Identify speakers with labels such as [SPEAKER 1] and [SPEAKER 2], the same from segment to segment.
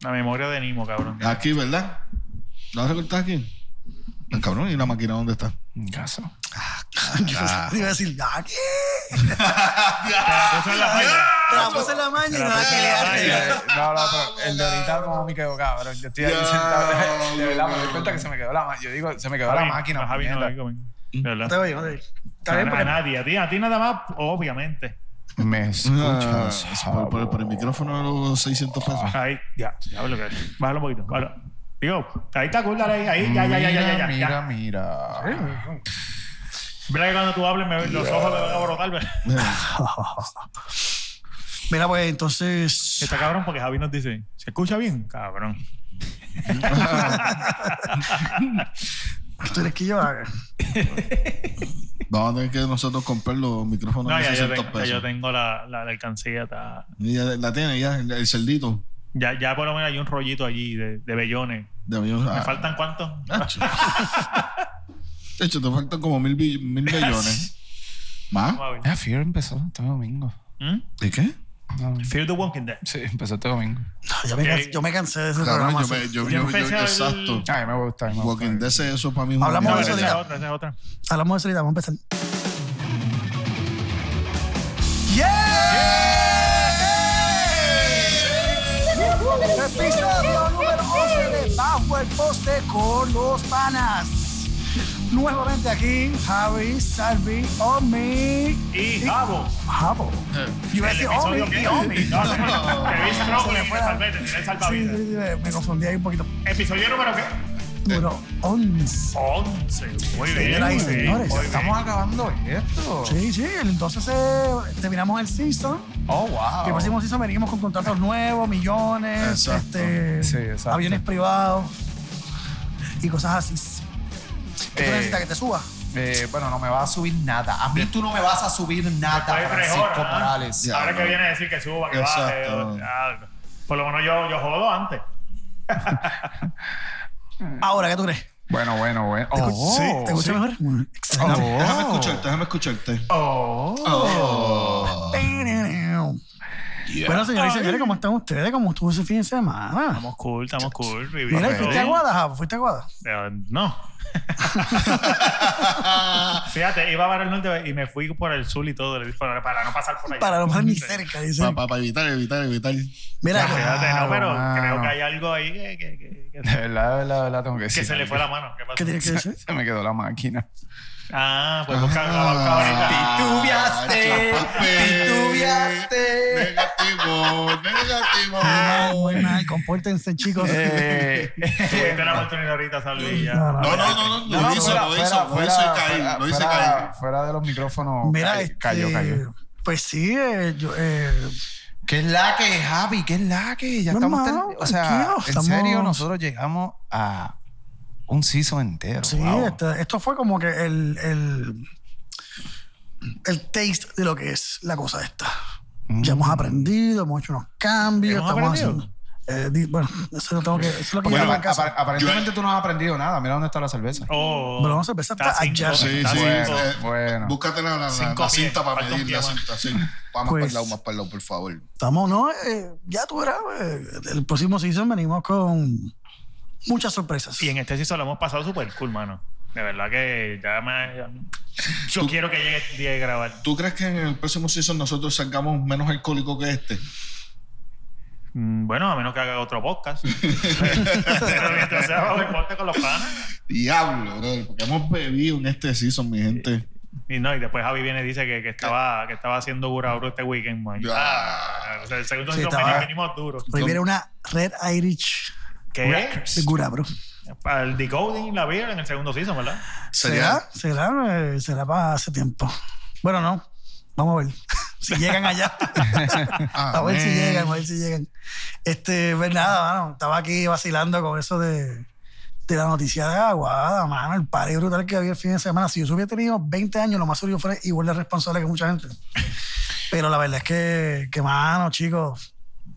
[SPEAKER 1] La memoria de Nimo, cabrón.
[SPEAKER 2] Aquí, ¿verdad? ¿Lo vas a cortar aquí? Ah, cabrón, ¿y la máquina dónde está?
[SPEAKER 1] En casa.
[SPEAKER 3] Yo pensaba que iba a decir, "Ah, ¿qué?
[SPEAKER 1] Esa es la maña.
[SPEAKER 3] Te la puse en la maña y no la
[SPEAKER 4] Ay,
[SPEAKER 3] quería.
[SPEAKER 4] Eh, No, no, pero el de ahorita como me quedó cabrón. Yo estoy ahí
[SPEAKER 2] Ya,
[SPEAKER 4] sentado. De verdad, me doy
[SPEAKER 2] bro.
[SPEAKER 4] cuenta que se me quedó la máquina. Yo digo, se me quedó la
[SPEAKER 1] Javi,
[SPEAKER 4] máquina.
[SPEAKER 1] a Javi no
[SPEAKER 4] puñeta.
[SPEAKER 1] vengo, vengo. De
[SPEAKER 3] No
[SPEAKER 1] verdad.
[SPEAKER 3] te voy, no te voy. Está bien
[SPEAKER 1] a,
[SPEAKER 3] porque.
[SPEAKER 1] a nadie, a ti, a ti nada más, obviamente.
[SPEAKER 4] Me
[SPEAKER 2] Ah,
[SPEAKER 4] escuchas.
[SPEAKER 2] por, por- por el micrófono de los 600 pesos.
[SPEAKER 3] Ah.
[SPEAKER 1] Ahí, ya, ya lo que es. Bájalo un poquito. bájalo. Digo, ahí está cool, dale ahí, ahí, ya, ya, ya, ya, ya, ya.
[SPEAKER 4] Mira,
[SPEAKER 1] ya.
[SPEAKER 4] mira, mira.
[SPEAKER 1] Mira que cuando tú hables, me, los ojos me van a brotar. ¿verdad?
[SPEAKER 3] Mira, pues entonces.
[SPEAKER 1] Está cabrón porque Javi nos dice, ¿se escucha bien? Cabrón.
[SPEAKER 3] ¿Tú eres que yo haga?
[SPEAKER 2] Vamos a tener que nosotros comprar los micrófonos
[SPEAKER 1] No,
[SPEAKER 2] de
[SPEAKER 1] ya yo
[SPEAKER 2] 600
[SPEAKER 1] tengo, ya
[SPEAKER 2] pesos.
[SPEAKER 1] yo tengo la, la, la alcancía. está-
[SPEAKER 2] Y ya la tiene ya, el, el cerdito.
[SPEAKER 1] Ya, ya por lo menos hay un rollito allí de, de bellones.
[SPEAKER 2] De avión.
[SPEAKER 1] ¿Me
[SPEAKER 2] Ah,
[SPEAKER 1] faltan cuántos?
[SPEAKER 2] Nacho. De hecho, te faltan como mil, bill- mil millones. ¿Más?
[SPEAKER 1] Vamos a ver.
[SPEAKER 4] Ah, Fear empezó este domingo.
[SPEAKER 1] ¿Mm?
[SPEAKER 2] ¿De qué?
[SPEAKER 4] No,
[SPEAKER 1] Fear the Walking Dead.
[SPEAKER 4] Sí, empezó este domingo.
[SPEAKER 3] No, yo, me,
[SPEAKER 1] Ok.
[SPEAKER 3] can- yo me cansé de ese
[SPEAKER 2] Cabrón,
[SPEAKER 3] programa.
[SPEAKER 2] yo me,
[SPEAKER 3] sí.
[SPEAKER 2] yo,
[SPEAKER 1] Ya
[SPEAKER 2] yo- yo-
[SPEAKER 1] empecé a
[SPEAKER 2] exacto.
[SPEAKER 1] ver-
[SPEAKER 4] Ay, me gusta. me gusta.
[SPEAKER 2] Walking Dead ese- eso para mí. es un
[SPEAKER 3] Hablamos
[SPEAKER 1] No,
[SPEAKER 3] de
[SPEAKER 2] nivel.
[SPEAKER 1] esa
[SPEAKER 3] eso
[SPEAKER 1] es otra,
[SPEAKER 3] ahorita.
[SPEAKER 1] esa es otra.
[SPEAKER 3] Hablamos de eso ahorita, vamos a empezar. ¡Yeah! Episodio número 11 de Bajo el Poste con los panas. Nuevamente aquí, Javi, Salvi, Omi
[SPEAKER 1] Y Jabo.
[SPEAKER 3] Jabo. Yo iba
[SPEAKER 1] Eh,
[SPEAKER 3] a
[SPEAKER 1] El
[SPEAKER 3] decir
[SPEAKER 1] episodio
[SPEAKER 3] Omi
[SPEAKER 1] que-
[SPEAKER 3] y Omi.
[SPEAKER 1] No, se me-
[SPEAKER 2] No.
[SPEAKER 1] te vi struggle
[SPEAKER 3] Se me
[SPEAKER 1] y
[SPEAKER 3] fue
[SPEAKER 1] te
[SPEAKER 3] la-
[SPEAKER 1] salvé, te tiré
[SPEAKER 3] Sí, sí,
[SPEAKER 1] salvavidas.
[SPEAKER 3] sí, me confundí ahí un poquito.
[SPEAKER 1] Episodio número ¿qué?
[SPEAKER 3] Número 11.
[SPEAKER 1] 11. Muy bien. muy
[SPEAKER 3] Señoras y
[SPEAKER 1] bien,
[SPEAKER 3] señores,
[SPEAKER 1] muy bien.
[SPEAKER 4] Estamos acabando esto.
[SPEAKER 3] Sí, sí, entonces eh, terminamos el season.
[SPEAKER 4] Oh, wow.
[SPEAKER 3] Que el próximo season venimos con contratos nuevos, millones,
[SPEAKER 2] Exacto.
[SPEAKER 3] este,
[SPEAKER 4] Sí, exacto.
[SPEAKER 3] aviones privados y cosas así. ¿Qué tú
[SPEAKER 4] Eh,
[SPEAKER 3] necesitas que te suba?
[SPEAKER 4] Eh, bueno, no me va a subir nada. A mí tú no me vas a subir nada,
[SPEAKER 1] Después de tres
[SPEAKER 4] Francisco
[SPEAKER 1] horas, ¿ah?
[SPEAKER 4] Morales.
[SPEAKER 2] Ya.
[SPEAKER 1] Ahora que viene a decir que suba, que baje.
[SPEAKER 2] Exacto.
[SPEAKER 1] o- algo. Por lo menos yo, yo jodo antes.
[SPEAKER 3] Ahora, ¿qué tú crees?
[SPEAKER 4] Bueno, bueno, bueno.
[SPEAKER 3] ¿Te,
[SPEAKER 4] Oh,
[SPEAKER 3] escuchas ¿Te escuchas
[SPEAKER 4] sí.
[SPEAKER 3] mejor? Mm,
[SPEAKER 4] Oh.
[SPEAKER 3] Excelente.
[SPEAKER 2] Déjame escucharte, déjame escucharte.
[SPEAKER 1] Oh.
[SPEAKER 2] Oh.
[SPEAKER 3] Bueno, señores y señores, ¿cómo están ustedes? ¿Cómo estuvo ese fin de semana?
[SPEAKER 1] Estamos cool, estamos cool.
[SPEAKER 3] Mira,
[SPEAKER 1] viviendo.
[SPEAKER 3] ¿y ¿fuiste a Guada, Javo? ¿Fuiste a Guada?
[SPEAKER 1] Eh, No. Fíjate, iba para el norte y me fui por el sur y todo, para, para no pasar por allá.
[SPEAKER 3] Para no pasar ni cerca, dice.
[SPEAKER 2] Para evitar, evitar, evitar.
[SPEAKER 3] Mira, yo-
[SPEAKER 1] Fíjate, no, pero
[SPEAKER 4] Claro,
[SPEAKER 1] creo que
[SPEAKER 4] mano.
[SPEAKER 1] hay algo ahí que, que- que- que-
[SPEAKER 4] De verdad, de verdad, de verdad, tengo que decir.
[SPEAKER 1] que se le fue la mano. ¿Qué pasó?
[SPEAKER 3] ¿qué tienes que decir?
[SPEAKER 4] Se me quedó la máquina.
[SPEAKER 1] Ah, pues busca la busca ahorita.
[SPEAKER 2] Titubeaste,
[SPEAKER 4] titubeaste.
[SPEAKER 2] Negativo, negativo.
[SPEAKER 3] Ah, bueno, compórtense, chicos.
[SPEAKER 4] Eh,
[SPEAKER 1] Tuviste la oportunidad ahorita, Salvi. ya.
[SPEAKER 3] No, no.
[SPEAKER 2] No, no, no, no, lo hizo, lo hizo, lo hizo y caí, lo hizo y caí.
[SPEAKER 4] fuera- fuera de los micrófonos.
[SPEAKER 3] Mira,
[SPEAKER 4] ca- cayó,
[SPEAKER 3] este,
[SPEAKER 4] cayó.
[SPEAKER 3] Pues sí, eh, yo, eh,
[SPEAKER 4] ¿Qué es la que, Javi? ¿Qué es la que? Ya
[SPEAKER 3] No,
[SPEAKER 4] estamos.
[SPEAKER 3] hermano,
[SPEAKER 4] ter- o sea, en
[SPEAKER 3] tranquilo, estamos-
[SPEAKER 4] serio, nosotros llegamos a un season entero.
[SPEAKER 3] Sí,
[SPEAKER 4] wow.
[SPEAKER 3] este- esto fue como que el, el, el taste de lo que es la cosa esta. Ya hemos aprendido, hemos hecho unos cambios,
[SPEAKER 1] ¿Hemos
[SPEAKER 3] estamos
[SPEAKER 1] aprendido?
[SPEAKER 3] haciendo. eh, di- bueno, eso lo tengo que. Eso es lo que
[SPEAKER 4] Bueno,
[SPEAKER 3] lleva a
[SPEAKER 4] apar-
[SPEAKER 3] casa.
[SPEAKER 4] apar- aparentemente tú no has aprendido nada. Mira dónde está la cerveza.
[SPEAKER 1] Oh.
[SPEAKER 3] Pero vamos a empezar
[SPEAKER 1] Está
[SPEAKER 3] a
[SPEAKER 1] cinco,
[SPEAKER 3] hallar.
[SPEAKER 2] Sí,
[SPEAKER 1] está
[SPEAKER 2] sí,
[SPEAKER 1] cinco.
[SPEAKER 2] eh,
[SPEAKER 4] bueno.
[SPEAKER 2] Búscate la, la- la-
[SPEAKER 1] Cinco
[SPEAKER 2] la
[SPEAKER 1] pies,
[SPEAKER 2] cinta para
[SPEAKER 1] falta un
[SPEAKER 2] medir la
[SPEAKER 1] pie más.
[SPEAKER 2] cinta. Sí. Vamos
[SPEAKER 3] Pues-
[SPEAKER 2] para el lado, más para el lado, por favor.
[SPEAKER 3] Estamos, ¿no? Eh, ya tú verás. eh, el próximo season venimos con muchas sorpresas.
[SPEAKER 1] Y en este season lo hemos pasado súper cool, mano. De verdad que ya me. ya- Yo quiero que llegue el día de grabar.
[SPEAKER 2] ¿Tú crees que en el próximo season nosotros salgamos menos alcohólicos que este?
[SPEAKER 1] Mm, Bueno, a menos que haga otro podcast. Pero mientras sea bajo el podcast con los panas.
[SPEAKER 2] Diablo, brother, porque hemos bebido en este season, mi gente.
[SPEAKER 1] Y no, y después Javi viene y dice que, que estaba, que estaba haciendo burauro este weekend, man.
[SPEAKER 2] Ya.
[SPEAKER 1] Ah, o sea, el segundo
[SPEAKER 3] Sí,
[SPEAKER 1] season
[SPEAKER 3] estaba-
[SPEAKER 1] venimos- venimos duros.
[SPEAKER 3] Hoy viene una Red Irish
[SPEAKER 1] ¿Qué?
[SPEAKER 3] de Cura, bro.
[SPEAKER 1] Para el decoding la vieron en el segundo season, ¿verdad?
[SPEAKER 3] ¿Será? ¿Será? eh, ¿Será para hace tiempo? Bueno, no. Vamos a ver. Si llegan allá.
[SPEAKER 2] Ah,
[SPEAKER 3] a ver si
[SPEAKER 2] man.
[SPEAKER 3] llegan, a ver si llegan. Este, pues nada, mano. Estaba aquí vacilando con eso de, de la noticia de Aguada, mano. El party brutal que había el fin de semana. Si yo hubiera tenido 20 años, lo más seguro yo fuera igual de responsable que mucha gente. Pero la verdad es que, que mano, chicos.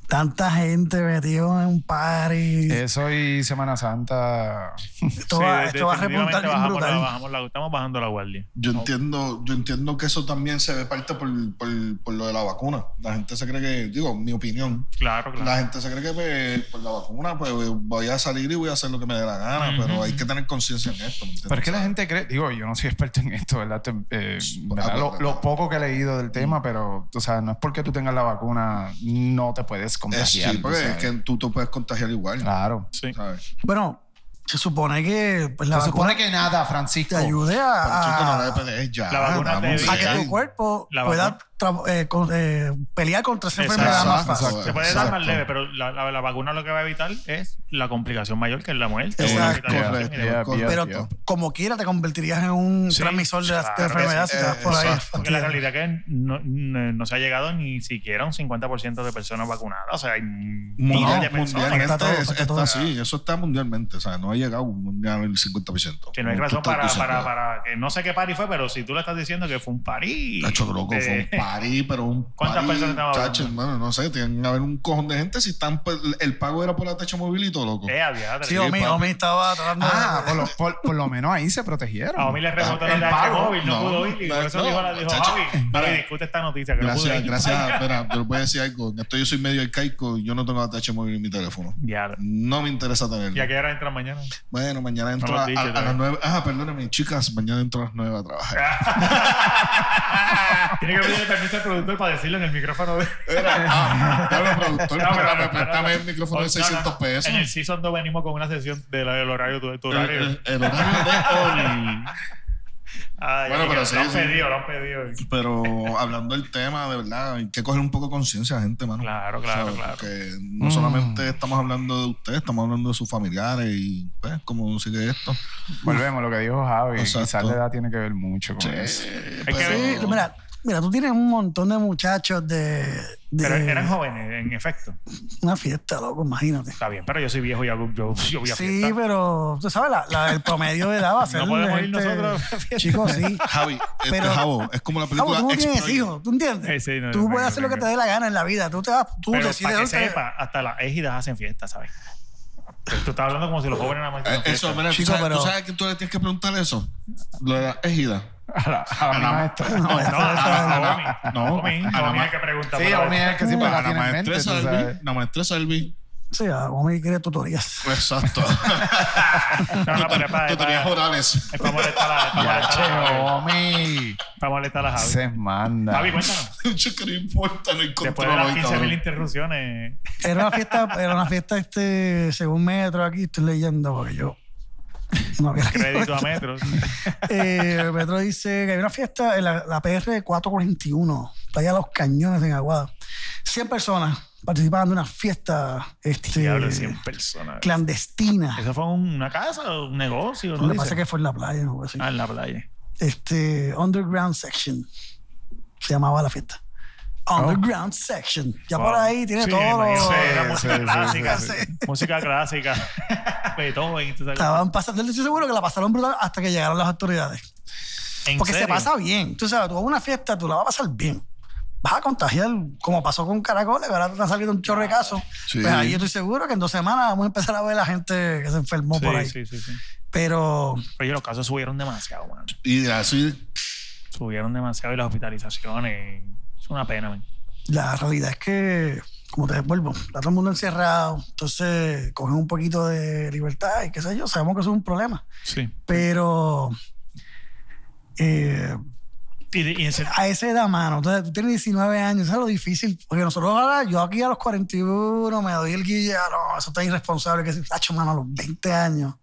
[SPEAKER 3] Tanta gente metido en un party.
[SPEAKER 1] Eh,
[SPEAKER 5] Eso y Semana Santa.
[SPEAKER 3] esto, va, esto va a
[SPEAKER 1] definitivamente
[SPEAKER 3] repuntar
[SPEAKER 1] bajamos
[SPEAKER 3] bien
[SPEAKER 1] la-
[SPEAKER 3] brutal.
[SPEAKER 1] bajamos la- estamos bajando la guardia.
[SPEAKER 2] Yo entiendo, yo entiendo que eso también se ve parte por, por- por lo de la vacuna. La gente se cree que, digo, mi opinión,
[SPEAKER 1] Claro, claro.
[SPEAKER 2] la gente se cree que pues, por la vacuna pues voy a salir y voy a hacer lo que me dé la gana,
[SPEAKER 1] Ujú.
[SPEAKER 2] pero hay que tener conciencia en esto. ¿me entiendes?
[SPEAKER 5] Pero es que la gente cree, digo, yo no soy experto en esto, ¿verdad? Te- eh,
[SPEAKER 2] Pues,
[SPEAKER 5] ¿verdad? Lo, lo poco que he leído del tema, pero, o sea, no es porque tú tengas la vacuna, no te
[SPEAKER 2] Es,
[SPEAKER 5] puedes
[SPEAKER 2] sí,
[SPEAKER 5] contagiar. tú
[SPEAKER 2] porque es
[SPEAKER 5] sabes.
[SPEAKER 2] que tú te puedes contagiar igual.
[SPEAKER 5] Claro.
[SPEAKER 1] Sí.
[SPEAKER 2] ¿sabes?
[SPEAKER 3] Bueno, se supone que pues, la
[SPEAKER 5] Se supone
[SPEAKER 3] vacuna
[SPEAKER 5] que nada, Francisco.
[SPEAKER 3] te ayude a,
[SPEAKER 2] Pero chico, no
[SPEAKER 3] a,
[SPEAKER 2] le pedees E, ya.
[SPEAKER 1] La vacuna
[SPEAKER 2] vamos,
[SPEAKER 1] te evita-
[SPEAKER 3] a que
[SPEAKER 2] sí.
[SPEAKER 3] tu cuerpo
[SPEAKER 1] La
[SPEAKER 3] pueda tra- eh, con- eh, pelear contra esa
[SPEAKER 1] Exacto.
[SPEAKER 3] enfermedad más
[SPEAKER 2] Exacto.
[SPEAKER 3] fácil.
[SPEAKER 1] Se puede dar más
[SPEAKER 2] Exacto.
[SPEAKER 1] leve, pero la, la- la vacuna lo que va a evitar es la complicación mayor, que es la muerte. o una
[SPEAKER 3] Exacto.
[SPEAKER 1] hospitalización y
[SPEAKER 2] Correcto,
[SPEAKER 1] demás.
[SPEAKER 2] correcto.
[SPEAKER 3] Pero
[SPEAKER 5] Tío.
[SPEAKER 3] tú- como quiera te convertirías en un
[SPEAKER 1] Sí,
[SPEAKER 3] transmisor de la de
[SPEAKER 1] claro que
[SPEAKER 3] enfermedad
[SPEAKER 1] sí.
[SPEAKER 3] si te vas por ahí.
[SPEAKER 2] Exacto.
[SPEAKER 1] Porque la realidad que no, no- no se ha llegado ni siquiera a un 50% de personas vacunadas. O sea, hay miles
[SPEAKER 2] No,
[SPEAKER 1] de personas
[SPEAKER 2] mundialmente
[SPEAKER 3] Falta todo,
[SPEAKER 2] es-
[SPEAKER 3] falta
[SPEAKER 2] está
[SPEAKER 3] todo.
[SPEAKER 2] así, eso está mundialmente, o sea, no ha llegado ni al 50%.
[SPEAKER 1] que no hay
[SPEAKER 2] Tú
[SPEAKER 1] razón
[SPEAKER 2] estás
[SPEAKER 1] para,
[SPEAKER 2] diciendo,
[SPEAKER 1] para, para que no sé qué party fue, pero si tú le estás diciendo que fue un party.
[SPEAKER 2] Chacho, loco, fue un
[SPEAKER 1] eh,
[SPEAKER 2] party, pero un
[SPEAKER 1] ¿Cuántas
[SPEAKER 2] party,
[SPEAKER 1] personas estaban
[SPEAKER 2] chacho,
[SPEAKER 1] hablando?
[SPEAKER 2] hermano, no sé, tienen que haber un cojón de gente si están, pues, el pago era por la techo móvil y todo, loco.
[SPEAKER 1] eh, había-
[SPEAKER 3] Sí, Omi,
[SPEAKER 2] papi.
[SPEAKER 3] Omi estaba tratando
[SPEAKER 5] Ah,
[SPEAKER 3] de-
[SPEAKER 5] por lo, por- por lo menos ahí se protegieron.
[SPEAKER 1] A Omi le rebotó la
[SPEAKER 5] El
[SPEAKER 1] edad
[SPEAKER 5] pago.
[SPEAKER 1] móvil, no,
[SPEAKER 2] No,
[SPEAKER 1] pudo ir. Y por
[SPEAKER 2] no,
[SPEAKER 1] eso dijo, la- dijo
[SPEAKER 2] chacho,
[SPEAKER 1] Javi,
[SPEAKER 2] para.
[SPEAKER 1] Javi, discute esta noticia que no pudo
[SPEAKER 2] Gracias,
[SPEAKER 1] ir.
[SPEAKER 2] gracias. Espera, pero voy a decir algo. En Esto yo soy medio arcaico y yo no tengo ATH móvil en mi teléfono.
[SPEAKER 1] Ya.
[SPEAKER 2] No me interesa
[SPEAKER 1] ¿Y
[SPEAKER 2] tenerlo.
[SPEAKER 1] a qué hora entra mañana?
[SPEAKER 2] Bueno, mañana entro
[SPEAKER 1] No lo
[SPEAKER 2] a,
[SPEAKER 1] has dicho
[SPEAKER 2] a- a
[SPEAKER 1] todavía.
[SPEAKER 2] las nueve. Ah, perdóname, chicas, mañana entro a las nueve a trabajar.
[SPEAKER 1] Tiene que pedirle permiso al productor para decirlo en el micrófono. De...
[SPEAKER 2] Era, ah, dame, productor,
[SPEAKER 1] No, pero-
[SPEAKER 2] espérame,
[SPEAKER 1] pero-
[SPEAKER 2] préstame el
[SPEAKER 1] No,
[SPEAKER 2] micrófono de
[SPEAKER 1] no,
[SPEAKER 2] 600
[SPEAKER 1] no.
[SPEAKER 2] pesos. Eh,
[SPEAKER 1] En el season 2 venimos con una sesión del del horario, tu, tu
[SPEAKER 2] El,
[SPEAKER 1] horario.
[SPEAKER 2] el- el horario de hoy.
[SPEAKER 1] Ay,
[SPEAKER 2] Bueno, pero
[SPEAKER 1] lo
[SPEAKER 2] sí,
[SPEAKER 1] han
[SPEAKER 2] sí.
[SPEAKER 1] pedido, lo han pedido.
[SPEAKER 2] Pero hablando del tema, de verdad, hay que coger un poco de conciencia, gente, mano.
[SPEAKER 1] Claro, claro,
[SPEAKER 2] ¿Sabes?
[SPEAKER 1] claro.
[SPEAKER 2] Porque no
[SPEAKER 5] Mm.
[SPEAKER 2] solamente estamos hablando de ustedes, estamos hablando de sus familiares y, pues, cómo sigue esto.
[SPEAKER 5] Volvemos a lo que dijo Javi.
[SPEAKER 2] Exacto.
[SPEAKER 5] Quizás la edad tiene que ver mucho con eso.
[SPEAKER 2] Eh,
[SPEAKER 1] Hay que
[SPEAKER 2] pero-
[SPEAKER 1] ver-
[SPEAKER 3] Sí, mira, mira, tú tienes un montón de muchachos de, de
[SPEAKER 1] Pero eran jóvenes, en efecto.
[SPEAKER 3] una fiesta, loco, imagínate.
[SPEAKER 1] Está bien, pero yo soy viejo y hago, yo, yo voy a
[SPEAKER 3] Sí,
[SPEAKER 1] fiesta.
[SPEAKER 3] pero tú sabes, la, la- el promedio de edad va a ser.
[SPEAKER 1] No
[SPEAKER 3] de
[SPEAKER 1] podemos ir
[SPEAKER 3] gente-
[SPEAKER 1] nosotros a la fiesta.
[SPEAKER 3] Chicos, sí.
[SPEAKER 2] Javi, este
[SPEAKER 3] Pero-
[SPEAKER 2] Javo, es como la
[SPEAKER 3] Javo,
[SPEAKER 2] película
[SPEAKER 3] tú no tienes
[SPEAKER 2] Exploit.
[SPEAKER 3] hijos, ¿tú entiendes?
[SPEAKER 1] Eh, sí, no,
[SPEAKER 3] tú
[SPEAKER 1] no,
[SPEAKER 3] puedes
[SPEAKER 1] no,
[SPEAKER 3] hacer
[SPEAKER 1] no,
[SPEAKER 3] lo que
[SPEAKER 1] no.
[SPEAKER 3] te dé la gana en la vida. Tú te vas, tú
[SPEAKER 1] Pero
[SPEAKER 3] decides.
[SPEAKER 1] para que
[SPEAKER 3] dónde-
[SPEAKER 1] sepa, hasta las égidas hacen fiesta, ¿sabes? Pero Tú estás hablando como si los jóvenes nada más
[SPEAKER 2] Eh,
[SPEAKER 1] hicieran
[SPEAKER 2] Eso,
[SPEAKER 1] fiesta.
[SPEAKER 2] mira,
[SPEAKER 3] Chico,
[SPEAKER 2] tú, sabes,
[SPEAKER 3] pero-
[SPEAKER 2] tú sabes que tú le tienes que preguntar eso. Lo de la égida.
[SPEAKER 5] A la, a la maestra.
[SPEAKER 3] No,
[SPEAKER 1] No,
[SPEAKER 3] eso- eso-
[SPEAKER 1] a
[SPEAKER 2] no,
[SPEAKER 3] ah,
[SPEAKER 1] Omi.
[SPEAKER 2] no,
[SPEAKER 1] Omi,
[SPEAKER 2] a la
[SPEAKER 1] Omi
[SPEAKER 2] ma-
[SPEAKER 1] hay que preguntar.
[SPEAKER 5] Sí,
[SPEAKER 1] por
[SPEAKER 5] Omi es el que
[SPEAKER 1] Ah,
[SPEAKER 5] siempre
[SPEAKER 2] A
[SPEAKER 5] la
[SPEAKER 2] la
[SPEAKER 5] tiene en mente.
[SPEAKER 2] maestresa
[SPEAKER 5] tú
[SPEAKER 2] Elvi.
[SPEAKER 5] sabes.
[SPEAKER 2] La maestresa Elvi.
[SPEAKER 3] Sí, ah, a Omi quiere tutorías.
[SPEAKER 2] Exacto.
[SPEAKER 1] No, no, pero es para-
[SPEAKER 2] Tú
[SPEAKER 1] es
[SPEAKER 2] tenías
[SPEAKER 1] para-
[SPEAKER 2] orales.
[SPEAKER 1] es para molestar a- es para
[SPEAKER 5] Ya,
[SPEAKER 1] molestar a
[SPEAKER 5] che,
[SPEAKER 1] Javi.
[SPEAKER 5] homie.
[SPEAKER 1] Para molestar a Javi.
[SPEAKER 5] Se manda.
[SPEAKER 1] Javi, cuéntanos.
[SPEAKER 2] Yo que no importa, no hay
[SPEAKER 1] Después
[SPEAKER 2] control
[SPEAKER 1] de las
[SPEAKER 2] hoy,
[SPEAKER 1] 15.000
[SPEAKER 2] cabrón.
[SPEAKER 1] interrupciones.
[SPEAKER 3] Era una fiesta, era una fiesta este, según Metro, aquí estoy leyendo porque yo no había leído
[SPEAKER 1] Crédito a metros.
[SPEAKER 3] Eh, Metro dice que hay una fiesta en la, la PR 441, Playa Los Cañones en Aguada. 100 personas participaban de una fiesta este,
[SPEAKER 1] Diablo, 100 personas.
[SPEAKER 3] clandestina.
[SPEAKER 1] ¿Eso fue una casa o un negocio?
[SPEAKER 3] Lo
[SPEAKER 1] ¿Dónde
[SPEAKER 3] que pasa es
[SPEAKER 1] dice?
[SPEAKER 3] que fue en la playa, no Algo así.
[SPEAKER 1] Ah, en la playa.
[SPEAKER 3] Este, Underground Section se llamaba la fiesta. Underground Section. Ya por ahí tiene
[SPEAKER 1] Oh. Sí, me
[SPEAKER 3] todo.
[SPEAKER 1] imagino.
[SPEAKER 3] lo-
[SPEAKER 1] Era música
[SPEAKER 5] Sí, sí, sí,
[SPEAKER 1] clásica.
[SPEAKER 3] sí, sí.
[SPEAKER 1] Música clásica. Beethoven. y todas esas cosas.
[SPEAKER 3] Estaban pasando, yo estoy seguro que la pasaron brutal hasta que llegaron las autoridades.
[SPEAKER 1] ¿En
[SPEAKER 3] Porque se
[SPEAKER 1] serio?
[SPEAKER 3] pasa bien. Tú sabes, tú vas a una fiesta, tú la vas a pasar bien. Vas a contagiar, como pasó con Caracoles, que ahora te está saliendo un chorro de casos.
[SPEAKER 2] Sí.
[SPEAKER 3] Pues ahí yo estoy seguro que en dos semanas vamos a empezar a ver la gente que se enfermó por ahí.
[SPEAKER 1] Sí, sí, sí, sí.
[SPEAKER 3] Pero
[SPEAKER 1] Oye, los casos subieron demasiado, mano.
[SPEAKER 2] Y así,
[SPEAKER 1] Subieron demasiado y las hospitalizaciones. Es una pena, man.
[SPEAKER 3] la realidad es que, como te devuelvo, está todo el mundo encerrado, entonces cogen un poquito de libertad y qué sé yo, sabemos que eso es un problema.
[SPEAKER 1] Sí.
[SPEAKER 3] Pero eh,
[SPEAKER 1] Y, de- y en ser-
[SPEAKER 3] a esa edad, mano, entonces tú tienes 19 años, eso es lo difícil. Porque nosotros ahora, yo aquí a los 41 me doy el guía, no, eso está irresponsable, que se tacho, mano, a los 20 años.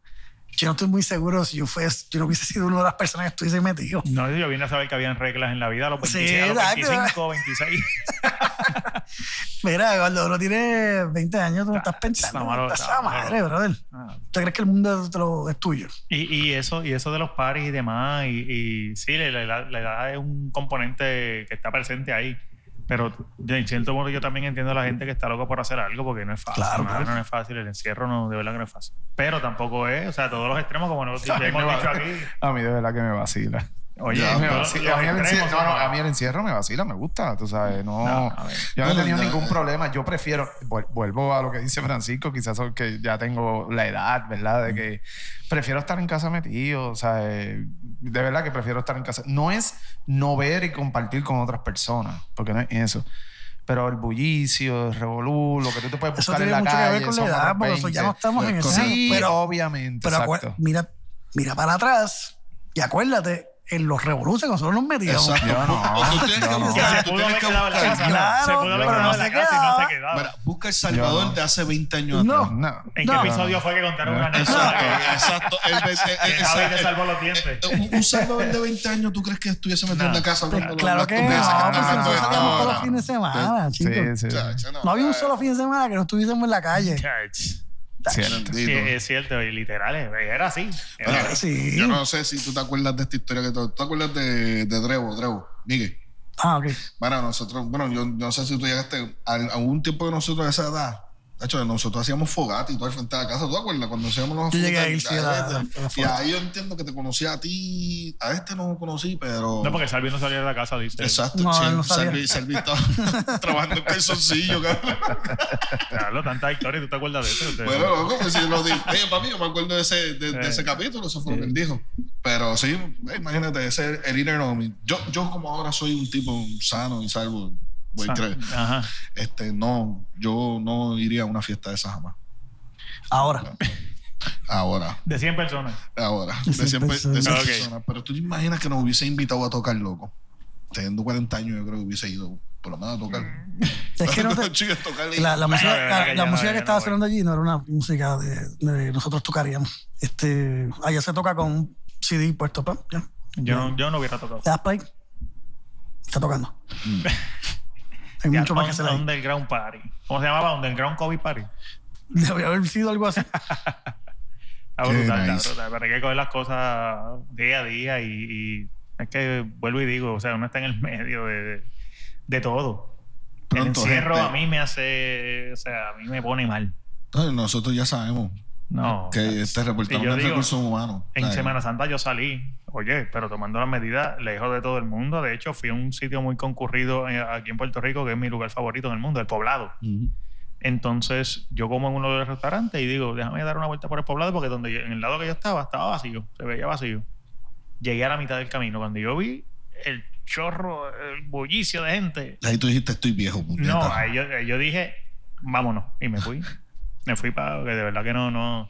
[SPEAKER 3] Yo no estoy muy seguro si yo, fuese, yo no hubiese sido una de las personas que estuviese metido.
[SPEAKER 1] no, yo vine a saber que habían reglas en la vida a los,
[SPEAKER 3] Sí,
[SPEAKER 1] 26, a los 25,
[SPEAKER 3] exacto.
[SPEAKER 1] 26.
[SPEAKER 3] Mira, cuando uno tiene 20 años, tú no
[SPEAKER 1] Está-
[SPEAKER 3] estás pensando.
[SPEAKER 1] está malo,
[SPEAKER 3] estás
[SPEAKER 1] está
[SPEAKER 3] a madre,
[SPEAKER 1] malo.
[SPEAKER 3] brother.
[SPEAKER 1] Ah,
[SPEAKER 3] ¿Tú crees que el mundo te lo- es tuyo?
[SPEAKER 1] Y, y eso y eso de los pares y demás, y, y sí, la, la edad- la edad es un componente que está presente ahí. Pero de en cierto modo yo también entiendo a la gente que está loca por hacer algo porque no es fácil.
[SPEAKER 3] Claro,
[SPEAKER 1] mano,
[SPEAKER 3] claro.
[SPEAKER 1] No es fácil, el encierro no, de verdad que no es fácil. Pero tampoco es, o sea, todos los extremos, como no,
[SPEAKER 5] Ay,
[SPEAKER 1] hemos
[SPEAKER 5] no.
[SPEAKER 1] dicho aquí,
[SPEAKER 5] A mí de verdad que me vacila.
[SPEAKER 1] Oye,
[SPEAKER 2] Ya,
[SPEAKER 5] Me
[SPEAKER 1] pero-
[SPEAKER 5] vacila,
[SPEAKER 1] lo
[SPEAKER 5] a mí el
[SPEAKER 1] queremos,
[SPEAKER 5] encierro, no, no,
[SPEAKER 1] hermano.
[SPEAKER 5] a mí el encierro me vacila, me gusta, tú sabes, no,
[SPEAKER 1] No, a ver.
[SPEAKER 5] yo no
[SPEAKER 2] No,
[SPEAKER 5] he
[SPEAKER 2] no,
[SPEAKER 5] tenido
[SPEAKER 2] no,
[SPEAKER 5] ningún
[SPEAKER 2] eh.
[SPEAKER 5] problema, yo prefiero, vuel- vuelvo a lo que dice Francisco, quizás porque ya tengo la edad, ¿verdad?
[SPEAKER 3] Mm.
[SPEAKER 5] De que prefiero estar en casa metido, o sea, eh, de verdad que prefiero estar en casa. No es no ver y compartir con otras personas, porque no es eso. Pero el bullicio, el revolú, lo que tú te puedes
[SPEAKER 3] Eso
[SPEAKER 5] buscar en
[SPEAKER 3] tiene
[SPEAKER 5] la
[SPEAKER 3] mucho
[SPEAKER 5] calle.
[SPEAKER 3] que ver con la
[SPEAKER 5] son
[SPEAKER 3] edad,
[SPEAKER 5] otros
[SPEAKER 3] porque eso ya no
[SPEAKER 5] 20.
[SPEAKER 3] estamos en ese.
[SPEAKER 5] Sí,
[SPEAKER 3] pero-
[SPEAKER 5] obviamente.
[SPEAKER 3] Pero acuer-
[SPEAKER 5] exacto.
[SPEAKER 3] mira, mira para atrás y acuérdate en los revoluciones nosotros nos metíamos.
[SPEAKER 2] Exacto.
[SPEAKER 5] Yo no,
[SPEAKER 2] O tú tienes que
[SPEAKER 5] yo no.
[SPEAKER 1] Que
[SPEAKER 2] buscar-
[SPEAKER 1] se
[SPEAKER 2] tú
[SPEAKER 1] pudo
[SPEAKER 2] tienes
[SPEAKER 1] haber
[SPEAKER 2] que
[SPEAKER 1] quedado en la
[SPEAKER 2] buscar-
[SPEAKER 1] casa.
[SPEAKER 3] Claro,
[SPEAKER 1] se pudo haber
[SPEAKER 5] pero
[SPEAKER 1] quedado
[SPEAKER 5] no
[SPEAKER 1] en la
[SPEAKER 3] se
[SPEAKER 1] casa y no se
[SPEAKER 3] quedaba.
[SPEAKER 1] quedaba.
[SPEAKER 2] Mira, busca El Salvador
[SPEAKER 5] Yo no.
[SPEAKER 2] de hace 20 años
[SPEAKER 3] No.
[SPEAKER 2] atrás.
[SPEAKER 5] No.
[SPEAKER 1] ¿En qué
[SPEAKER 3] No.
[SPEAKER 1] episodio fue que contaron una anécdota
[SPEAKER 2] Exacto,
[SPEAKER 1] que-
[SPEAKER 2] exacto. El- el- el-
[SPEAKER 1] que Javi te
[SPEAKER 2] el-
[SPEAKER 1] salvó los dientes?
[SPEAKER 2] Un, un salvador de 20 años, ¿tú crees que estuviese metido en la casa?
[SPEAKER 3] Pues,
[SPEAKER 2] hablando
[SPEAKER 3] claro
[SPEAKER 2] las
[SPEAKER 3] que no,
[SPEAKER 2] estupideces
[SPEAKER 5] no,
[SPEAKER 2] que
[SPEAKER 3] pues si
[SPEAKER 2] están
[SPEAKER 5] no,
[SPEAKER 3] nosotros
[SPEAKER 2] hablando
[SPEAKER 3] salíamos
[SPEAKER 5] no,
[SPEAKER 3] todos
[SPEAKER 5] no.
[SPEAKER 3] los fines de semana,
[SPEAKER 5] Sí,
[SPEAKER 3] chicos.
[SPEAKER 5] sí.
[SPEAKER 2] Chacho,
[SPEAKER 3] No había un solo fin de semana que no estuviésemos en la calle.
[SPEAKER 1] Church.
[SPEAKER 5] Cierto.
[SPEAKER 2] Bendito.
[SPEAKER 1] Sí, es cierto, y literal, eh, era así. Era
[SPEAKER 2] Mira,
[SPEAKER 1] así.
[SPEAKER 3] Ah, Sí.
[SPEAKER 2] Yo no sé si tú te acuerdas de esta historia que tú, ¿tú te acuerdas de, de Drevo, Drevo, Miguel.
[SPEAKER 3] Ah, ok.
[SPEAKER 2] Bueno, nosotros, bueno, yo no sé si tú llegaste al- a un tiempo de nosotros a esa edad. De hecho, nosotros hacíamos fogata y todo al frente de la casa. ¿Tú te acuerdas? Cuando hacíamos los
[SPEAKER 3] Yo llegué a ir, sí, a la- a la
[SPEAKER 2] Y
[SPEAKER 3] fogata.
[SPEAKER 2] ahí yo entiendo que te conocí a ti. A este no lo conocí, pero.
[SPEAKER 1] No, porque Salvi no salía de la casa, dice.
[SPEAKER 2] Exacto.
[SPEAKER 3] No,
[SPEAKER 2] sí,
[SPEAKER 3] no sabía.
[SPEAKER 2] Salvi, Salvi estaba trabajando en calzoncillo, cabrón.
[SPEAKER 1] Claro, tanta historia, ¿tú te acuerdas de eso? Usted-
[SPEAKER 2] Bueno, loco, pues si lo dije. Oye, papi, yo me acuerdo de ese, de, de
[SPEAKER 1] Eh.
[SPEAKER 2] ese capítulo, eso fue lo que él dijo. Pero sí, eh, imagínate, ese el inner enemy. Yo, yo como ahora soy un tipo sano y salvo, voy a creer.
[SPEAKER 1] Ajá.
[SPEAKER 2] Este, no, yo no iría a una fiesta de esas jamás.
[SPEAKER 3] Ahora.
[SPEAKER 2] Ahora,
[SPEAKER 1] De 100 personas.
[SPEAKER 2] ahora. De
[SPEAKER 3] De cien
[SPEAKER 2] siempre, de
[SPEAKER 3] personas.
[SPEAKER 2] cien
[SPEAKER 1] Ok.
[SPEAKER 2] personas. Pero tú te imaginas que nos hubiese invitado a tocar, loco. Teniendo 40 años, yo creo que hubiese ido por lo menos a tocar.
[SPEAKER 3] Mm. Es que no te-
[SPEAKER 2] Chicos, tocar y-
[SPEAKER 3] la, la música,
[SPEAKER 1] Bueno,
[SPEAKER 3] la-
[SPEAKER 1] Ah, ya
[SPEAKER 3] la
[SPEAKER 1] no,
[SPEAKER 3] música
[SPEAKER 1] ya no,
[SPEAKER 3] que estaba
[SPEAKER 1] bueno.
[SPEAKER 3] sonando allí no era una música de, de nosotros tocaríamos. Este, allá se toca con un CD puesto. pam, ya.
[SPEAKER 1] Yo no, yo no hubiera tocado.
[SPEAKER 3] Le das play. Está tocando. Hay
[SPEAKER 1] Mm. Ya,
[SPEAKER 3] mucho más que hacer ahí.
[SPEAKER 1] Underground Party. ¿Cómo se llamaba? Underground COVID Party.
[SPEAKER 3] Debería haber sido algo así.
[SPEAKER 1] Está
[SPEAKER 2] Qué
[SPEAKER 1] brutal, está
[SPEAKER 2] nice.
[SPEAKER 1] brutal. Pero hay que coger las cosas día a día y, y es que vuelvo y digo, o sea, uno está en el medio de, de todo. el
[SPEAKER 2] Pronto,
[SPEAKER 1] encierro
[SPEAKER 2] gente.
[SPEAKER 1] a mí me hace, o sea, a mí me pone mal.
[SPEAKER 2] Entonces, Nosotros ya sabemos
[SPEAKER 1] No.
[SPEAKER 2] que este
[SPEAKER 1] Y
[SPEAKER 2] reportado
[SPEAKER 1] yo
[SPEAKER 2] no es
[SPEAKER 1] digo,
[SPEAKER 2] recursos humanos.
[SPEAKER 1] En
[SPEAKER 2] ¿sabes?
[SPEAKER 1] Semana Santa yo salí, oye, pero tomando las medidas lejos de todo el mundo. De hecho, fui a un sitio muy concurrido eh, aquí en Puerto Rico, que es mi lugar favorito en el mundo, el poblado.
[SPEAKER 2] Ujú.
[SPEAKER 1] Entonces, yo como en uno de los restaurantes y digo, déjame dar una vuelta por el poblado, porque donde yo- en el lado que yo estaba, estaba vacío, se veía vacío. Llegué a la mitad del camino. Cuando yo vi el chorro, el bullicio de gente,
[SPEAKER 2] Ahí tú dijiste, estoy viejo, puñeta.
[SPEAKER 1] no, ahí yo, ahí yo dije, vámonos. Y me fui. Me fui para, que de verdad que no, no.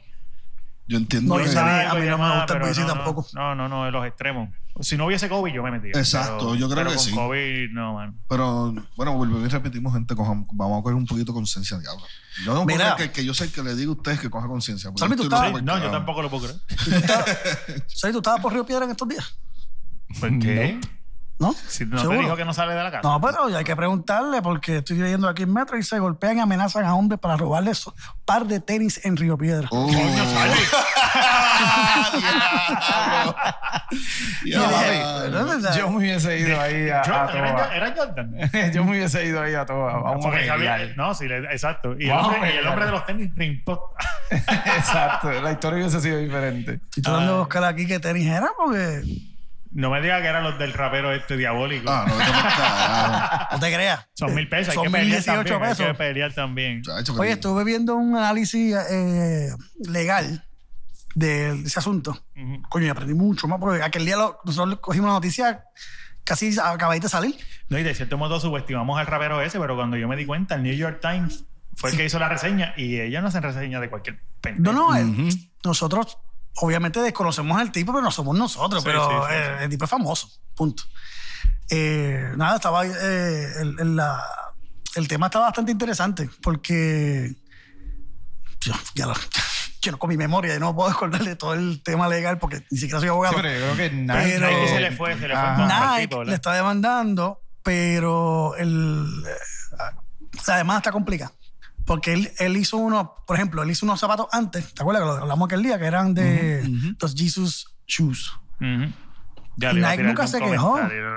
[SPEAKER 2] Yo entiendo
[SPEAKER 3] No,
[SPEAKER 2] que...
[SPEAKER 3] yo sabía-
[SPEAKER 1] Algo
[SPEAKER 3] a mí
[SPEAKER 1] que
[SPEAKER 3] no me
[SPEAKER 1] más,
[SPEAKER 3] gusta el
[SPEAKER 1] pero
[SPEAKER 3] bullicio
[SPEAKER 1] no, no,
[SPEAKER 3] tampoco.
[SPEAKER 1] No, no, no, de los extremos. Si no hubiese COVID, yo me metía.
[SPEAKER 2] Exacto, yo creo
[SPEAKER 1] pero
[SPEAKER 2] que
[SPEAKER 1] con
[SPEAKER 2] sí.
[SPEAKER 1] COVID, no, man.
[SPEAKER 2] Pero, bueno, volvemos y repetimos, gente, cojan- vamos a coger un poquito de conciencia, diablo. Yo no
[SPEAKER 3] Mira.
[SPEAKER 2] creo que, que yo sé que le digo a ustedes que coja conciencia. porque
[SPEAKER 3] Salmi,
[SPEAKER 2] yo
[SPEAKER 3] tú
[SPEAKER 2] estoy
[SPEAKER 3] estabas-
[SPEAKER 2] loco,
[SPEAKER 1] No, yo
[SPEAKER 2] cabrón.
[SPEAKER 1] tampoco lo puedo creer.
[SPEAKER 3] ¿Sabes? ¿Tú estabas por Río Piedra en estos días?
[SPEAKER 1] ¿Por qué?
[SPEAKER 3] ¿No.
[SPEAKER 1] Si no
[SPEAKER 3] ¿Seguro?
[SPEAKER 1] te dijo que no sale de la casa.
[SPEAKER 3] No, pero hay que preguntarle porque estoy leyendo aquí en Metro y se golpean y amenazan a hombres para robarles su par de tenis en Río Piedra.
[SPEAKER 2] Oh. Diablo.
[SPEAKER 5] Yo,
[SPEAKER 3] Yo dije,
[SPEAKER 2] Diablo.
[SPEAKER 3] ¿no es verdad?
[SPEAKER 5] yo me hubiese
[SPEAKER 3] eh,
[SPEAKER 5] ido ahí a, a
[SPEAKER 1] Jordan, era,
[SPEAKER 5] toa.
[SPEAKER 1] era Jordan.
[SPEAKER 5] Yo me hubiese ido ahí a toa. a un
[SPEAKER 1] Porque
[SPEAKER 5] familiar.
[SPEAKER 1] Javier- no, sí, le- exacto. Y el,
[SPEAKER 5] Vamos a
[SPEAKER 1] hombre, y el
[SPEAKER 5] pelear.
[SPEAKER 1] hombre de los tenis rimpó.
[SPEAKER 5] Exacto. La historia hubiese sido diferente.
[SPEAKER 3] Estoy tratando de buscar aquí qué tenis era porque
[SPEAKER 1] No me digas que eran los del rapero este diabólico.
[SPEAKER 2] Ah, no, vete pa'l carajo.
[SPEAKER 3] no te creas.
[SPEAKER 1] Son mil pesos.
[SPEAKER 3] Son
[SPEAKER 1] hay que pelear
[SPEAKER 3] 1.018
[SPEAKER 1] también,
[SPEAKER 3] pesos.
[SPEAKER 1] Hay que pelear también.
[SPEAKER 2] Chacho,
[SPEAKER 3] Oye,
[SPEAKER 2] que-
[SPEAKER 3] estuve viendo un análisis eh, legal de ese asunto.
[SPEAKER 1] Ujú.
[SPEAKER 3] Coño, y aprendí mucho más porque aquel día lo- nosotros cogimos la noticia casi acabáis de salir.
[SPEAKER 1] No, y de cierto modo subestimamos al rapero ese, pero cuando yo me di cuenta, el New York Times fue el que hizo la reseña y ellos no hacen reseña de cualquier pendejo.
[SPEAKER 3] No, no, el-
[SPEAKER 2] Ujú.
[SPEAKER 3] nosotros obviamente desconocemos al tipo, pero no somos nosotros,
[SPEAKER 1] Sí,
[SPEAKER 3] pero
[SPEAKER 1] sí, sí,
[SPEAKER 3] eh, el tipo es famoso, punto. Eh, nada, estaba eh, el, el- la- el tema está bastante interesante porque yo, ya lo- yo no con mi memoria, yo no puedo acordar de todo el tema legal porque ni siquiera soy abogado.
[SPEAKER 5] Sí, pero yo creo que nadie. Ah,
[SPEAKER 3] Pero-
[SPEAKER 1] Ahí se le fue, se le fue
[SPEAKER 5] Ajá.
[SPEAKER 1] con
[SPEAKER 3] Nike
[SPEAKER 1] el tipo, ¿verdad?
[SPEAKER 3] le está demandando, pero el, la demanda está complicada. Porque él, él hizo uno, por ejemplo, él hizo unos zapatos antes, ¿te acuerdas que lo hablamos aquel día? Que eran de los Jesus Shoes.
[SPEAKER 1] Ujú. Ya
[SPEAKER 3] Y
[SPEAKER 1] le iba a
[SPEAKER 3] Nike
[SPEAKER 1] tirar
[SPEAKER 3] nunca
[SPEAKER 1] algún
[SPEAKER 3] se quejó.
[SPEAKER 1] comentario.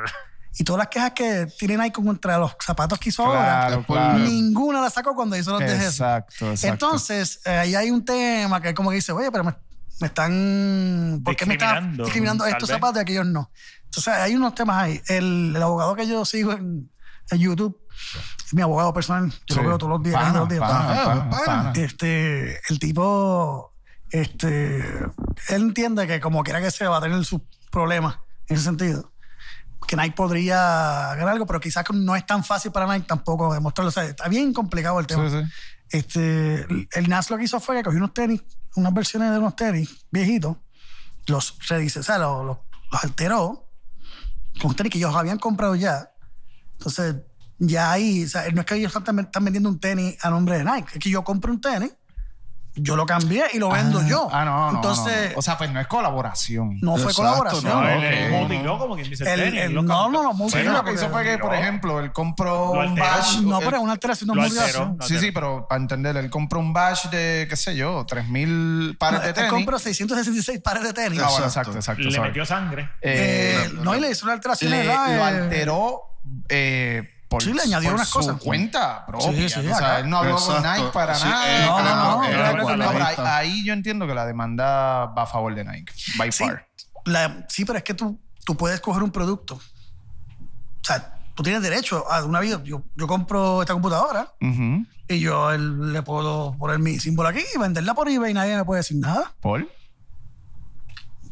[SPEAKER 3] Y todas las quejas que tiene Nike contra los zapatos que hizo ahora,
[SPEAKER 5] Claro,
[SPEAKER 2] Después-
[SPEAKER 5] claro.
[SPEAKER 3] ninguna la sacó cuando hizo los de Jesus.
[SPEAKER 5] Exacto, exacto.
[SPEAKER 3] Entonces, eh, ahí hay un tema que como que dice, oye, pero me- me están. ¿Por qué me están
[SPEAKER 1] Discriminando,
[SPEAKER 3] discriminando
[SPEAKER 1] tal
[SPEAKER 3] estos
[SPEAKER 1] vez.
[SPEAKER 3] zapatos y aquellos no? Entonces, hay unos temas ahí. El, el abogado que yo sigo en, en YouTube, es mi abogado personal,
[SPEAKER 5] Sí.
[SPEAKER 3] yo lo veo todos los días,
[SPEAKER 5] Pana,
[SPEAKER 3] todos los días,
[SPEAKER 5] pana,
[SPEAKER 3] pana.
[SPEAKER 5] pana,
[SPEAKER 2] pana.
[SPEAKER 5] pana.
[SPEAKER 3] Este, el tipo, este, él entiende que como quiera que sea va a tener sus problemas en ese sentido. Que Nike podría ganar algo, pero quizás no es tan fácil para Nike tampoco demostrarlo. O sea, está bien complicado el tema.
[SPEAKER 5] Sí, sí.
[SPEAKER 3] Este, el Nas lo que hizo fue que cogió unos tenis, unas versiones de unos tenis viejitos, los redice, o sea, los, los- los alteró con unos tenis que ellos habían comprado ya. Entonces, ya ahí, o sea, no es que ellos están, están vendiendo un tenis a nombre de Nike, es que yo compro un tenis, yo lo cambié y lo vendo
[SPEAKER 5] Ah,
[SPEAKER 3] yo.
[SPEAKER 5] Ah, no, no.
[SPEAKER 3] Entonces,
[SPEAKER 5] no. O sea, pues no es colaboración.
[SPEAKER 3] no fue
[SPEAKER 2] Exacto,
[SPEAKER 3] colaboración.
[SPEAKER 1] No,
[SPEAKER 2] No,
[SPEAKER 1] él
[SPEAKER 2] ok.
[SPEAKER 1] él motivó, como quien dice
[SPEAKER 3] El-
[SPEAKER 1] tenis,
[SPEAKER 3] el-
[SPEAKER 1] lo
[SPEAKER 3] no,
[SPEAKER 1] cambió.
[SPEAKER 3] no, no, muy
[SPEAKER 5] Sí,
[SPEAKER 3] bien,
[SPEAKER 5] lo
[SPEAKER 3] porque-
[SPEAKER 5] que hizo fue que, por ejemplo, él compró
[SPEAKER 1] Lo
[SPEAKER 5] un
[SPEAKER 1] alteró.
[SPEAKER 5] bash.
[SPEAKER 3] No, pero es una alteración, no es
[SPEAKER 1] Lo
[SPEAKER 3] una
[SPEAKER 1] alteró.
[SPEAKER 3] obligación.
[SPEAKER 1] No,
[SPEAKER 5] Sí,
[SPEAKER 1] te-
[SPEAKER 5] sí, pero para entender, él compró un bash de, qué sé yo, 3.000 pares
[SPEAKER 3] No,
[SPEAKER 5] de
[SPEAKER 3] te
[SPEAKER 5] tenis.
[SPEAKER 3] compro 666 pares de tenis.
[SPEAKER 5] Ah, bueno,
[SPEAKER 2] Exacto.
[SPEAKER 5] exacto, exacto.
[SPEAKER 1] Le
[SPEAKER 5] sorry.
[SPEAKER 1] metió sangre.
[SPEAKER 5] Eh,
[SPEAKER 3] Eh, no, y le hizo una alteración.
[SPEAKER 5] le-
[SPEAKER 3] ¿verdad?
[SPEAKER 5] lo
[SPEAKER 3] Eh,
[SPEAKER 5] alteró eh, por,
[SPEAKER 3] Sí, le añadió
[SPEAKER 5] por
[SPEAKER 3] unas
[SPEAKER 5] su
[SPEAKER 3] cosas.
[SPEAKER 5] cuenta propia.
[SPEAKER 3] Sí, sí,
[SPEAKER 5] o sea,
[SPEAKER 3] acá.
[SPEAKER 5] él no habló con
[SPEAKER 2] Exacto.
[SPEAKER 5] Nike para
[SPEAKER 2] Sí,
[SPEAKER 5] nada.
[SPEAKER 2] eh,
[SPEAKER 3] No, no, no,
[SPEAKER 5] Eh,
[SPEAKER 3] era
[SPEAKER 5] no,
[SPEAKER 3] cuando-
[SPEAKER 5] no, pero ahí, ahí yo entiendo que la demanda va a favor de Nike, by
[SPEAKER 3] Sí,
[SPEAKER 5] far.
[SPEAKER 3] la- sí, pero es que tú, tú puedes coger un producto. O sea, tú tienes derecho a una vida. Yo, yo compro esta computadora
[SPEAKER 5] Ujú.
[SPEAKER 3] y yo el- le puedo poner mi símbolo aquí y venderla por eBay y nadie me puede decir nada
[SPEAKER 5] ¿Por?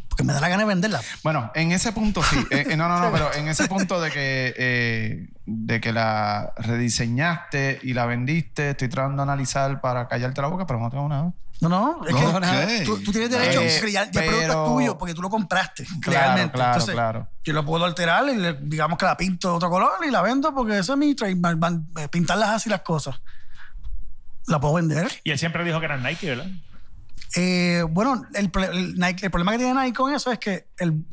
[SPEAKER 3] porque me da la gana de venderla.
[SPEAKER 5] Bueno, en ese punto sí. Eh, eh, no, no, no, pero en ese punto de que, eh, de que la rediseñaste y la vendiste, estoy tratando de analizar para callarte la boca, pero no tengo nada.
[SPEAKER 3] No, no, es que
[SPEAKER 2] Ok.
[SPEAKER 3] tú, tú tienes derecho
[SPEAKER 5] Eh,
[SPEAKER 3] porque ya, ya el
[SPEAKER 5] pero-
[SPEAKER 3] producto es tuyo porque tú lo compraste
[SPEAKER 5] Claro,
[SPEAKER 3] legalmente.
[SPEAKER 5] claro,
[SPEAKER 3] Entonces,
[SPEAKER 5] claro.
[SPEAKER 3] Yo lo puedo alterar y le- digamos que la pinto de otro color y la vendo porque eso es mi trademark, van- eh, pintarlas así las cosas. La puedo vender.
[SPEAKER 1] Y él siempre dijo que era Nike, ¿verdad?
[SPEAKER 3] Eh, bueno, el, pro- el Nike- el problema que tiene Nike con eso es que el,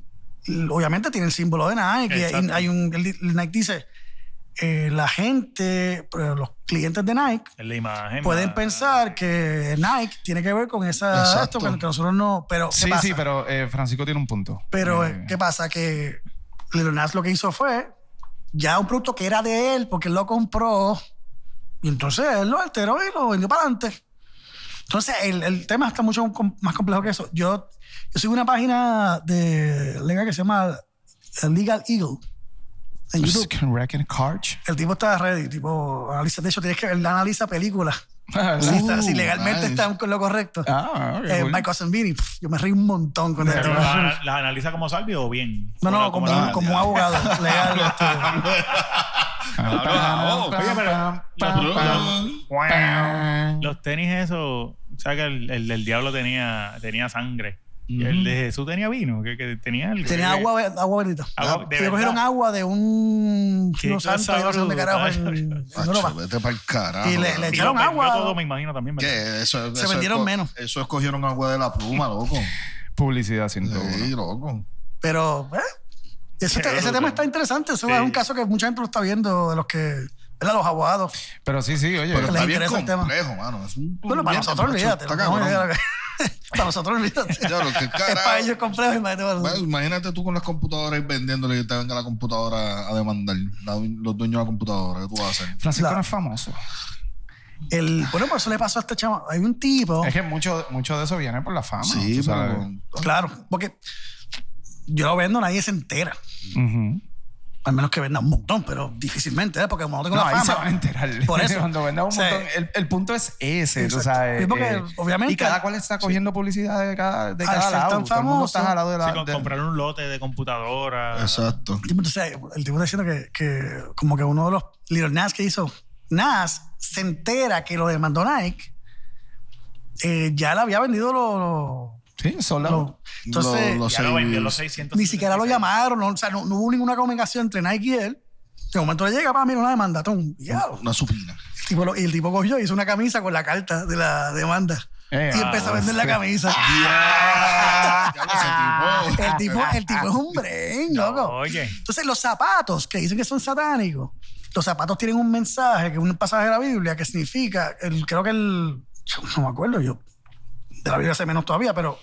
[SPEAKER 3] el- obviamente tiene el símbolo de Nike. y hay,
[SPEAKER 1] Exacto.
[SPEAKER 3] hay un, el, el Nike dice, eh, la gente, eh, los clientes de Nike
[SPEAKER 1] En la imagen.
[SPEAKER 3] pueden
[SPEAKER 1] la-
[SPEAKER 3] pensar que Nike tiene que ver con esa...
[SPEAKER 2] Exacto.
[SPEAKER 3] esto, con el que nosotros no... Pero, ¿qué
[SPEAKER 5] Sí,
[SPEAKER 3] pasa?
[SPEAKER 5] sí,
[SPEAKER 3] pero...
[SPEAKER 5] pero eh, Francisco tiene un punto. Eh,
[SPEAKER 3] eh, ¿qué pasa? Que Lil Nas lo que hizo fue ya un producto que era de él porque él lo compró y entonces él lo alteró y lo vendió para adelante. Entonces, el, el tema está mucho com- más complejo que eso. Yo, yo sigo una página de legal que se llama Legal Eagle en YouTube.
[SPEAKER 5] Can wreck in a carch.
[SPEAKER 3] El tipo está ready, tipo, analiza, de hecho, tienes que él analiza películas. si, está- si legalmente
[SPEAKER 2] nice.
[SPEAKER 3] están con lo correcto.
[SPEAKER 5] Uh, Ah, ok,
[SPEAKER 3] Eh,
[SPEAKER 5] cool.
[SPEAKER 3] Michael Zambini, pf, yo me reí un montón con este él.
[SPEAKER 1] Pero las la analiza como Salvi o bien.
[SPEAKER 3] No, no,
[SPEAKER 1] Como-
[SPEAKER 3] como,
[SPEAKER 1] como-
[SPEAKER 3] un, como un abogado legal. este.
[SPEAKER 2] Ah,
[SPEAKER 5] Pam,
[SPEAKER 1] Oye, pero
[SPEAKER 5] pam,
[SPEAKER 1] los-
[SPEAKER 5] pam,
[SPEAKER 1] los-
[SPEAKER 5] pam, pam.
[SPEAKER 1] Los tenis, eso. ¿Sabes que el, el del diablo tenía, tenía sangre? Y el de Jesús tenía vino, que, que tenía algo.
[SPEAKER 3] Tenía
[SPEAKER 1] que-
[SPEAKER 3] agua, agua bendita.
[SPEAKER 1] Agua- de
[SPEAKER 3] Ellos cogieron
[SPEAKER 1] verdad.
[SPEAKER 3] agua de un
[SPEAKER 1] Qué
[SPEAKER 3] río santo y no sé dónde
[SPEAKER 1] cosa
[SPEAKER 3] carajo en,
[SPEAKER 1] brutal.
[SPEAKER 3] en
[SPEAKER 2] Pacho,
[SPEAKER 3] Europa.
[SPEAKER 2] vete para el carajo.
[SPEAKER 3] Y le-
[SPEAKER 2] cabrón.
[SPEAKER 3] le
[SPEAKER 1] Y
[SPEAKER 3] echaron
[SPEAKER 1] lo vendió
[SPEAKER 3] agua.
[SPEAKER 1] todo, me imagino también. ¿verdad?
[SPEAKER 2] ¿Qué? Eso,
[SPEAKER 3] Se
[SPEAKER 2] eso
[SPEAKER 3] vendieron
[SPEAKER 2] es co-
[SPEAKER 3] menos.
[SPEAKER 2] Eso es cogieron agua de la pluma, loco.
[SPEAKER 5] Publicidad sin duda.
[SPEAKER 2] Sí, loco.
[SPEAKER 3] Pero eh, ese,
[SPEAKER 1] Qué
[SPEAKER 3] te- ese
[SPEAKER 1] brutal.
[SPEAKER 3] tema está interesante. Eso
[SPEAKER 1] Sí.
[SPEAKER 3] es un caso que mucha gente lo está viendo, de los que, ¿verdad? Los abogados.
[SPEAKER 5] Pero sí, sí, oye.
[SPEAKER 2] Pero
[SPEAKER 3] les
[SPEAKER 2] está bien
[SPEAKER 3] interesa el tema.
[SPEAKER 2] complejo, mano. Es un-
[SPEAKER 3] Bueno, para
[SPEAKER 2] bien,
[SPEAKER 3] nosotros
[SPEAKER 2] macho,
[SPEAKER 3] olvídate.
[SPEAKER 2] Está
[SPEAKER 3] no tenemos idea de
[SPEAKER 2] cabrón.
[SPEAKER 3] lo que- para nosotros olvídate.
[SPEAKER 2] Ya, lo que
[SPEAKER 3] es para ellos
[SPEAKER 2] carajo.
[SPEAKER 3] complejo, imagínate. para
[SPEAKER 2] Bueno,
[SPEAKER 3] nosotros.
[SPEAKER 2] Imagínate tú con las computadoras y vendiéndole que te venga la computadora a demandar. la- los dueños de la computadora, ¿qué tú vas a hacer?
[SPEAKER 5] Francisco
[SPEAKER 3] la-
[SPEAKER 5] no es famoso.
[SPEAKER 3] El, bueno, por eso le pasó a este chamo. Hay un tipo.
[SPEAKER 5] Es que mucho, mucho de eso viene por la fama.
[SPEAKER 2] Sí,
[SPEAKER 5] tú sabes.
[SPEAKER 2] pero.
[SPEAKER 3] Claro, porque yo lo vendo, nadie se entera.
[SPEAKER 5] Ujú.
[SPEAKER 3] Al menos que venda un montón, pero difícilmente, ¿eh? porque como no tengo
[SPEAKER 5] No,
[SPEAKER 3] la
[SPEAKER 5] ahí
[SPEAKER 3] fama.
[SPEAKER 5] se van a enterar.
[SPEAKER 3] Por eso.
[SPEAKER 5] Cuando vendas un
[SPEAKER 3] O sea,
[SPEAKER 5] montón. El, el punto es ese, tú
[SPEAKER 3] Exacto.
[SPEAKER 5] sabes.
[SPEAKER 3] Sí, porque,
[SPEAKER 5] eh,
[SPEAKER 3] obviamente,
[SPEAKER 5] Y cada cual está cogiendo publicidad de cada, de
[SPEAKER 3] Al
[SPEAKER 5] cada
[SPEAKER 3] ser
[SPEAKER 5] lado.
[SPEAKER 3] tan
[SPEAKER 5] Todo el mundo
[SPEAKER 3] famoso.
[SPEAKER 5] está jalado de la.
[SPEAKER 1] Sí, con-
[SPEAKER 5] de-
[SPEAKER 1] comprar un lote de computadora.
[SPEAKER 2] Exacto.
[SPEAKER 3] El tipo, entonces, el tipo está diciendo que, que como que uno de los Little Nas que hizo Nas se entera que lo demandó Nike eh, ya le había vendido lo, lo-
[SPEAKER 5] Sí, solo.
[SPEAKER 3] lo- entonces
[SPEAKER 2] Lo- lo-
[SPEAKER 1] Ya lo vendió los
[SPEAKER 2] seis-
[SPEAKER 1] 600.
[SPEAKER 3] ni siquiera lo llamaron no, o sea no, no hubo ninguna comunicación entre Nike y él de momento le llega para mí una demanda tum, ya.
[SPEAKER 2] Una supina.
[SPEAKER 3] El tipo lo- y el tipo cogió y hizo una camisa con la carta de la demanda
[SPEAKER 5] Eh,
[SPEAKER 3] y empezó a vender la camisa
[SPEAKER 2] Ya, ese tipo.
[SPEAKER 3] el Ah, este tipo el tipo es un bren loco
[SPEAKER 1] Oye.
[SPEAKER 3] Entonces, los zapatos que dicen que son satánicos, los zapatos tienen un mensaje, que es un pasaje de la Biblia, que significa, el, creo que el. yo no me acuerdo yo. De la Biblia sé menos todavía, pero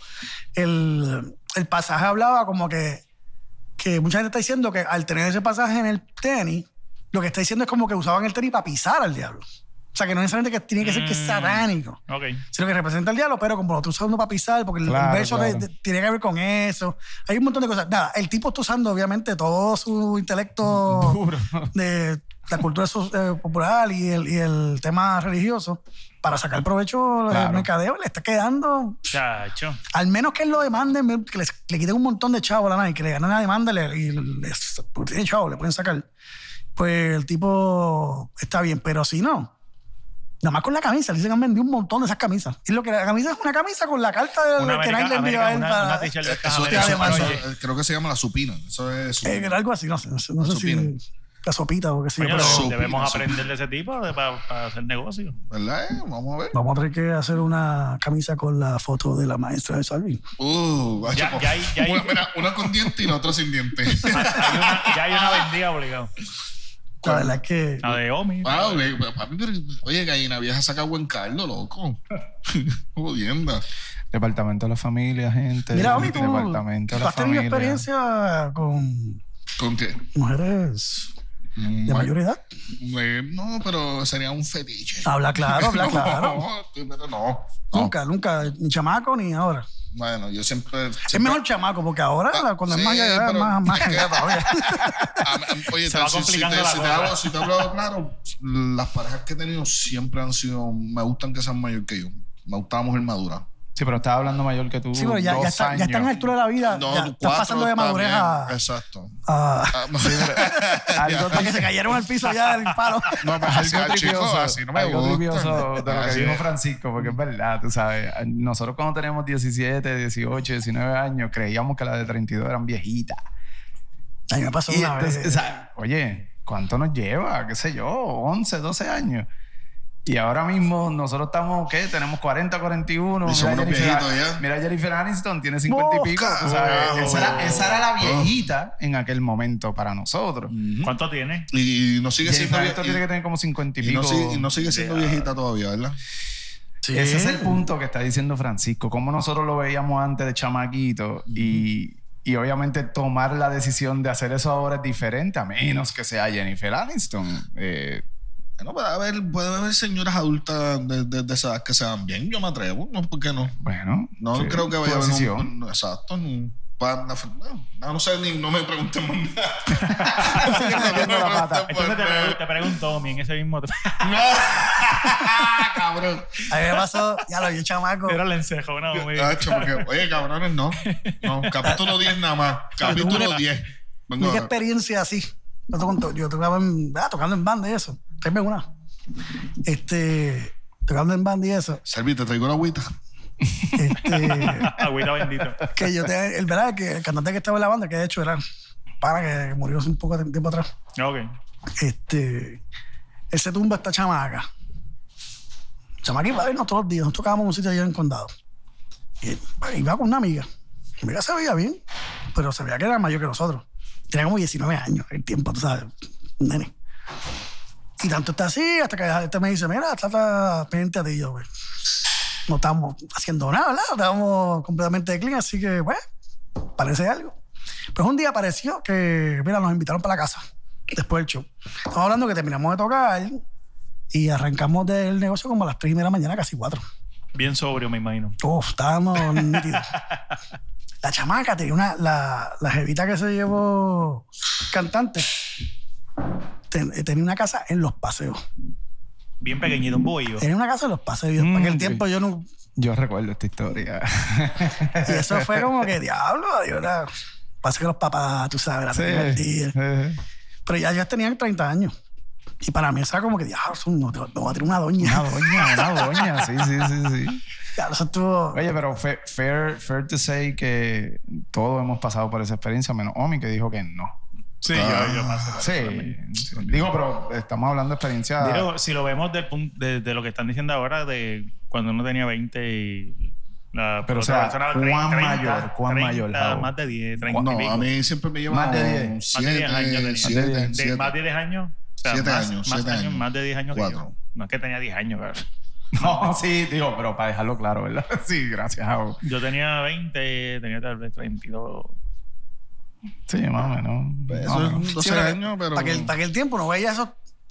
[SPEAKER 3] el, el pasaje hablaba como que, que mucha gente está diciendo que al tener ese pasaje en el tenis, lo que está diciendo es como que usaban el tenis para pisar al diablo. O sea, que no necesariamente que tiene que ser que es
[SPEAKER 1] Mm.
[SPEAKER 3] satánico,
[SPEAKER 1] Ok.
[SPEAKER 3] sino que representa el diablo, pero como lo está usando para pisar, porque el-
[SPEAKER 5] Claro,
[SPEAKER 3] el verso de-
[SPEAKER 5] claro.
[SPEAKER 3] de- tiene que ver con eso. Hay un montón de cosas. Nada, el tipo está usando obviamente todo su intelecto
[SPEAKER 5] Duro.
[SPEAKER 3] de la cultura so- eh, popular y el, y el tema religioso para sacar provecho del
[SPEAKER 5] Claro.
[SPEAKER 3] mercadeo. Le está quedando,
[SPEAKER 1] Chacho.
[SPEAKER 3] al menos que él lo demanden, que les- le quiten un montón de chavo a la Nike, que le ganen la demanda le- y les, porque tiene chavo, le pueden sacar. Pues el tipo está bien, pero si no. Nada más con la camisa, le dicen que han vendido un montón de esas camisas. Y lo que la camisa es una camisa con la carta de
[SPEAKER 1] Una
[SPEAKER 3] que
[SPEAKER 1] americana,
[SPEAKER 3] Nike le envió a él
[SPEAKER 1] una,
[SPEAKER 3] para-
[SPEAKER 1] una t-shirt de estas
[SPEAKER 2] Eso-
[SPEAKER 3] América
[SPEAKER 2] eso-
[SPEAKER 1] americanas,
[SPEAKER 3] Alemana.
[SPEAKER 2] eso-
[SPEAKER 1] oye.
[SPEAKER 2] eh, creo que se llama la supina. Eso es.
[SPEAKER 3] Eh,
[SPEAKER 2] supina.
[SPEAKER 3] algo así, no sé, no sé, no sé
[SPEAKER 2] Supina.
[SPEAKER 3] si la sopita o qué sé yo,
[SPEAKER 1] Coño,
[SPEAKER 3] pero-
[SPEAKER 2] supina,
[SPEAKER 1] debemos
[SPEAKER 2] supina.
[SPEAKER 1] aprender de ese tipo de- para, para hacer negocio.
[SPEAKER 2] ¿Verdad? eh? Vamos a ver.
[SPEAKER 3] Vamos a tener que hacer una camisa con la foto de la maestra de Salvi.
[SPEAKER 2] Uh, guacho,
[SPEAKER 1] Ya- ya hay- ya hay-
[SPEAKER 2] una, mira, una con diente y la otra sin diente.
[SPEAKER 1] Hay una- ya hay una vendida obligado.
[SPEAKER 3] La verdad es que
[SPEAKER 1] La de Omi.
[SPEAKER 2] Wow, le- Ah, pues, papi, pero- oye, gallina vieja saca buen caldo, loco. Jodienda.
[SPEAKER 5] Departamento de la familia, gente.
[SPEAKER 3] Mira, Omi, tú,
[SPEAKER 5] Departamento de
[SPEAKER 3] tú
[SPEAKER 5] la
[SPEAKER 3] has tenido
[SPEAKER 5] familia.
[SPEAKER 3] experiencia con
[SPEAKER 2] ¿Con qué?
[SPEAKER 3] mujeres de
[SPEAKER 2] Ma-
[SPEAKER 3] mayor edad.
[SPEAKER 2] Eh, No, pero sería un fetiche.
[SPEAKER 3] Habla claro, habla claro.
[SPEAKER 2] No, pero no. no.
[SPEAKER 3] Nunca, nunca, ni chamaco ni ahora.
[SPEAKER 2] Bueno, yo siempre.
[SPEAKER 3] Es
[SPEAKER 2] siempre-
[SPEAKER 3] mejor chamaco, porque ahora
[SPEAKER 2] Ah,
[SPEAKER 3] cuando
[SPEAKER 2] sí,
[SPEAKER 3] es más edad,
[SPEAKER 2] pero-
[SPEAKER 3] más, más cagada todavía.
[SPEAKER 2] A- a- Oye,
[SPEAKER 1] Se va
[SPEAKER 2] si- si,
[SPEAKER 1] complicando
[SPEAKER 2] te,
[SPEAKER 1] la
[SPEAKER 2] si te
[SPEAKER 1] cosa.
[SPEAKER 2] hablo, si te hablo claro, las parejas que he tenido siempre han sido. Me gustan que sean mayor que yo. Me gustaba mujer madura.
[SPEAKER 5] Sí, pero estaba hablando mayor que tú.
[SPEAKER 3] Sí, pero ya, ya,
[SPEAKER 5] dos
[SPEAKER 3] está, ya está en la
[SPEAKER 5] años.
[SPEAKER 3] altura de la vida.
[SPEAKER 2] No,
[SPEAKER 3] ya estás
[SPEAKER 2] cuatro
[SPEAKER 3] pasando de madurez
[SPEAKER 2] también.
[SPEAKER 3] a,
[SPEAKER 2] Exacto.
[SPEAKER 3] a-
[SPEAKER 2] Ah,
[SPEAKER 5] Algo
[SPEAKER 3] a que se cayeron al piso ya del palo.
[SPEAKER 5] No, pero
[SPEAKER 2] Así,
[SPEAKER 5] algo
[SPEAKER 2] ah, chicos,
[SPEAKER 5] trivioso,
[SPEAKER 2] así no me Ah,
[SPEAKER 5] algo
[SPEAKER 2] gusta.
[SPEAKER 5] trivioso de lo que
[SPEAKER 2] Así
[SPEAKER 5] dijo
[SPEAKER 2] es.
[SPEAKER 5] Francisco, porque es verdad, tú sabes, nosotros cuando tenemos 17, 18, 19 años, creíamos que las de 32 eran viejitas.
[SPEAKER 3] A mí me pasó
[SPEAKER 5] Y
[SPEAKER 3] una
[SPEAKER 5] entonces,
[SPEAKER 3] vez.
[SPEAKER 5] o sea, oye, ¿cuánto nos lleva? ¿Qué sé yo? 11, 12 años. Y ahora mismo nosotros estamos, ¿qué? Tenemos 40, 41.
[SPEAKER 2] Y somos unos viejitos ya.
[SPEAKER 5] mira Jennifer Aniston tiene 50 y pico.
[SPEAKER 2] Mosca.
[SPEAKER 5] tú sabes. Esa, era, esa era la
[SPEAKER 2] Oh.
[SPEAKER 5] viejita en aquel momento para nosotros.
[SPEAKER 1] ¿Cuánto tiene?
[SPEAKER 2] y no sigue
[SPEAKER 5] Jennifer
[SPEAKER 2] siendo.
[SPEAKER 5] Aniston tiene que
[SPEAKER 2] vie-
[SPEAKER 5] tener como 50 y
[SPEAKER 2] Y, y
[SPEAKER 5] pico.
[SPEAKER 2] no, sigue- y no sigue siendo
[SPEAKER 1] Ya.
[SPEAKER 2] viejita todavía, ¿verdad?
[SPEAKER 3] Sí.
[SPEAKER 5] Ese es el punto que está diciendo Francisco. Como nosotros lo veíamos antes de chamaquito y, y obviamente tomar la decisión de hacer eso ahora es diferente, a menos que sea Jennifer Aniston. Eh,
[SPEAKER 2] No, puede haber, puede haber señoras adultas de, de, de esa edad que sean bien. Yo me atrevo, ¿no? ¿Por qué no?
[SPEAKER 5] bueno,
[SPEAKER 2] No
[SPEAKER 5] sí,
[SPEAKER 2] creo que
[SPEAKER 5] tu
[SPEAKER 2] vaya a haber un-
[SPEAKER 5] decisión.
[SPEAKER 2] un, exacto. un- pa- na- no, no, no sé ni, no me pregunten más nada.
[SPEAKER 5] metiendo la pata.
[SPEAKER 1] Entonces
[SPEAKER 2] Pues,
[SPEAKER 1] te, pregu- te pregunto, Omi, en ese mismo.
[SPEAKER 5] Ah,
[SPEAKER 2] No, cabrón.
[SPEAKER 3] A mí me pasó, ya lo vi, chamaco.
[SPEAKER 1] Era la encejona, Omi.
[SPEAKER 2] Hacho, Ah, porque, oye, cabrones, no. No, capítulo 10 nada más. Capítulo 10. Vengo
[SPEAKER 3] Ni qué
[SPEAKER 2] a ver.
[SPEAKER 3] experiencia así. No te cuento, yo tocaba en, ah, tocando en banda y eso. Tráeme una. Este, tocando en banda y eso.
[SPEAKER 2] Servi, te traigo la agüita. Ah.
[SPEAKER 3] Este,
[SPEAKER 1] Agüita bendita.
[SPEAKER 3] que yo te, el verdad que el cantante que estaba en la banda, que de hecho era para que murió hace un poco de tiempo atrás.
[SPEAKER 1] Ok.
[SPEAKER 3] Este, él se tumba a esta chamaca. Chamaca iba a vernos todos los días. Nos tocábamos en un sitio allá en el condado. Y él pues, iba con una amiga. La amiga se veía bien, pero se veía que era mayor que nosotros. Tenía como 19 años, el tiempo, tú sabes, un nene. Y tanto está así hasta que este me dice, mira, trata pendiente a ti. Y yo, pues, no estamos haciendo nada, ¿verdad? Estábamos completamente de clean, así que, pues, parece algo. Pues un día apareció que, mira, nos invitaron para la casa, después del show. Estamos hablando que terminamos de tocar y arrancamos del negocio como a las 3 y media de la mañana, casi 4.
[SPEAKER 1] Bien sobrio, me imagino.
[SPEAKER 3] Uf, estábamos nítidos. La chamaca tenía una, la, la jevita que se llevó cantante, ten- eh, tenía una casa en los paseos.
[SPEAKER 1] Bien pequeñito, un bollo.
[SPEAKER 3] Tenía una casa en los paseos.
[SPEAKER 5] Mm,
[SPEAKER 3] en aquel
[SPEAKER 5] sí.
[SPEAKER 3] tiempo yo no,
[SPEAKER 5] Yo recuerdo esta historia.
[SPEAKER 3] Y eso fue como que, diablo, Dios, la- pasa que los papás, tú sabes, la primer día.
[SPEAKER 5] Eh,
[SPEAKER 3] Pero ya, ya tenían 30 años. Y para mí eso era como que, diablo, eso no, te, no va a tener una
[SPEAKER 5] Una
[SPEAKER 3] doña.
[SPEAKER 5] doña, una doña, sí, sí, sí, sí.
[SPEAKER 3] Diablo, eso estuvo...
[SPEAKER 5] Oye, pero fe- fair, fair to say que todos hemos pasado por esa experiencia, menos Omi que dijo que no.
[SPEAKER 1] Sí,
[SPEAKER 2] Ah,
[SPEAKER 1] yo, yo paso. por
[SPEAKER 5] Sí,
[SPEAKER 1] eso también.
[SPEAKER 5] sí. digo, pero estamos hablando de experiencia.
[SPEAKER 1] Digo, si lo vemos del pun- de, de lo que están diciendo ahora, de cuando uno tenía 20 y. La
[SPEAKER 5] Pero, o
[SPEAKER 1] otra persona
[SPEAKER 5] sea, ¿cuán mayor? ¿Cuán mayor, Jao?
[SPEAKER 1] Más de 10, 30 y
[SPEAKER 2] No,
[SPEAKER 1] pico.
[SPEAKER 2] a mí siempre me llevan
[SPEAKER 5] Más de diez.
[SPEAKER 1] Más
[SPEAKER 2] un
[SPEAKER 1] de 10 años tenía.
[SPEAKER 2] 7,
[SPEAKER 5] Más de diez.
[SPEAKER 2] 7,
[SPEAKER 1] de más de 10 años. O sea,
[SPEAKER 2] Siete
[SPEAKER 1] más,
[SPEAKER 2] años,
[SPEAKER 1] más
[SPEAKER 2] siete
[SPEAKER 1] años,
[SPEAKER 2] años.
[SPEAKER 1] más de 10 años que
[SPEAKER 2] Cuatro.
[SPEAKER 1] yo. No es que tenía 10 años, cabrón.
[SPEAKER 5] No, sí, digo, pero para dejarlo claro, ¿verdad? Sí, gracias. Jao.
[SPEAKER 1] Yo tenía 20, tenía tal vez 32.
[SPEAKER 5] Sí, más o menos. Más o
[SPEAKER 2] Eso
[SPEAKER 5] menos.
[SPEAKER 2] Pues es 12
[SPEAKER 3] Sí, pero-
[SPEAKER 2] años, pero.
[SPEAKER 3] Para aquel, para aquel tiempo no veía esos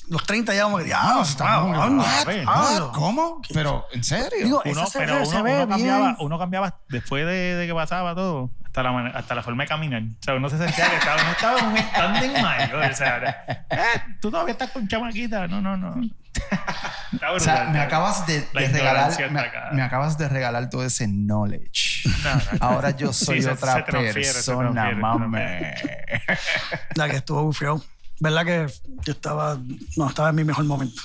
[SPEAKER 3] los 30 ya vamos a diablo,
[SPEAKER 5] está
[SPEAKER 3] wow,
[SPEAKER 5] como que,
[SPEAKER 3] wow,
[SPEAKER 5] what?
[SPEAKER 1] ¿What?
[SPEAKER 3] diablo".
[SPEAKER 5] Ah, ¿Cómo? Pero, ¿en serio?
[SPEAKER 3] Digo,
[SPEAKER 1] Uno,
[SPEAKER 3] esa se
[SPEAKER 1] pero
[SPEAKER 3] ve,
[SPEAKER 1] uno,
[SPEAKER 3] se ve
[SPEAKER 1] uno cambiaba,
[SPEAKER 3] bien.
[SPEAKER 1] uno cambiaba después de, de que pasaba todo, hasta la, man- hasta la forma de caminar. O sea, uno se sentía que estaba, uno estaba en un standing mayor. O sea, era, "Eh, tú todavía estás con chamaquita. No, no, no. Está
[SPEAKER 5] O sea,
[SPEAKER 1] brutal.
[SPEAKER 5] me acabas de,
[SPEAKER 1] La
[SPEAKER 5] de
[SPEAKER 1] ignorancia
[SPEAKER 5] regalar.
[SPEAKER 1] atacada.
[SPEAKER 5] Me, me acabas de regalar todo ese knowledge.
[SPEAKER 1] No, no.
[SPEAKER 5] Ahora yo soy
[SPEAKER 1] Sí, se-
[SPEAKER 5] otra
[SPEAKER 1] se transfiere, se
[SPEAKER 5] persona,
[SPEAKER 1] transfiere, se
[SPEAKER 5] mami.
[SPEAKER 3] La que estuvo bufeado. ¿Verdad que yo estaba, no estaba en mi mejor momento?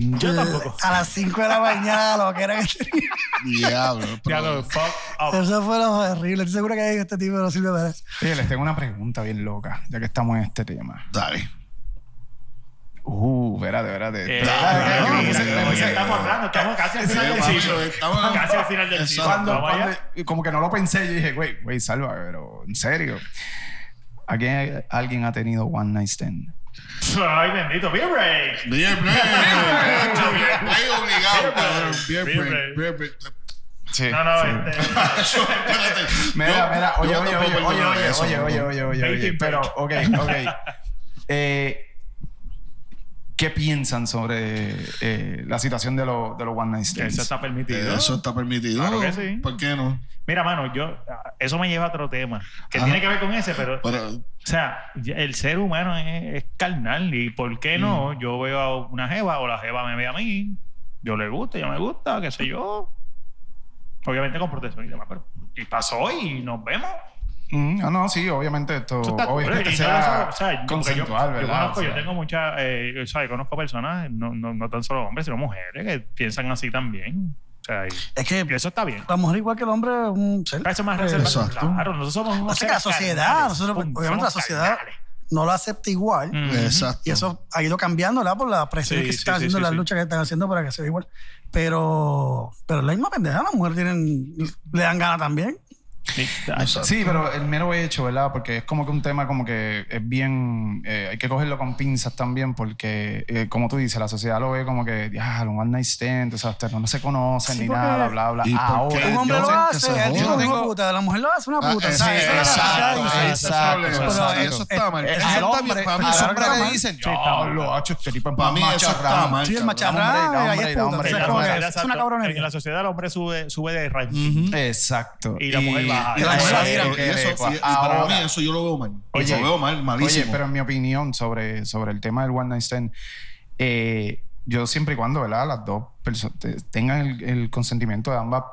[SPEAKER 3] Eh,
[SPEAKER 1] Yo tampoco.
[SPEAKER 3] A las 5 de la mañana, lo que era que tenía.
[SPEAKER 2] Diablo.
[SPEAKER 1] Ya
[SPEAKER 2] pero-
[SPEAKER 1] lo fuck up.
[SPEAKER 3] Eso fue lo horrible. Estoy seguro que este tipo no sirve para eso.
[SPEAKER 5] Oye, les tengo una pregunta bien loca, ya que estamos en este tema.
[SPEAKER 2] Dale.
[SPEAKER 5] Uh, espérate, espérate.
[SPEAKER 1] Eh,
[SPEAKER 5] Espérate,
[SPEAKER 1] no,
[SPEAKER 5] que me
[SPEAKER 1] mira,
[SPEAKER 5] puse- me
[SPEAKER 1] como
[SPEAKER 5] puse-
[SPEAKER 1] ya Estamos hablando, estamos casi al final del
[SPEAKER 2] Sí,
[SPEAKER 1] siglo.
[SPEAKER 2] estamos-
[SPEAKER 1] Casi al final del siglo.
[SPEAKER 2] Exacto.
[SPEAKER 5] cuando,
[SPEAKER 1] Vamos allá.
[SPEAKER 5] cuando- como que no lo pensé, yo dije, güey, güey, salva, pero en serio. ¿A quién alguien ha tenido one night stand?
[SPEAKER 1] Ay, bendito. Beer break.
[SPEAKER 2] Beer break. Estoy obligado, cabrón. Beer
[SPEAKER 1] Beer
[SPEAKER 2] break.
[SPEAKER 1] break.
[SPEAKER 2] Beer break.
[SPEAKER 5] Sí.
[SPEAKER 1] No, no, este.
[SPEAKER 2] Yo, espérate.
[SPEAKER 5] Mira,
[SPEAKER 2] Yo-
[SPEAKER 5] mira, oye,
[SPEAKER 2] yo
[SPEAKER 5] oye,
[SPEAKER 2] tampoco
[SPEAKER 5] oye, oye,
[SPEAKER 2] perdono
[SPEAKER 5] oye,
[SPEAKER 2] eso,
[SPEAKER 5] oye,
[SPEAKER 2] bro.
[SPEAKER 5] oye, oye, oye, oye.
[SPEAKER 1] Baking
[SPEAKER 5] Pero,
[SPEAKER 1] break.
[SPEAKER 5] ok, ok. Eh, ¿Qué piensan sobre eh, la situación de los de los one night
[SPEAKER 1] Eso
[SPEAKER 5] stands?
[SPEAKER 1] está permitido.
[SPEAKER 2] Eso está permitido.
[SPEAKER 1] Claro que sí.
[SPEAKER 2] ¿Por qué no?
[SPEAKER 1] Mira, mano, yo, ah, eso me lleva a otro tema que
[SPEAKER 2] Ajá.
[SPEAKER 1] tiene que ver con ese, pero, o
[SPEAKER 2] Pero,
[SPEAKER 1] sea, ya el ser humano es, es carnal y ¿por qué no? Yo veo a una jeva o la jeva me ve a mí, yo le gusta, yo me gusta, qué sé yo. Obviamente con protección y demás, pero y pasó y nos vemos.
[SPEAKER 5] Mm, ah, no, sí, obviamente esto
[SPEAKER 1] Eso está cool. ¿eh?
[SPEAKER 5] obviamente
[SPEAKER 1] Y
[SPEAKER 5] será
[SPEAKER 1] todo eso, o sea, yo- porque yo-
[SPEAKER 5] consensual,
[SPEAKER 1] yo,
[SPEAKER 5] ¿verdad?
[SPEAKER 1] conozco,
[SPEAKER 5] O sea,
[SPEAKER 1] yo tengo muchas, eh, yo, ¿sabes? Conozco personas, no, no, no tan solo hombres, sino mujeres que piensan así también. O sea, y-
[SPEAKER 3] Es
[SPEAKER 1] y
[SPEAKER 3] que
[SPEAKER 1] eso está bien.
[SPEAKER 3] la mujer, igual que el hombre, es un ser.
[SPEAKER 1] Eso es más
[SPEAKER 3] Exacto.
[SPEAKER 1] reservado. Claro, nosotros somos unos
[SPEAKER 3] O sea, que la
[SPEAKER 1] seres
[SPEAKER 3] sociedad,
[SPEAKER 1] carnales.
[SPEAKER 3] nosotros-
[SPEAKER 1] Pum,
[SPEAKER 3] obviamente
[SPEAKER 1] somos
[SPEAKER 3] la sociedad-
[SPEAKER 1] carnales.
[SPEAKER 3] No lo acepta igual.
[SPEAKER 1] Ujú.
[SPEAKER 2] exacto.
[SPEAKER 3] Y eso ha ido cambiando ¿verdad? por las presiones
[SPEAKER 1] Mm. Sí,
[SPEAKER 3] que
[SPEAKER 1] sí,
[SPEAKER 3] se están
[SPEAKER 1] sí,
[SPEAKER 3] haciendo,
[SPEAKER 1] sí,
[SPEAKER 3] las
[SPEAKER 1] sí.
[SPEAKER 3] luchas que están haciendo para que sea igual. Pero, pero la misma pendeja, las mujeres tienen, le dan ganas también.
[SPEAKER 2] Exacto.
[SPEAKER 5] Sí, pero el mero hecho, ¿verdad? Porque es como que un tema como que es bien... eh, hay que cogerlo con pinzas también porque, eh, como tú dices, la sociedad lo ve como que, ya, un one night stand, o sea, ustedes no se conocen
[SPEAKER 3] Sí,
[SPEAKER 5] ni
[SPEAKER 3] porque-
[SPEAKER 5] nada, bla, bla,
[SPEAKER 2] ¿Y
[SPEAKER 5] bla.
[SPEAKER 2] por
[SPEAKER 5] Ahora,
[SPEAKER 2] qué?
[SPEAKER 3] Un hombre
[SPEAKER 2] yo
[SPEAKER 3] lo
[SPEAKER 2] sé que
[SPEAKER 3] hace,
[SPEAKER 2] se
[SPEAKER 3] el tipo
[SPEAKER 5] joda.
[SPEAKER 3] es una
[SPEAKER 5] Tengo-
[SPEAKER 3] puta, la mujer lo hace, una
[SPEAKER 2] Ah,
[SPEAKER 3] puta.
[SPEAKER 2] exacto,
[SPEAKER 3] ¿sabes? Esa es la sociedad
[SPEAKER 5] eh, exacto,
[SPEAKER 3] y-
[SPEAKER 5] exacto.
[SPEAKER 2] exacto,
[SPEAKER 3] Pero
[SPEAKER 2] Eso
[SPEAKER 3] es-
[SPEAKER 2] está mal.
[SPEAKER 5] eh,
[SPEAKER 2] Eso
[SPEAKER 5] al
[SPEAKER 2] está bien,
[SPEAKER 5] hombre,
[SPEAKER 2] para mí
[SPEAKER 5] al
[SPEAKER 2] eso
[SPEAKER 5] hombre
[SPEAKER 2] está
[SPEAKER 5] le
[SPEAKER 2] mal.
[SPEAKER 5] dicen,
[SPEAKER 1] Sí, está
[SPEAKER 5] ya,
[SPEAKER 1] mal.
[SPEAKER 5] lo hacho, este tipo es
[SPEAKER 2] Para mí eso está
[SPEAKER 5] macharrán".
[SPEAKER 2] mal.
[SPEAKER 3] Sí, el
[SPEAKER 2] cabrón.
[SPEAKER 3] macharrán,
[SPEAKER 5] hombre,
[SPEAKER 3] ahí es
[SPEAKER 5] hombre, hombre,
[SPEAKER 3] puta. O sea,
[SPEAKER 1] la
[SPEAKER 5] hombre,
[SPEAKER 3] como que
[SPEAKER 1] sociedad,
[SPEAKER 3] es una
[SPEAKER 1] exacto. En
[SPEAKER 3] cabronería.
[SPEAKER 1] la sociedad el hombre sube, sube de rango.
[SPEAKER 2] Ujú.
[SPEAKER 5] Exacto. eh,
[SPEAKER 1] Y la mujer baja.
[SPEAKER 2] Y la
[SPEAKER 3] Ay,
[SPEAKER 2] mujer-
[SPEAKER 3] mira,
[SPEAKER 2] y eso- y- y Para
[SPEAKER 5] Ahora-
[SPEAKER 2] mí eso yo lo veo mal.
[SPEAKER 5] Oye,
[SPEAKER 2] Lo veo mal, malísimo.
[SPEAKER 5] Oye, pero en mi opinión sobre, sobre el tema del One Night Stand, eh, yo siempre y cuando ¿verdad? las dos personas tengan el, el consentimiento de ambas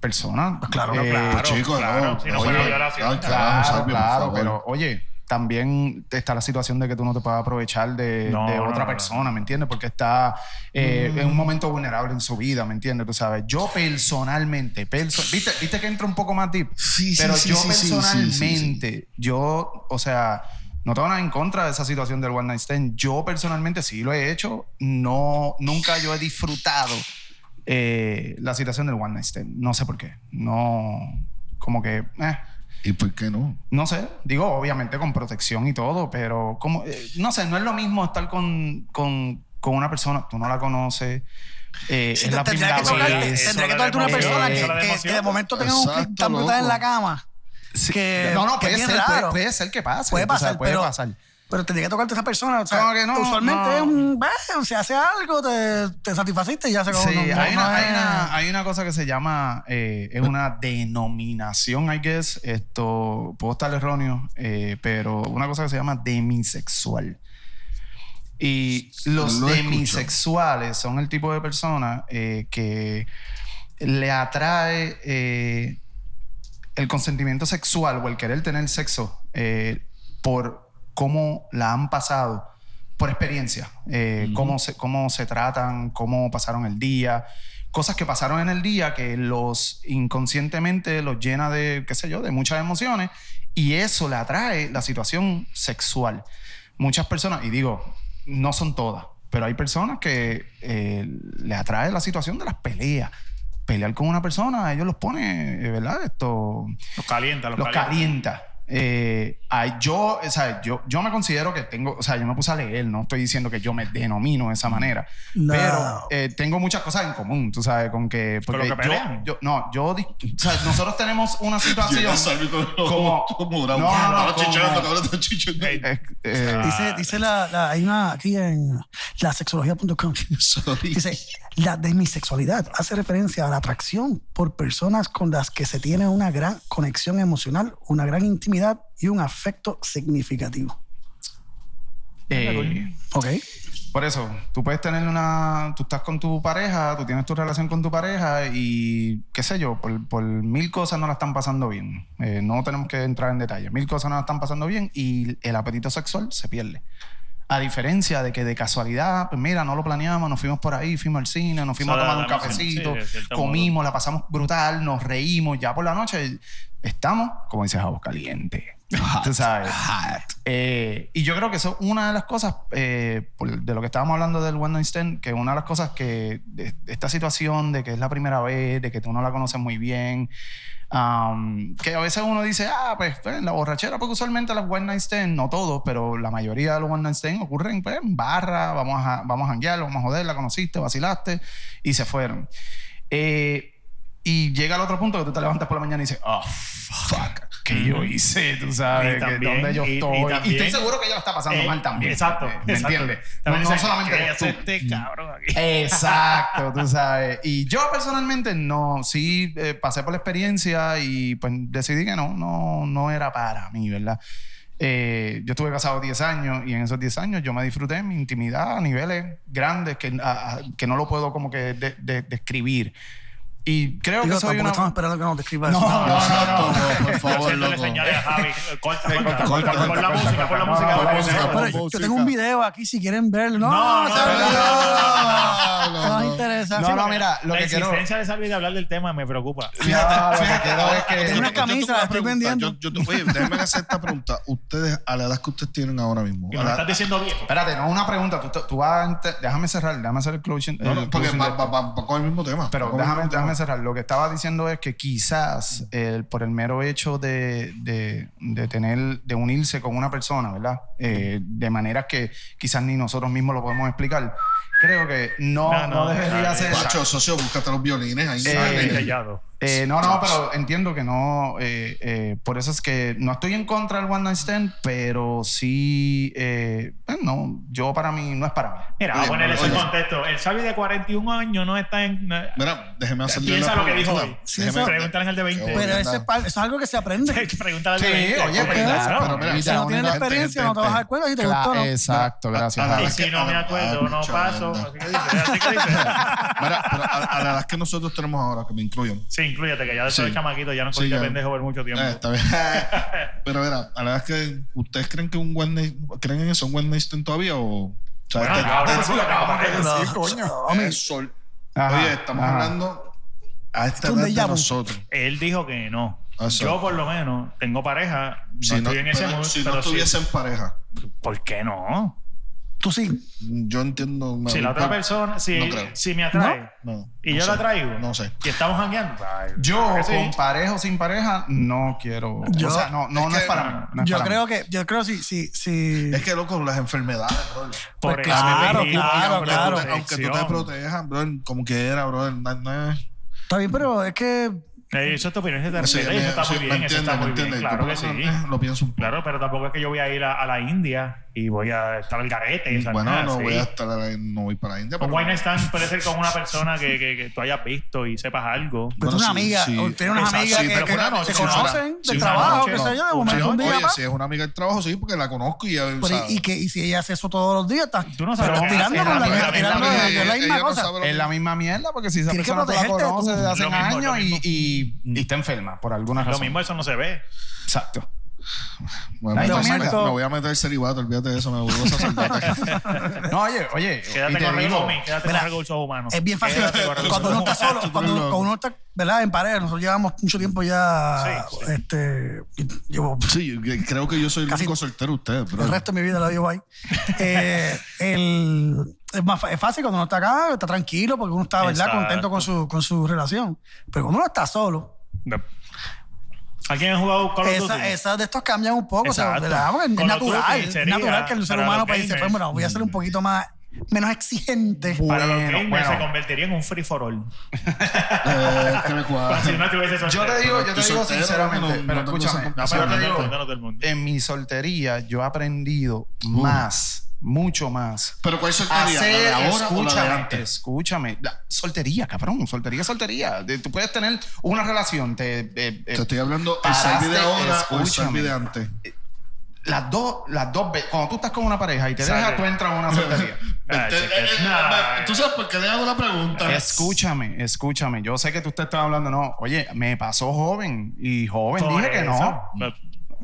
[SPEAKER 5] personas.
[SPEAKER 3] claro,
[SPEAKER 5] eh,
[SPEAKER 1] claro.
[SPEAKER 2] Chicos,
[SPEAKER 1] claro,
[SPEAKER 2] no.
[SPEAKER 1] si no
[SPEAKER 2] oye,
[SPEAKER 1] fuera violación.
[SPEAKER 2] ay,
[SPEAKER 5] Claro,
[SPEAKER 2] Salvi, por
[SPEAKER 5] claro,
[SPEAKER 2] favor.
[SPEAKER 5] pero oye, también está la situación de que tú no te puedes aprovechar de,
[SPEAKER 1] No,
[SPEAKER 5] de
[SPEAKER 1] no,
[SPEAKER 5] otra
[SPEAKER 1] no,
[SPEAKER 5] persona, ¿me entiendes? Porque está eh, en un momento vulnerable en su vida, ¿me entiendes? Tú sabes, yo personalmente, perso- ¿viste, viste que entra un poco más deep,
[SPEAKER 2] Sí, sí,
[SPEAKER 5] pero
[SPEAKER 2] sí,
[SPEAKER 5] yo
[SPEAKER 2] sí, sí, sí,
[SPEAKER 5] personalmente,
[SPEAKER 2] sí,
[SPEAKER 5] yo, o sea, no tengo nada en contra de esa situación del One Night Stand, yo personalmente sí lo he hecho, no, nunca yo he disfrutado eh, la situación del One Night Stand, no sé por qué, no, como que... eh.
[SPEAKER 2] ¿Y por qué no?
[SPEAKER 5] No sé, digo, obviamente con protección y todo, pero como, eh, no sé, no es lo mismo estar con, con, con una persona, tú no la conoces. Eh,
[SPEAKER 3] Sí,
[SPEAKER 5] es la
[SPEAKER 3] te-
[SPEAKER 5] primera
[SPEAKER 3] tendría que tocar-
[SPEAKER 1] tocarte,
[SPEAKER 5] vez.
[SPEAKER 1] eso,
[SPEAKER 3] tendría que
[SPEAKER 1] la
[SPEAKER 3] tocarte una
[SPEAKER 5] emoción,
[SPEAKER 3] persona
[SPEAKER 5] eso,
[SPEAKER 3] que,
[SPEAKER 1] la
[SPEAKER 3] que-
[SPEAKER 1] emoción.
[SPEAKER 3] que de momento tenga un clip
[SPEAKER 2] Exacto,
[SPEAKER 3] tan brutal en la
[SPEAKER 2] loco.
[SPEAKER 3] cama.
[SPEAKER 5] Sí.
[SPEAKER 3] que-
[SPEAKER 5] no, no,
[SPEAKER 3] que
[SPEAKER 5] puede
[SPEAKER 3] es
[SPEAKER 5] ser,
[SPEAKER 3] bien raro.
[SPEAKER 5] puede, puede ser que pase.
[SPEAKER 3] Puede
[SPEAKER 5] tú sabes,
[SPEAKER 3] pasar,
[SPEAKER 5] puede
[SPEAKER 3] pero-
[SPEAKER 5] pasar.
[SPEAKER 3] Pero tendría que tocarte esa persona. O sea,
[SPEAKER 5] Como que no,
[SPEAKER 3] usualmente
[SPEAKER 5] no.
[SPEAKER 3] es un. "Bah", Se hace algo, te, te satisfaciste y ya se acabó.
[SPEAKER 5] Sí,
[SPEAKER 3] No, no,
[SPEAKER 5] hay,
[SPEAKER 3] no
[SPEAKER 5] una,
[SPEAKER 3] es-
[SPEAKER 5] hay, una, hay una cosa que se llama, eh, es una denominación, I guess, esto, puedo estar erróneo, eh, pero una cosa que se llama demisexual. Y los
[SPEAKER 2] Lo he escuchado.
[SPEAKER 5] demisexuales son el tipo de personas eh, que le atrae eh, el consentimiento sexual o el querer tener sexo eh, por cómo la han pasado, por experiencia, eh, cómo, se, cómo se tratan, cómo pasaron el día, cosas que pasaron en el día que los inconscientemente los llena de, qué sé yo, de muchas emociones y eso le atrae la situación sexual. Muchas personas, y digo, no son todas, pero hay personas que eh, le atrae la situación de las peleas. Pelear con una persona, ellos los pone, eh, ¿verdad? Esto,
[SPEAKER 1] Los calienta, los,
[SPEAKER 5] los
[SPEAKER 1] calienta.
[SPEAKER 5] calienta. eh, ay, yo, o sea, yo, yo me considero que tengo, o sea, yo me puse a leer, no estoy diciendo que yo me denomino de
[SPEAKER 1] Mm.
[SPEAKER 5] esa manera,
[SPEAKER 3] No.
[SPEAKER 5] pero eh, tengo muchas cosas en común, tú sabes, con que...
[SPEAKER 1] Con lo
[SPEAKER 5] porque
[SPEAKER 1] que
[SPEAKER 5] yo,
[SPEAKER 1] pelean.
[SPEAKER 5] yo- no, yo, di- o sea, nosotros tenemos una
[SPEAKER 2] Llega
[SPEAKER 5] situación...
[SPEAKER 2] Salvi con los
[SPEAKER 5] Como-
[SPEAKER 2] ojos morados.
[SPEAKER 5] No, no, no,
[SPEAKER 2] Ahora
[SPEAKER 5] como-
[SPEAKER 2] chichando, ahora está chichando.
[SPEAKER 5] eh,
[SPEAKER 1] Ah,
[SPEAKER 5] eh,
[SPEAKER 3] Dice, dice la, la- hay una aquí en la sexología.com.
[SPEAKER 2] Sorry.
[SPEAKER 3] Dice, la demisexualidad hace referencia a la atracción por personas con las que se tiene una gran conexión emocional, una gran intimidad y un afecto significativo.
[SPEAKER 5] eh,
[SPEAKER 3] ¿Ok?
[SPEAKER 5] Por eso, tú puedes tener una. Tú estás con tu pareja, tú tienes tu relación con tu pareja y qué sé yo, por, por mil cosas no la están pasando bien. Eh, no tenemos que entrar en detalle. Mil cosas no la están pasando bien y el apetito sexual se pierde. A diferencia de que de casualidad, pues mira, no lo planeamos, nos fuimos por ahí, fuimos al cine, nos fuimos
[SPEAKER 1] O sea,
[SPEAKER 5] a tomar un
[SPEAKER 1] la- la-
[SPEAKER 5] cafecito,
[SPEAKER 1] sí, de cierto modo.
[SPEAKER 5] comimos, la pasamos brutal, nos reímos, ya por la noche estamos, como dices, a caliente. Tú sabes. Eh, y yo creo que eso es una de las cosas, eh, por- de lo que estábamos hablando del One Night Stand, que una de las cosas que de- esta situación de que es la primera vez, de que tú no la conoces muy bien, um, que a veces uno dice, ah, pues en la borrachera, porque usualmente las One Night Stand, no todos, pero la mayoría de los One Night Stand ocurren pues, en barra, vamos a, vamos a janguear, vamos a joder, la conociste, vacilaste y se fueron. Eh, y llega al otro punto que tú te levantas por la mañana y dices, oh, fuck, ¿qué yo hice? Tú sabes,
[SPEAKER 1] Y
[SPEAKER 5] que
[SPEAKER 1] también,
[SPEAKER 5] dónde yo
[SPEAKER 1] y- y
[SPEAKER 5] estoy. Y,
[SPEAKER 1] también-
[SPEAKER 5] estoy seguro que ella lo está pasando
[SPEAKER 1] Eh,
[SPEAKER 5] mal también.
[SPEAKER 1] Exacto.
[SPEAKER 5] eh, ¿Me
[SPEAKER 1] exacto.
[SPEAKER 5] entiendes? No,
[SPEAKER 1] También
[SPEAKER 5] no
[SPEAKER 1] dice,
[SPEAKER 5] solamente
[SPEAKER 1] ¿qué
[SPEAKER 5] eres tú. Mm.
[SPEAKER 1] hace este cabrón aquí?
[SPEAKER 5] Exacto, tú sabes. Y yo personalmente no, sí eh, pasé por la experiencia y pues decidí que no, no, no era para mí, ¿verdad? Eh, yo estuve casado 10 años y en esos 10 años yo me disfruté mi intimidad a niveles grandes que, a- a- que no lo puedo como que de- de- describir. y creo
[SPEAKER 3] Digo,
[SPEAKER 5] que soy
[SPEAKER 3] tampoco
[SPEAKER 5] una...
[SPEAKER 3] estamos esperando que nos describa
[SPEAKER 5] No,
[SPEAKER 3] eso.
[SPEAKER 5] no,
[SPEAKER 2] Exacto, Por
[SPEAKER 1] Yo
[SPEAKER 2] favor,
[SPEAKER 1] haciéndole
[SPEAKER 2] loco.
[SPEAKER 1] señales a Javi. Eh, Corta, corta.
[SPEAKER 5] corta, corta,
[SPEAKER 1] Pon
[SPEAKER 5] corta,
[SPEAKER 1] la
[SPEAKER 5] corta,
[SPEAKER 1] música, pon la música.
[SPEAKER 5] corta. No,
[SPEAKER 1] pon la
[SPEAKER 5] no,
[SPEAKER 1] música.
[SPEAKER 2] no,
[SPEAKER 3] Pero
[SPEAKER 2] no,
[SPEAKER 3] yo, yo
[SPEAKER 2] sí,
[SPEAKER 3] tengo un
[SPEAKER 2] claro.
[SPEAKER 3] video aquí si quieren verlo. No,
[SPEAKER 1] No, no,
[SPEAKER 3] se
[SPEAKER 1] no,
[SPEAKER 3] ve.
[SPEAKER 2] No,
[SPEAKER 3] No
[SPEAKER 2] no,
[SPEAKER 3] nos
[SPEAKER 2] no.
[SPEAKER 3] interesa.
[SPEAKER 5] No, no, mira, lo
[SPEAKER 1] la
[SPEAKER 5] que quiero...
[SPEAKER 1] existencia de Salvi de hablar del tema me preocupa.
[SPEAKER 5] No, lo que quiero es que...
[SPEAKER 3] Tiene una
[SPEAKER 2] Yo te- yo te
[SPEAKER 3] camisa,
[SPEAKER 2] voy a
[SPEAKER 3] la estoy
[SPEAKER 2] preguntar,
[SPEAKER 3] vendiendo.
[SPEAKER 2] Yo, yo te- oye, déjame hacer esta pregunta. Ustedes, a la edad que ustedes tienen ahora mismo.
[SPEAKER 1] Y
[SPEAKER 2] a
[SPEAKER 1] me
[SPEAKER 2] la-
[SPEAKER 1] estás diciendo viejo.
[SPEAKER 5] Espérate, no una pregunta. Tú, tú vas a ente- Déjame cerrar, déjame hacer el closing.
[SPEAKER 2] no, no,
[SPEAKER 5] el
[SPEAKER 2] Eh, porque
[SPEAKER 5] closing
[SPEAKER 2] va,
[SPEAKER 5] de-
[SPEAKER 2] va- va- va con el mismo tema.
[SPEAKER 5] Pero
[SPEAKER 2] Va con el
[SPEAKER 5] déjame,
[SPEAKER 2] mismo
[SPEAKER 5] déjame
[SPEAKER 2] tema.
[SPEAKER 5] cerrar. Lo que estaba diciendo es que quizás el- por el mero hecho de, de- de tener, de unirse con una persona, ¿verdad? Eh, de maneras que quizás ni nosotros mismos lo podemos explicar. Creo que no,
[SPEAKER 1] No,
[SPEAKER 5] no,
[SPEAKER 1] no,
[SPEAKER 5] debería
[SPEAKER 1] claro.
[SPEAKER 5] ser.
[SPEAKER 2] Guacho, socio, búscate los violines ahí.
[SPEAKER 5] Eh,
[SPEAKER 1] Bien
[SPEAKER 2] sale.
[SPEAKER 1] callado.
[SPEAKER 5] Eh, no, no, pero entiendo que no. eh, eh, por eso es que no estoy en contra del One Night Stand, pero sí. eh, eh, no, yo para mí no es para mí.
[SPEAKER 1] Mira,
[SPEAKER 2] Oye,
[SPEAKER 1] voy a ponerle eso en
[SPEAKER 2] oye.
[SPEAKER 1] contexto. El Salvi de 41 años no está en. no-
[SPEAKER 2] Mira, déjeme hacerle
[SPEAKER 1] Piensa
[SPEAKER 2] la
[SPEAKER 1] lo que dijo
[SPEAKER 2] pregunta.
[SPEAKER 1] hoy.
[SPEAKER 3] Sí,
[SPEAKER 2] Déjeme-
[SPEAKER 3] eso-
[SPEAKER 1] Pregúntale al de 20.
[SPEAKER 3] Pero
[SPEAKER 2] Oye,
[SPEAKER 3] ese
[SPEAKER 2] anda.
[SPEAKER 3] pa- eso es algo que se aprende.
[SPEAKER 1] Pregúntale al
[SPEAKER 5] Sí,
[SPEAKER 1] de 20.
[SPEAKER 5] oye,
[SPEAKER 1] porque-
[SPEAKER 5] pero-
[SPEAKER 1] claro.
[SPEAKER 5] pero
[SPEAKER 2] pues, mira,
[SPEAKER 3] Si no tienes
[SPEAKER 5] Gente,
[SPEAKER 3] experiencia,
[SPEAKER 5] gente,
[SPEAKER 3] no te vas a dar
[SPEAKER 5] gente.
[SPEAKER 3] cuenta y te
[SPEAKER 5] Cla-
[SPEAKER 3] gustó, ¿no?
[SPEAKER 5] Exacto, gracias.
[SPEAKER 2] Ah, ah,
[SPEAKER 1] Y
[SPEAKER 5] Alex.
[SPEAKER 1] si no me acuerdo, no
[SPEAKER 2] Chaval,
[SPEAKER 1] paso.
[SPEAKER 2] anda.
[SPEAKER 1] Así que dice, así que dice.
[SPEAKER 2] Mira, pero a, a la edad que nosotros tenemos ahora, que me incluyen.
[SPEAKER 1] Sí, incluyete, que ya de soy
[SPEAKER 2] Sí.
[SPEAKER 1] chamaquito, ya no
[SPEAKER 2] Sí,
[SPEAKER 1] soy
[SPEAKER 2] ya.
[SPEAKER 1] pendejo por mucho tiempo.
[SPEAKER 2] Ah, está bien. pero mira, a la edad que ustedes creen que un one night, creen en eso un one night stand todavía o, o sea,
[SPEAKER 1] Bueno,
[SPEAKER 2] este-
[SPEAKER 1] ahora mismo lo acabamos de decir.
[SPEAKER 3] No, homie,
[SPEAKER 2] es sol.
[SPEAKER 5] Ajá,
[SPEAKER 2] Oye, estamos
[SPEAKER 5] ajá.
[SPEAKER 2] hablando a esta
[SPEAKER 3] Es un
[SPEAKER 2] edad de
[SPEAKER 3] déjà vu.
[SPEAKER 2] nosotros.
[SPEAKER 1] Él dijo que no.
[SPEAKER 2] Eso.
[SPEAKER 1] Yo, por lo menos, tengo pareja. No
[SPEAKER 2] Ah, Si no,
[SPEAKER 1] estoy en ese
[SPEAKER 2] pero
[SPEAKER 1] mood,
[SPEAKER 2] si no
[SPEAKER 1] pero sí.
[SPEAKER 2] estuviesen pareja,
[SPEAKER 1] ¿Por qué no?
[SPEAKER 3] Tú sí.
[SPEAKER 2] yo entiendo. me-
[SPEAKER 1] Si la otra
[SPEAKER 2] no,
[SPEAKER 1] persona, si,
[SPEAKER 2] no creo.
[SPEAKER 1] si me atrae
[SPEAKER 2] no,
[SPEAKER 1] y
[SPEAKER 2] no
[SPEAKER 1] yo
[SPEAKER 2] sé.
[SPEAKER 1] la traigo
[SPEAKER 2] No sé.
[SPEAKER 1] y estamos jangueando. ay,
[SPEAKER 5] Yo,
[SPEAKER 1] que sí.
[SPEAKER 5] con pareja o sin pareja, no quiero.
[SPEAKER 3] Yo-
[SPEAKER 5] o sea, no, no,
[SPEAKER 2] es
[SPEAKER 5] no es
[SPEAKER 2] que-
[SPEAKER 5] para mí. no es
[SPEAKER 3] Yo
[SPEAKER 5] para mí.
[SPEAKER 3] creo que, yo creo si, si, si.
[SPEAKER 2] Es que loco, las enfermedades, bro.
[SPEAKER 1] Por
[SPEAKER 3] Pues
[SPEAKER 1] eso
[SPEAKER 3] claro,
[SPEAKER 1] me dijo,
[SPEAKER 3] claro,
[SPEAKER 1] hombre,
[SPEAKER 3] claro.
[SPEAKER 1] protección.
[SPEAKER 2] Aunque tú te protejas, bro, como quiera, bro. No, no es-
[SPEAKER 3] Está bien, pero es que pues,
[SPEAKER 1] Eh, Eso es tu opinión, se te
[SPEAKER 2] Sí,
[SPEAKER 1] respeta y
[SPEAKER 2] me-
[SPEAKER 1] eso está
[SPEAKER 2] sí,
[SPEAKER 1] muy
[SPEAKER 2] me
[SPEAKER 1] bien. Eso está
[SPEAKER 2] entiende, me
[SPEAKER 1] muy bien,
[SPEAKER 2] entiende.
[SPEAKER 1] claro
[SPEAKER 2] Yo
[SPEAKER 1] que
[SPEAKER 2] por
[SPEAKER 1] sí.
[SPEAKER 2] eso, eh, Lo pienso un poco.
[SPEAKER 1] Claro, pero tampoco es que yo voy a ir a, a la India y voy a estar al garete. y estar
[SPEAKER 2] Bueno,
[SPEAKER 1] nada,
[SPEAKER 2] no
[SPEAKER 1] Ah, sí.
[SPEAKER 2] voy a estar, a la- no voy para la India.
[SPEAKER 1] Un
[SPEAKER 2] pero-
[SPEAKER 1] wine night stand puede ser con una persona que, que, que tú hayas visto y sepas algo.
[SPEAKER 3] pero
[SPEAKER 2] Bueno,
[SPEAKER 3] una
[SPEAKER 2] sí,
[SPEAKER 3] amiga,
[SPEAKER 2] sí.
[SPEAKER 3] o tiene unas
[SPEAKER 1] Exacto,
[SPEAKER 3] amigas
[SPEAKER 1] sí,
[SPEAKER 3] que,
[SPEAKER 1] pero
[SPEAKER 3] que
[SPEAKER 1] por la
[SPEAKER 3] te
[SPEAKER 1] noche,
[SPEAKER 2] si fuera-
[SPEAKER 3] conocen
[SPEAKER 2] si
[SPEAKER 3] del
[SPEAKER 2] fuera
[SPEAKER 3] trabajo,
[SPEAKER 1] noche,
[SPEAKER 3] que sé yo, de
[SPEAKER 2] No,
[SPEAKER 3] momento un
[SPEAKER 2] oye,
[SPEAKER 3] día. pa.
[SPEAKER 2] si es una amiga del trabajo, sí, porque la conozco y ya. o
[SPEAKER 3] Pero,
[SPEAKER 2] sea,
[SPEAKER 3] y, que, y si ella hace eso todos los días, está
[SPEAKER 1] Tú no sabes
[SPEAKER 3] pero
[SPEAKER 1] lo que
[SPEAKER 3] tirando
[SPEAKER 1] hace,
[SPEAKER 3] con la
[SPEAKER 1] es la
[SPEAKER 3] misma,
[SPEAKER 1] misma-
[SPEAKER 3] tirando
[SPEAKER 1] ella-
[SPEAKER 3] de- de la misma
[SPEAKER 2] ella no
[SPEAKER 3] cosa.
[SPEAKER 2] sabe lo
[SPEAKER 5] Es
[SPEAKER 2] que-
[SPEAKER 5] la misma mierda, porque si esa
[SPEAKER 3] Tienes que
[SPEAKER 5] persona tú la
[SPEAKER 3] protegerte
[SPEAKER 5] conoce
[SPEAKER 3] tú.
[SPEAKER 5] desde hace
[SPEAKER 1] Lo mismo,
[SPEAKER 5] años
[SPEAKER 1] lo
[SPEAKER 5] y,
[SPEAKER 1] mismo.
[SPEAKER 5] y- y está enferma por alguna
[SPEAKER 1] Lo
[SPEAKER 5] razón.
[SPEAKER 1] mismo, eso no se ve.
[SPEAKER 5] Exacto.
[SPEAKER 2] Bueno, pues,
[SPEAKER 5] Ay,
[SPEAKER 2] me,
[SPEAKER 5] lo
[SPEAKER 2] voy a-
[SPEAKER 3] siento.
[SPEAKER 2] me voy a meter celibato, olvídate de eso, me vuelvo sacerdote.
[SPEAKER 5] No, oye, oye. y
[SPEAKER 1] Quédate
[SPEAKER 5] te
[SPEAKER 1] con recursos
[SPEAKER 5] digo,
[SPEAKER 1] humanos. Quédate
[SPEAKER 3] Mira,
[SPEAKER 1] con recursos humanos.
[SPEAKER 3] Es bien fácil.
[SPEAKER 1] Quédate con recursos
[SPEAKER 3] Cuando uno está
[SPEAKER 1] humanos.
[SPEAKER 3] solo, cuando,
[SPEAKER 2] loco.
[SPEAKER 3] cuando uno está ¿verdad? en pareja, nosotros llevamos mucho tiempo ya.
[SPEAKER 1] Sí,
[SPEAKER 3] Este, llevo
[SPEAKER 2] Sí, yo que- creo que yo soy el
[SPEAKER 3] Casi-
[SPEAKER 2] único soltero de ustedes, bro.
[SPEAKER 3] el resto de mi vida la llevo ahí. Eh, el- es, más, fa- es fácil cuando uno está acá, está tranquilo, porque uno está ¿verdad?
[SPEAKER 1] Exacto.
[SPEAKER 3] contento con su, con su relación. Pero cuando uno está solo,
[SPEAKER 1] ¿Alguien ha jugado Call of Duty?
[SPEAKER 3] Esas esa de estos cambian un poco, o sea,
[SPEAKER 1] Exacto.
[SPEAKER 3] ¿verdad? Porque
[SPEAKER 1] Call
[SPEAKER 3] es
[SPEAKER 1] of
[SPEAKER 3] natural.
[SPEAKER 1] Duty
[SPEAKER 3] es
[SPEAKER 1] sería
[SPEAKER 3] natural que el ser
[SPEAKER 1] para
[SPEAKER 3] humano
[SPEAKER 1] los
[SPEAKER 3] pues, dice,
[SPEAKER 1] gamers.
[SPEAKER 3] pues, bueno, voy a ser un poquito más, menos exigente.
[SPEAKER 1] Para los
[SPEAKER 5] Bueno,
[SPEAKER 1] gamers se
[SPEAKER 5] bueno.
[SPEAKER 1] convertiría en un free for all.
[SPEAKER 2] Eh, que me cuadra.
[SPEAKER 1] Pues Si no tuviese
[SPEAKER 5] Yo
[SPEAKER 1] soltero.
[SPEAKER 5] te digo, yo te
[SPEAKER 2] Estoy
[SPEAKER 5] digo
[SPEAKER 2] soltero, no-
[SPEAKER 5] sinceramente,
[SPEAKER 2] no
[SPEAKER 5] pero
[SPEAKER 2] tengo
[SPEAKER 5] escúchame.
[SPEAKER 2] esa-
[SPEAKER 1] No,
[SPEAKER 5] yo
[SPEAKER 1] pero
[SPEAKER 5] te
[SPEAKER 1] no,
[SPEAKER 5] digo,
[SPEAKER 1] no,
[SPEAKER 5] Eh,
[SPEAKER 1] no, no, todo el mundo.
[SPEAKER 5] en mi soltería yo he aprendido más, mucho más.
[SPEAKER 2] Pero ¿cuál soltería? Ah, ¿La de
[SPEAKER 5] Hacer,
[SPEAKER 2] ahora o la de
[SPEAKER 5] escúchame,
[SPEAKER 2] antes?
[SPEAKER 5] escúchame. La- soltería, cabrón. Soltería, soltería. De- tú puedes tener una relación. Te, eh, eh,
[SPEAKER 2] Te estoy hablando el
[SPEAKER 5] paraste,
[SPEAKER 2] selfie de ahora o el selfie
[SPEAKER 5] escúchame.
[SPEAKER 2] de antes.
[SPEAKER 5] las dos, las dos veces. Cuando tú estás con una pareja y te
[SPEAKER 1] Sale.
[SPEAKER 5] dejas, tú entras a una soltería.
[SPEAKER 1] Ah,
[SPEAKER 2] Este-
[SPEAKER 1] cheque.
[SPEAKER 2] eh, eh,
[SPEAKER 1] Nah.
[SPEAKER 2] Tú sabes por qué le hago la pregunta.
[SPEAKER 5] Escúchame, escúchame. Yo sé que tú te estás hablando, no. Oye, me pasó joven y joven
[SPEAKER 1] Por
[SPEAKER 5] Pues dije que no.
[SPEAKER 1] eso. Pero-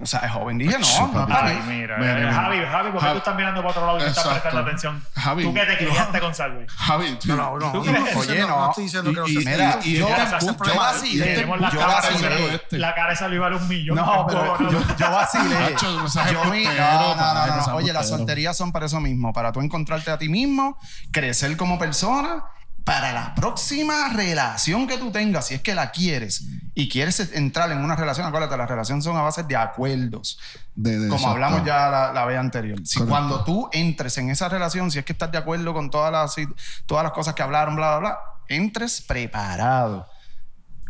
[SPEAKER 5] O sea, joven dije no,
[SPEAKER 2] Chupa,
[SPEAKER 5] no está
[SPEAKER 1] Ay,
[SPEAKER 5] bien.
[SPEAKER 1] mira,
[SPEAKER 2] Mira,
[SPEAKER 1] eh,
[SPEAKER 2] mira.
[SPEAKER 1] Javi, Javi, ¿por qué
[SPEAKER 2] Javi.
[SPEAKER 1] tú estás mirando para otro lado y no estás
[SPEAKER 2] Exacto.
[SPEAKER 1] prestando atención?
[SPEAKER 2] Javi.
[SPEAKER 1] Tú que te criaste con Salvi.
[SPEAKER 2] Javi,
[SPEAKER 3] No, no, no.
[SPEAKER 1] ¿Tú
[SPEAKER 3] no,
[SPEAKER 1] crees?
[SPEAKER 3] no,
[SPEAKER 5] Oye,
[SPEAKER 3] no,
[SPEAKER 5] no.
[SPEAKER 3] no estoy diciendo que no
[SPEAKER 5] Y-
[SPEAKER 3] se
[SPEAKER 5] y mira,
[SPEAKER 3] siente.
[SPEAKER 5] y yo,
[SPEAKER 1] Yo
[SPEAKER 5] la
[SPEAKER 1] vacilé.
[SPEAKER 5] yo vacilé,
[SPEAKER 1] Tenemos la
[SPEAKER 5] yo
[SPEAKER 1] cara de
[SPEAKER 5] vacilé.
[SPEAKER 2] Este.
[SPEAKER 1] La cara de Salvi vale un millón.
[SPEAKER 5] No,
[SPEAKER 1] Qué
[SPEAKER 5] pero
[SPEAKER 1] cojones.
[SPEAKER 5] yo, yo vacilé.
[SPEAKER 2] Nacho, mensaje
[SPEAKER 5] Yo mi-
[SPEAKER 2] postero,
[SPEAKER 5] no, no, no,
[SPEAKER 2] mensaje
[SPEAKER 5] no, no. Oye, las
[SPEAKER 2] postero.
[SPEAKER 5] solterías son para eso mismo, para tú encontrarte a ti mismo, crecer como persona, para la próxima relación que tú tengas, si es que la quieres y quieres entrar en una relación, acuérdate, las relaciones son a base de acuerdos,
[SPEAKER 2] De- de-
[SPEAKER 5] como
[SPEAKER 2] exacto.
[SPEAKER 5] hablamos ya la, la vez anterior. Si
[SPEAKER 2] Correcto.
[SPEAKER 5] cuando tú entres en esa relación, si es que estás de acuerdo con todas las, todas las cosas que hablaron, bla, bla, bla, entres preparado.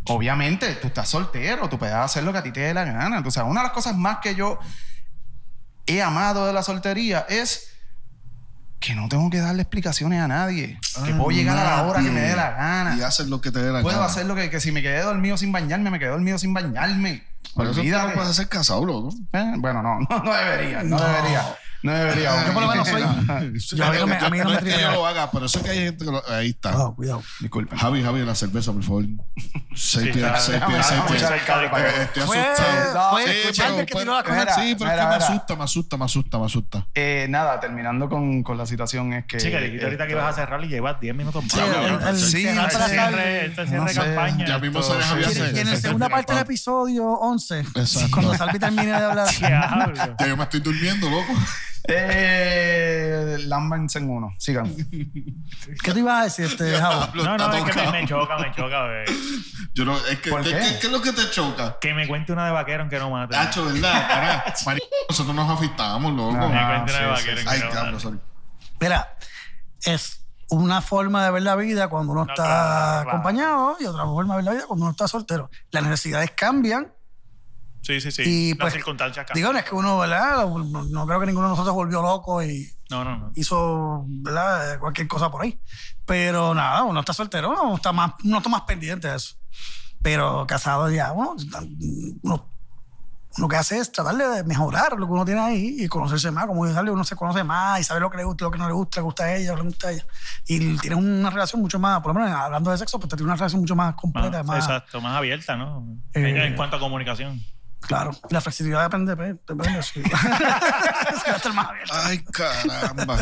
[SPEAKER 5] Obviamente, tú estás soltero, tú puedes hacer lo que a ti te dé la gana. O sea, una de las cosas más que yo he amado de la soltería es que no tengo que darle explicaciones a nadie. Que
[SPEAKER 2] Ah,
[SPEAKER 5] puedo llegar a la hora que me dé la
[SPEAKER 2] nadie.
[SPEAKER 5] gana.
[SPEAKER 2] Y haces lo que te dé la
[SPEAKER 5] Puedo
[SPEAKER 2] gana.
[SPEAKER 5] hacer lo que, que si me quedé dormido sin bañarme, me quedé dormido sin bañarme.
[SPEAKER 2] Por eso tú no
[SPEAKER 5] Olvídate.
[SPEAKER 2] puedes hacer casado, loco.
[SPEAKER 5] Eh, Bueno, no, no, no debería, no,
[SPEAKER 3] No.
[SPEAKER 5] debería. No debería.
[SPEAKER 3] Yo por lo menos soy- Yo a mí no me- a mí no me
[SPEAKER 2] es que
[SPEAKER 3] tripea.
[SPEAKER 2] yo lo haga, pero eso es que hay gente que lo- Ahí está.
[SPEAKER 3] Cuidado, cuidado.
[SPEAKER 5] Disculpen.
[SPEAKER 2] Javi, Javi, la cerveza, por favor. Seis
[SPEAKER 1] Sí, Ah,
[SPEAKER 2] pies,
[SPEAKER 1] está-
[SPEAKER 2] seis
[SPEAKER 1] déjame- déjame
[SPEAKER 2] pies, seis pies.
[SPEAKER 1] escuchar el cable para que-
[SPEAKER 2] Eh, Estoy
[SPEAKER 3] Fue-
[SPEAKER 2] asustado.
[SPEAKER 5] No,
[SPEAKER 3] fue
[SPEAKER 5] sí,
[SPEAKER 3] el
[SPEAKER 5] pero- pues,
[SPEAKER 3] Charter que tiró la
[SPEAKER 5] pero-
[SPEAKER 3] cojera.
[SPEAKER 2] Sí, pero es que
[SPEAKER 5] Mira,
[SPEAKER 2] me
[SPEAKER 5] mira.
[SPEAKER 2] asusta, me asusta, me asusta, me asusta.
[SPEAKER 5] Eh, nada, terminando con, con la situación es que.
[SPEAKER 1] Chica, dijiste ahorita que ibas a cerrar y llevas 10 minutos más.
[SPEAKER 3] Sí, el-
[SPEAKER 1] cabrón.
[SPEAKER 3] el-
[SPEAKER 5] Sí,
[SPEAKER 3] se
[SPEAKER 5] no
[SPEAKER 1] Este
[SPEAKER 3] atrasa el-
[SPEAKER 1] cierre, este cierre
[SPEAKER 5] no
[SPEAKER 1] de
[SPEAKER 5] sé,
[SPEAKER 1] campaña.
[SPEAKER 2] Ya mismo se
[SPEAKER 5] Esto-
[SPEAKER 2] deja
[SPEAKER 5] sí,
[SPEAKER 2] de
[SPEAKER 5] sí,
[SPEAKER 2] hacer.
[SPEAKER 3] Y en la
[SPEAKER 2] Ese
[SPEAKER 3] segunda
[SPEAKER 2] es
[SPEAKER 3] parte del
[SPEAKER 2] papá.
[SPEAKER 3] episodio 11,
[SPEAKER 2] Exacto.
[SPEAKER 3] cuando Salvi termine de hablar,
[SPEAKER 1] Diablo.
[SPEAKER 2] Ya yo me estoy durmiendo, loco.
[SPEAKER 5] Eh, Lambens en uno. Sigan.
[SPEAKER 3] ¿qué te ibas a decir, este, Javo?
[SPEAKER 1] No, no, es que me,
[SPEAKER 2] tocado.
[SPEAKER 1] me choca, me choca. bebé.
[SPEAKER 2] Yo no, es que,
[SPEAKER 5] ¿Por
[SPEAKER 2] ¿qué,
[SPEAKER 5] qué?
[SPEAKER 2] qué- qué es lo que te choca?
[SPEAKER 1] Que me cuente una de vaquero aunque no mate.
[SPEAKER 2] Tacho, ¿verdad? Ahora, mari- nosotros nos afistamos, loco.
[SPEAKER 5] No,
[SPEAKER 1] Me
[SPEAKER 5] no.
[SPEAKER 1] cuente una de
[SPEAKER 5] Ah, sí,
[SPEAKER 1] vaquero
[SPEAKER 5] sí,
[SPEAKER 1] aunque
[SPEAKER 2] Ay,
[SPEAKER 1] no
[SPEAKER 2] cabrón,
[SPEAKER 1] mate.
[SPEAKER 2] sorry.
[SPEAKER 3] Mira, es una forma de ver la vida cuando uno
[SPEAKER 1] No,
[SPEAKER 3] está
[SPEAKER 1] claro, claro.
[SPEAKER 3] acompañado y otra forma de ver la vida cuando uno está soltero. Las necesidades cambian.
[SPEAKER 1] Sí, sí,
[SPEAKER 3] Y,
[SPEAKER 1] sí. Las
[SPEAKER 3] pues,
[SPEAKER 1] circunstancias cambian.
[SPEAKER 3] Digo, no es que uno, ¿verdad? No, no creo que ninguno de nosotros volvió loco y
[SPEAKER 1] No, no, no.
[SPEAKER 3] hizo, ¿verdad? Cualquier cosa por ahí. Pero nada, uno está soltero, uno está más, uno está más pendiente de eso. Pero casado ya, uno, uno, uno que hace es tratar de mejorar lo que uno tiene ahí y conocerse más. Como dice Ale, uno se conoce más y sabe lo que le gusta, lo que no le gusta, le gusta a ella, no le gusta a ella. Y tienes una relación mucho más, por lo menos hablando de sexo, pues tiene una relación mucho más
[SPEAKER 1] Más-
[SPEAKER 3] completa, más,
[SPEAKER 1] Ah, exacto, más abierta, ¿no?
[SPEAKER 3] Eh,
[SPEAKER 1] en cuanto a comunicación.
[SPEAKER 3] claro. Y la flexibilidad depende, depende, depende sí. Se va a estar más abierto.
[SPEAKER 2] Ay, caramba.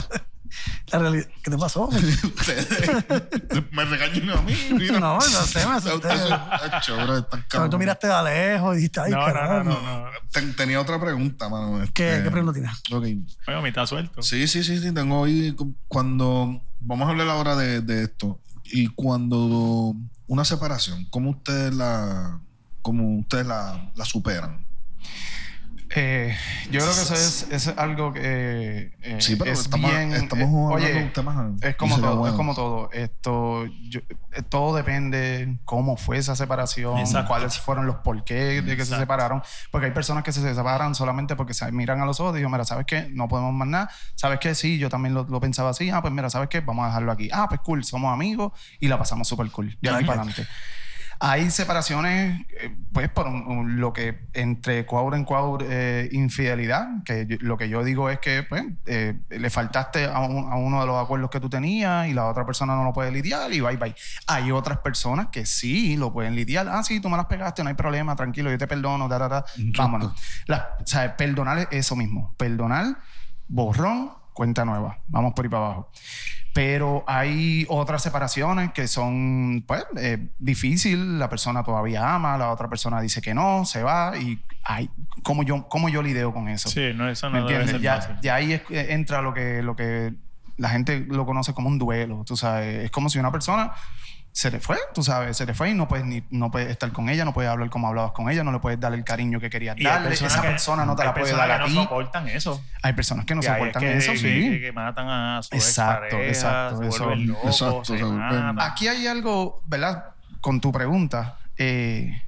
[SPEAKER 3] La realidad- ¿Qué te pasó?
[SPEAKER 2] Ustedes me regañan a mí. Mira.
[SPEAKER 3] No, no sé, me asusté.
[SPEAKER 2] Tacho, bro, están
[SPEAKER 3] Cuando tú
[SPEAKER 2] cabrones.
[SPEAKER 3] miraste de lejos y dijiste, ay,
[SPEAKER 1] No, no, no,
[SPEAKER 3] caramba.
[SPEAKER 1] no, no.
[SPEAKER 2] Ten- tenía otra pregunta, mano.
[SPEAKER 3] ¿Qué,
[SPEAKER 1] Eh.
[SPEAKER 2] este,
[SPEAKER 3] ¿Qué pregunta tienes?
[SPEAKER 2] ok.
[SPEAKER 1] Oye, me está suelto.
[SPEAKER 2] Sí, sí, sí, sí, tengo hoy cu- cuando vamos a hablar ahora de, de esto y cuando una separación, ¿cómo ustedes la cómo ustedes la, la superan?
[SPEAKER 5] Eh, yo creo que eso es, es algo que eh,
[SPEAKER 2] Sí, pero
[SPEAKER 5] es
[SPEAKER 2] estamos,
[SPEAKER 5] bien,
[SPEAKER 2] estamos
[SPEAKER 5] eh,
[SPEAKER 2] hablando
[SPEAKER 5] oye,
[SPEAKER 2] de un tema
[SPEAKER 5] es como
[SPEAKER 2] y sería
[SPEAKER 5] todo,
[SPEAKER 2] bueno.
[SPEAKER 5] es como todo. Esto, yo- eh, todo depende cómo fue esa separación,
[SPEAKER 1] Exacto.
[SPEAKER 5] cuáles fueron los porqués de que se
[SPEAKER 1] Exacto.
[SPEAKER 5] separaron. Porque hay personas que se separan solamente porque se miran a los ojos y dicen, mira, ¿sabes qué? No podemos más nada. ¿Sabes qué? Sí, yo también lo, lo pensaba así. Ah, pues mira, ¿sabes qué? Vamos a dejarlo aquí. Ah, pues cool, somos amigos y la pasamos súper cool. De ahí para adelante. Hay separaciones, eh, pues, por un- un- lo que entre cuadro en cuadro eh, infidelidad, que yo- lo que yo digo es que pues, eh, le faltaste a, un- a uno de los acuerdos que tú tenías y la otra persona no lo puede lidiar y bye bye. Hay otras personas que sí lo pueden lidiar. Ah, sí, tú me las pegaste, no hay problema, tranquilo, yo te perdono, ta, ta, ta, vámonos. La- o sea, perdonar es eso mismo. Perdonar, borrón, cuenta nueva. Vamos por ahí para abajo pero hay otras separaciones que son pues eh, difícil la persona todavía ama la otra persona dice que no se va y ay, cómo yo cómo yo lidio con eso
[SPEAKER 1] Sí, no, eso
[SPEAKER 5] ¿Me
[SPEAKER 1] no debe
[SPEAKER 5] entiendes?
[SPEAKER 1] ser
[SPEAKER 5] Ya,
[SPEAKER 1] fácil.
[SPEAKER 5] ya ahí es- eh, entra lo que, lo que la gente lo conoce como un duelo, tú sabes. Es como si una persona se le fue, tú sabes, se le fue y no puedes, ni, no puedes estar con ella, no puedes hablar como hablabas con ella, no le puedes dar el cariño que querías
[SPEAKER 1] Y hay
[SPEAKER 5] darle.
[SPEAKER 1] personas
[SPEAKER 5] Esa
[SPEAKER 1] que-
[SPEAKER 5] persona no te
[SPEAKER 1] hay
[SPEAKER 5] la puede
[SPEAKER 1] personas
[SPEAKER 5] dar
[SPEAKER 1] que
[SPEAKER 5] a ti.
[SPEAKER 1] no soportan eso.
[SPEAKER 5] Hay personas que no
[SPEAKER 1] Y ahí es
[SPEAKER 5] soportan
[SPEAKER 1] que-
[SPEAKER 5] eso,
[SPEAKER 1] que-
[SPEAKER 5] sí.
[SPEAKER 1] Que, que matan a su exacto,
[SPEAKER 5] Exacto, exacto,
[SPEAKER 1] se
[SPEAKER 5] eso-
[SPEAKER 1] vuelven locos,
[SPEAKER 2] exacto,
[SPEAKER 1] se
[SPEAKER 2] se vuelven-
[SPEAKER 1] matan.
[SPEAKER 5] Aquí hay algo, ¿verdad? Con tu pregunta, eh,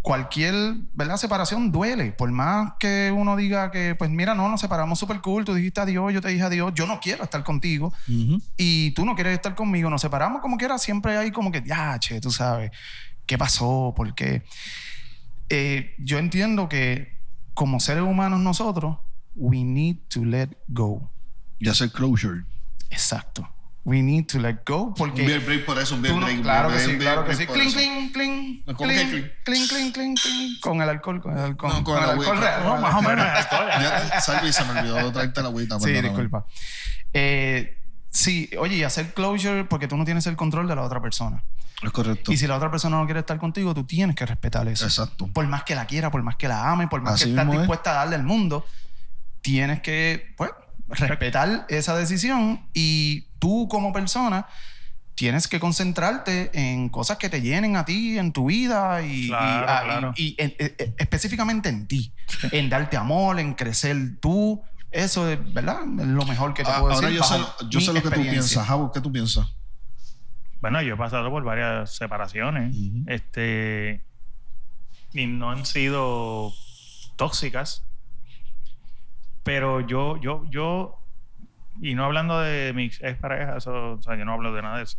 [SPEAKER 5] cualquier, ¿verdad? Separación duele. Por más que uno diga que, pues mira, no, nos separamos súper cool, tú dijiste adiós, yo te dije adiós, yo no quiero estar contigo y tú no quieres estar conmigo, nos separamos como quiera, siempre hay como que, ya, che, tú sabes, ¿qué pasó? ¿Por qué? Eh, yo entiendo que como seres humanos nosotros, we need to let go.
[SPEAKER 2] Y hacer closure.
[SPEAKER 5] Exacto. We need to let go porque...
[SPEAKER 2] Un beer break por eso, un beer
[SPEAKER 5] Tú no-
[SPEAKER 2] break.
[SPEAKER 5] claro
[SPEAKER 2] un
[SPEAKER 5] que
[SPEAKER 2] beer
[SPEAKER 5] sí,
[SPEAKER 2] break
[SPEAKER 5] claro que
[SPEAKER 2] por
[SPEAKER 5] sí.
[SPEAKER 2] eso.
[SPEAKER 5] Cling, cling, cling.
[SPEAKER 2] No, ¿cómo que
[SPEAKER 5] Cling,
[SPEAKER 2] cling?
[SPEAKER 5] cling, cling, cling, cling. Con el alcohol, con el alcohol.
[SPEAKER 2] No, con
[SPEAKER 5] el
[SPEAKER 2] la
[SPEAKER 5] alcohol
[SPEAKER 2] hueca.
[SPEAKER 5] real.
[SPEAKER 3] No, más o menos.
[SPEAKER 2] Ya te- Salvi, se me olvidó traerte la agüita.
[SPEAKER 5] Sí,
[SPEAKER 2] perdóname.
[SPEAKER 5] disculpa. Eh, sí, oye, y hacer closure porque tú no tienes el control de la otra persona.
[SPEAKER 2] Es correcto.
[SPEAKER 5] Y si la otra persona no quiere estar contigo, tú tienes que respetar eso.
[SPEAKER 2] Exacto.
[SPEAKER 5] Por más que la quiera, por más que la ame, por más
[SPEAKER 2] Así
[SPEAKER 5] que estás
[SPEAKER 2] mismo es.
[SPEAKER 5] dispuesta a darle al mundo, tienes que, pues, respetar esa decisión y tú como persona tienes que concentrarte en cosas que te llenen a ti, en tu vida y, y-
[SPEAKER 1] Claro,
[SPEAKER 5] ah, y-
[SPEAKER 1] claro.
[SPEAKER 5] y en- e- e- específicamente en ti, en darte amor, en crecer tú. Eso es, ¿verdad? Es lo mejor que te
[SPEAKER 2] Ah,
[SPEAKER 5] puedo
[SPEAKER 2] ahora
[SPEAKER 5] decir.
[SPEAKER 2] yo sé,
[SPEAKER 5] bajo
[SPEAKER 2] yo
[SPEAKER 5] mi
[SPEAKER 2] sé lo que tú
[SPEAKER 5] experiencia.
[SPEAKER 2] piensas, Javo, ¿qué tú piensas?
[SPEAKER 1] Bueno, yo he pasado por varias separaciones.
[SPEAKER 2] Ujú.
[SPEAKER 1] Este. Y no han sido tóxicas. Pero yo, yo, yo. Y no hablando de mis ex parejas, eso, o sea, yo no hablo de nada de eso.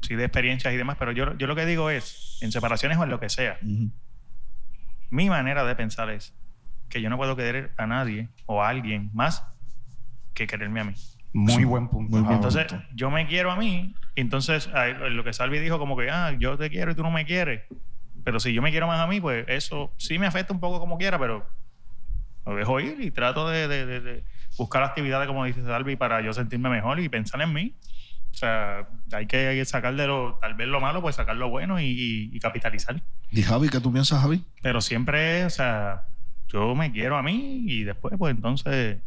[SPEAKER 1] Sí, de experiencias y demás, pero yo, yo lo que digo es: en separaciones o en lo que sea,
[SPEAKER 2] Ujú.
[SPEAKER 1] mi manera de pensar es que yo no puedo querer a nadie o a alguien más que quererme a mí.
[SPEAKER 5] Muy buen punto.
[SPEAKER 2] Muy buen
[SPEAKER 5] Javo.
[SPEAKER 1] Entonces,
[SPEAKER 2] Punto.
[SPEAKER 1] yo me quiero a mí. y Entonces, a- a lo que Salvi dijo, como que, ah, yo te quiero y tú no me quieres. Pero si yo me quiero más a mí, pues eso sí me afecta un poco como quiera, pero lo dejo ir y trato de, de- de- de buscar actividades, como dice Salvi, para yo sentirme mejor y pensar en mí. O sea, hay que, hay que sacar de lo, tal vez lo malo, pues sacar lo bueno y, y- y capitalizar.
[SPEAKER 2] ¿Y Javi, qué tú piensas, Javi?
[SPEAKER 1] Pero siempre, o sea, yo me quiero a mí y después, pues entonces,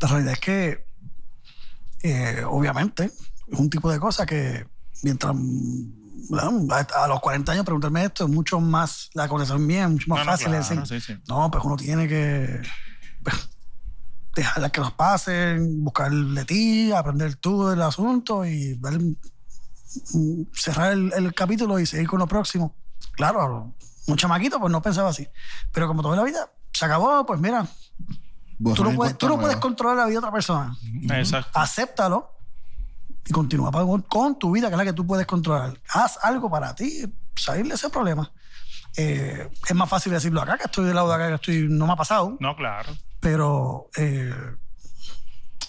[SPEAKER 3] La realidad es que, eh, obviamente, es un tipo de cosa que mientras ¿verdad? a a los 40 años preguntarme esto es mucho más, la contestación mía es mucho más
[SPEAKER 1] Ah, No, no,
[SPEAKER 3] fácil
[SPEAKER 1] claro,
[SPEAKER 3] decir,
[SPEAKER 1] sí, sí.
[SPEAKER 3] no, pues uno tiene que dejarlas que los pasen, buscar de ti, aprender tú del asunto y dar- mm, cerrar el, el capítulo y seguir con lo próximo. Claro, un chamaquito pues no pensaba así, pero como toda la vida se acabó, pues mira, tú no, puedes, tú no puedes controlar la vida de otra persona.
[SPEAKER 1] Exacto.
[SPEAKER 3] Acéptalo y continúa pa- con, con tu vida, que es la que tú puedes controlar. Haz algo para ti, salir de ese problema. Eh, es más fácil decirlo acá, que estoy del lado de acá, que estoy, no me ha pasado,
[SPEAKER 1] No, claro.
[SPEAKER 3] pero eh,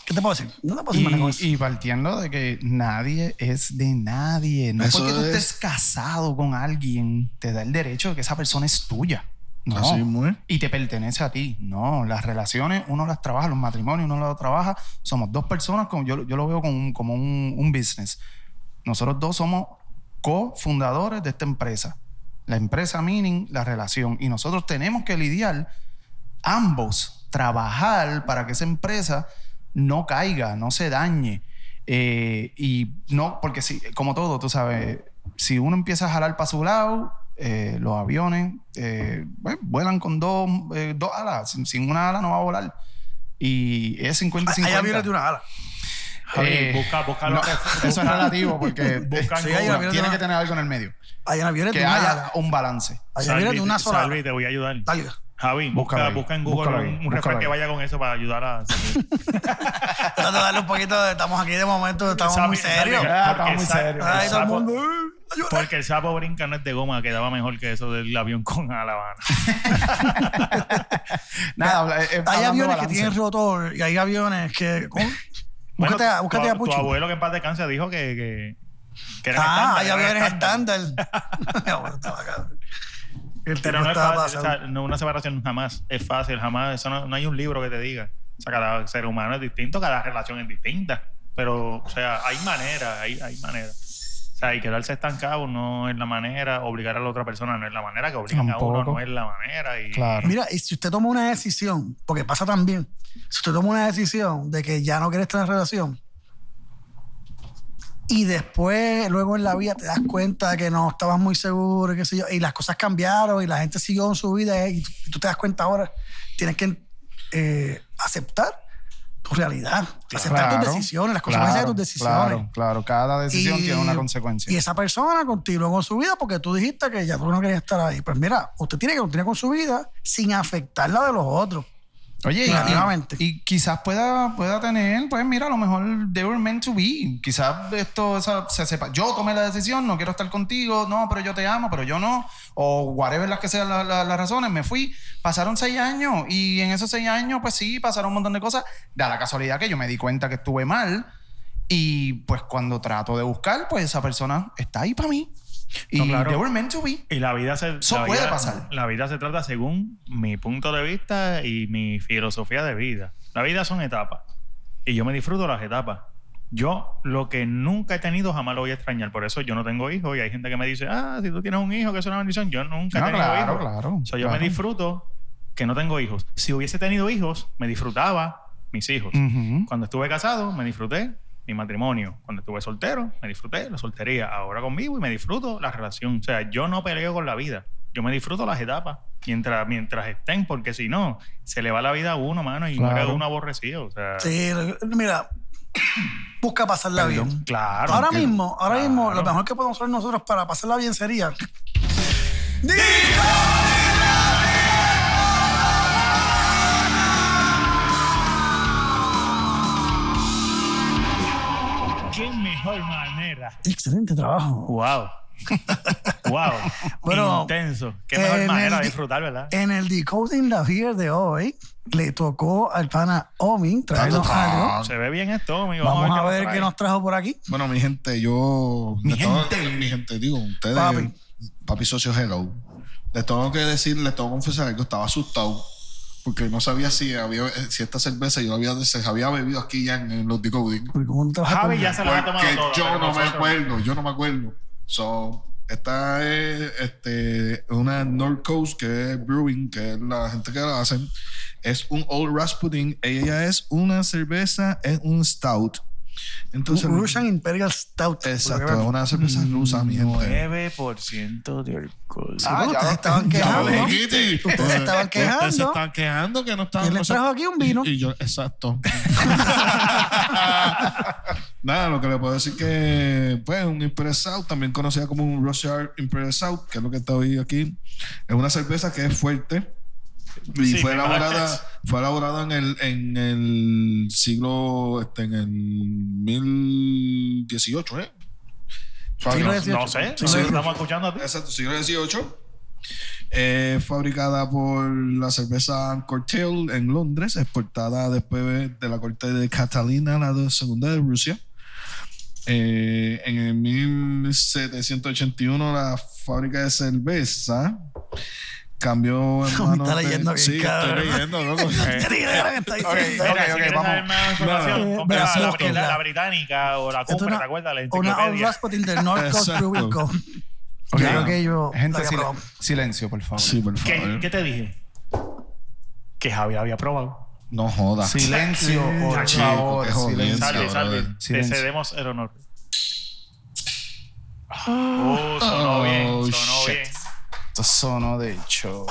[SPEAKER 3] ¿qué te puedo decir? No te puedo decir más nada con Pues eso.
[SPEAKER 5] Y, y partiendo de que nadie es de nadie. No
[SPEAKER 2] Eso
[SPEAKER 5] porque tú
[SPEAKER 2] es.
[SPEAKER 5] estés casado con alguien, te da el derecho de que esa persona es tuya. No.
[SPEAKER 2] Así mismo es.
[SPEAKER 5] y te pertenece a ti. No, las relaciones uno las trabaja, los matrimonios uno los trabaja. Somos dos personas, como yo, yo lo veo como, un, como un, un business. Nosotros dos somos cofundadores de esta empresa. La empresa meaning la relación. Y nosotros tenemos que lidiar ambos, trabajar para que esa empresa no caiga, no se dañe. Eh, y no, porque si, como todo, tú sabes, si uno empieza a jalar para su lado, eh, los aviones eh, bueno, vuelan con dos, eh, dos alas. Sin, sin una ala no va a volar. Y es 50-50.
[SPEAKER 3] Hay aviones de una ala.
[SPEAKER 1] Javi,
[SPEAKER 5] Eh,
[SPEAKER 1] busca, busca lo
[SPEAKER 5] no,
[SPEAKER 1] que
[SPEAKER 5] eso es relativo porque
[SPEAKER 1] Buscan
[SPEAKER 5] tiene
[SPEAKER 3] cobra.
[SPEAKER 5] que tener algo en el medio.
[SPEAKER 3] Hay aviones de
[SPEAKER 5] Que
[SPEAKER 3] una
[SPEAKER 5] haya
[SPEAKER 3] ala.
[SPEAKER 5] un balance.
[SPEAKER 3] Hay aviones de una sola ala.
[SPEAKER 1] Salvi, te voy a ayudar.
[SPEAKER 3] Larga.
[SPEAKER 1] Javi,
[SPEAKER 5] Búscalo
[SPEAKER 1] busca,
[SPEAKER 5] ahí,
[SPEAKER 1] busca en Google
[SPEAKER 5] búscalo ahí,
[SPEAKER 1] un, un
[SPEAKER 5] búscalo
[SPEAKER 1] refrán que
[SPEAKER 5] ahí.
[SPEAKER 1] vaya con eso para ayudar a.
[SPEAKER 3] Trata de darle un poquito de- Estamos aquí de momento, estamos
[SPEAKER 1] Salvi,
[SPEAKER 3] muy serios.
[SPEAKER 1] Salvi,
[SPEAKER 5] Ah,
[SPEAKER 1] porque
[SPEAKER 5] estamos muy
[SPEAKER 1] sa-
[SPEAKER 5] serios.
[SPEAKER 1] el
[SPEAKER 3] Ay, todo el
[SPEAKER 1] sapo-
[SPEAKER 3] mundo, eh, ayuda.
[SPEAKER 1] Porque el sapo brinca no es de goma, quedaba mejor que eso del avión con Alabama.
[SPEAKER 5] Nada, eh, eh,
[SPEAKER 3] Hay
[SPEAKER 5] hablando
[SPEAKER 3] aviones que
[SPEAKER 5] balance.
[SPEAKER 3] tienen rotor y hay aviones que. ¿cómo?
[SPEAKER 1] Bueno,
[SPEAKER 3] Búscate, a- búscate
[SPEAKER 1] tu,
[SPEAKER 3] a Pucho.
[SPEAKER 1] Tu abuelo que en paz descanse dijo que. que, que eran
[SPEAKER 3] Ah,
[SPEAKER 1] estándar,
[SPEAKER 3] hay
[SPEAKER 1] eran
[SPEAKER 3] aviones
[SPEAKER 1] estándar.
[SPEAKER 3] estándar. Mi abuelo estaba acá. El tipo
[SPEAKER 1] Pero no es
[SPEAKER 3] estaba
[SPEAKER 1] fácil. o
[SPEAKER 3] pasado.
[SPEAKER 1] sea, no, una separación jamás es fácil, jamás. Eso no, no hay un libro que te diga. O sea, cada ser humano es distinto, cada relación es distinta. Pero, o sea, hay maneras, hay, hay maneras. O sea, y quedarse estancado no es la manera, obligar a la otra persona no es la manera, que obligan a uno
[SPEAKER 5] Tampoco.
[SPEAKER 1] no es la manera. Y,
[SPEAKER 5] Claro.
[SPEAKER 3] Mira, y si usted toma una decisión, porque pasa también, si usted toma una decisión de que ya no quiere estar en relación Y después, luego en la vida, te das cuenta que no estabas muy seguro, y qué sé yo, y las cosas cambiaron y la gente siguió en su vida eh, y, tú, y tú te das cuenta ahora. Tienes que eh, aceptar tu realidad, aceptar tus
[SPEAKER 5] Claro,
[SPEAKER 3] decisiones, las
[SPEAKER 5] claro,
[SPEAKER 3] consecuencias de tus decisiones.
[SPEAKER 5] Claro, claro. Cada decisión
[SPEAKER 3] Y-
[SPEAKER 5] tiene una consecuencia.
[SPEAKER 3] Y esa persona continuó con su vida porque tú dijiste que ya tú no querías estar ahí. Pues mira, usted tiene que continuar con su vida sin afectar la de los otros.
[SPEAKER 5] Oye, y-
[SPEAKER 3] Negativamente.
[SPEAKER 5] y, quizás pueda, pueda tener, pues mira, a lo mejor they were meant to be. Quizás esto esa- se sepa. Yo tomé la decisión, no quiero estar contigo, no, pero yo te amo, pero yo no. O whatever las que sean la- la- las razones, me fui. Pasaron seis años y en esos seis años, pues sí, pasaron un montón de cosas. Da la casualidad que yo me di cuenta que estuve mal y pues cuando trato de buscar, pues esa persona está ahí para mí. Y
[SPEAKER 1] No, claro.
[SPEAKER 5] they were meant to be.
[SPEAKER 1] Y la vida se.
[SPEAKER 5] Eso
[SPEAKER 1] la
[SPEAKER 5] puede
[SPEAKER 1] vida-
[SPEAKER 5] pasar.
[SPEAKER 1] La vida se trata según mi punto de vista y mi filosofía de vida. La vida son etapas. Y yo me disfruto las etapas. Yo lo que nunca he tenido jamás lo voy a extrañar. Por eso yo no tengo hijos. Y hay gente que me dice, ah, si tú tienes un hijo, que es una bendición. Yo nunca he
[SPEAKER 5] No,
[SPEAKER 1] tenido
[SPEAKER 5] claro,
[SPEAKER 1] hijos.
[SPEAKER 5] claro,
[SPEAKER 1] O sea, yo
[SPEAKER 5] claro.
[SPEAKER 1] me disfruto que no tengo hijos. Si hubiese tenido hijos, me disfrutaba mis hijos.
[SPEAKER 5] Ujú.
[SPEAKER 1] Cuando estuve casado, me disfruté mi matrimonio. Cuando estuve soltero, me disfruté la soltería. Ahora conmigo y me disfruto la relación. O sea, yo no peleo con la vida. Yo me disfruto las etapas mientras, mientras estén, porque si no, se le va la vida a uno, mano, y
[SPEAKER 5] Claro.
[SPEAKER 1] muere uno aborrecido. O sea,
[SPEAKER 3] Sí, mira, busca pasarla bien.
[SPEAKER 1] claro.
[SPEAKER 3] Ahora
[SPEAKER 1] entiendo.
[SPEAKER 3] mismo, ahora mismo, lo
[SPEAKER 1] Claro.
[SPEAKER 3] mejor que podemos hacer nosotros para pasarla bien sería.
[SPEAKER 1] Qué mejor manera.
[SPEAKER 3] Excelente trabajo.
[SPEAKER 1] Wow. wow.
[SPEAKER 3] Bueno, eh,
[SPEAKER 1] Intenso. Qué mejor
[SPEAKER 3] en
[SPEAKER 1] manera
[SPEAKER 3] el-
[SPEAKER 1] de disfrutar, ¿verdad?
[SPEAKER 3] En el Decoding la Fear de hoy, le tocó al pana Omin traernos algo.
[SPEAKER 1] se ve bien esto, amigo.
[SPEAKER 3] Vamos a
[SPEAKER 1] nos
[SPEAKER 3] ver qué
[SPEAKER 1] trae.
[SPEAKER 3] nos trajo por aquí.
[SPEAKER 2] Bueno, mi gente, yo.
[SPEAKER 4] Mi
[SPEAKER 2] les tengo-
[SPEAKER 4] gente.
[SPEAKER 2] mi gente, digo, ustedes.
[SPEAKER 3] Papi.
[SPEAKER 2] Papi. socio, hello. Les tengo que decir, les tengo que confesar algo. Estaba asustado porque no sabía si había si esta cerveza yo la había, se había bebido aquí ya en, en los decoding.
[SPEAKER 3] Porque ¿cómo te vas a
[SPEAKER 1] Javi
[SPEAKER 3] comer?
[SPEAKER 1] ya se lo ha tomado
[SPEAKER 2] Porque
[SPEAKER 1] todo.
[SPEAKER 2] yo
[SPEAKER 1] pero
[SPEAKER 2] no me
[SPEAKER 1] nosotros-
[SPEAKER 2] acuerdo, yo no me acuerdo. So, esta es este, una North Coast que es Brewing, que es la gente que la hacen. Es un Old Rasputin. Ella es una cerveza, es un stout. Entonces,
[SPEAKER 3] Un Russian Imperial Stout.
[SPEAKER 2] Exacto,
[SPEAKER 3] Porque-
[SPEAKER 2] es una cerveza
[SPEAKER 1] mm,
[SPEAKER 2] rusa, mi gente.
[SPEAKER 1] 9% de alcohol.
[SPEAKER 3] Sí,
[SPEAKER 5] ya
[SPEAKER 3] bueno, ustedes
[SPEAKER 5] lo- ya
[SPEAKER 3] estaban quejando.
[SPEAKER 5] lo
[SPEAKER 3] ¿no? Ustedes se estaban
[SPEAKER 2] Ustedes se
[SPEAKER 3] quejando.
[SPEAKER 2] estaban quejando que no estaban.
[SPEAKER 3] Y él les
[SPEAKER 2] no se-
[SPEAKER 3] trajo aquí un vino.
[SPEAKER 2] Y, y yo, exacto. Nada, lo que le puedo decir que, pues, un Imperial Stout, también conocida como un Rochard Imperial Stout, que es lo que está hoy aquí. Es una cerveza que es fuerte. Y
[SPEAKER 1] Sí,
[SPEAKER 2] fue
[SPEAKER 1] me
[SPEAKER 2] elaborada,
[SPEAKER 1] parece.
[SPEAKER 2] fue elaborada en el, en el siglo, este, en el 1018, ¿eh?
[SPEAKER 3] Siglo
[SPEAKER 2] Fabio.
[SPEAKER 3] XIX.
[SPEAKER 1] No sé,
[SPEAKER 3] Sí,
[SPEAKER 1] no sé,
[SPEAKER 2] sí.
[SPEAKER 1] estamos escuchando a ti.
[SPEAKER 2] Exacto, siglo XVIII. Eh, fabricada por la cerveza Anchor Tail en Londres, exportada después de la corte de Catalina, la de- segunda de Rusia. Eh, en el 1781 la fábrica de cerveza cambió en
[SPEAKER 3] Me
[SPEAKER 2] manos
[SPEAKER 3] está
[SPEAKER 2] de-
[SPEAKER 3] leyendo bien,
[SPEAKER 2] sí, estoy
[SPEAKER 3] cabrón.
[SPEAKER 2] leyendo, loco.
[SPEAKER 3] Ya te digo lo que está
[SPEAKER 5] Ok,
[SPEAKER 3] diciendo.
[SPEAKER 1] Mira,
[SPEAKER 5] ok,
[SPEAKER 1] si
[SPEAKER 5] ok,
[SPEAKER 1] quieres
[SPEAKER 5] vamos.
[SPEAKER 1] saber más
[SPEAKER 2] Bueno,
[SPEAKER 1] información, compra la-
[SPEAKER 3] exacto.
[SPEAKER 1] la, bri- la británica o la
[SPEAKER 3] Esto es
[SPEAKER 1] compra,
[SPEAKER 3] una-
[SPEAKER 1] ¿te acuerdas? La
[SPEAKER 3] Una Old
[SPEAKER 1] enciclopedia.
[SPEAKER 3] Rasputin del North Coast
[SPEAKER 2] Exacto.
[SPEAKER 3] Brewing Co.
[SPEAKER 5] Ok.
[SPEAKER 3] Yo creo que yo. la
[SPEAKER 5] Gente,
[SPEAKER 3] había
[SPEAKER 5] silen-
[SPEAKER 3] probado.
[SPEAKER 5] silencio, por favor.
[SPEAKER 2] Sí, por
[SPEAKER 1] ¿Qué,
[SPEAKER 2] favor.
[SPEAKER 1] qué te dije? Que Javi la había probado.
[SPEAKER 2] No jodas.
[SPEAKER 5] Silencio, por
[SPEAKER 1] Chico,
[SPEAKER 5] favor.
[SPEAKER 2] qué jodido.
[SPEAKER 5] silencio.
[SPEAKER 1] Salve,
[SPEAKER 2] cabrón.
[SPEAKER 1] salve. Te
[SPEAKER 5] Silencio.
[SPEAKER 1] cedemos el honor. Oh, sonó
[SPEAKER 2] Oh,
[SPEAKER 1] bien, sonó
[SPEAKER 2] shit.
[SPEAKER 1] bien.
[SPEAKER 5] Esto sonó de hecho.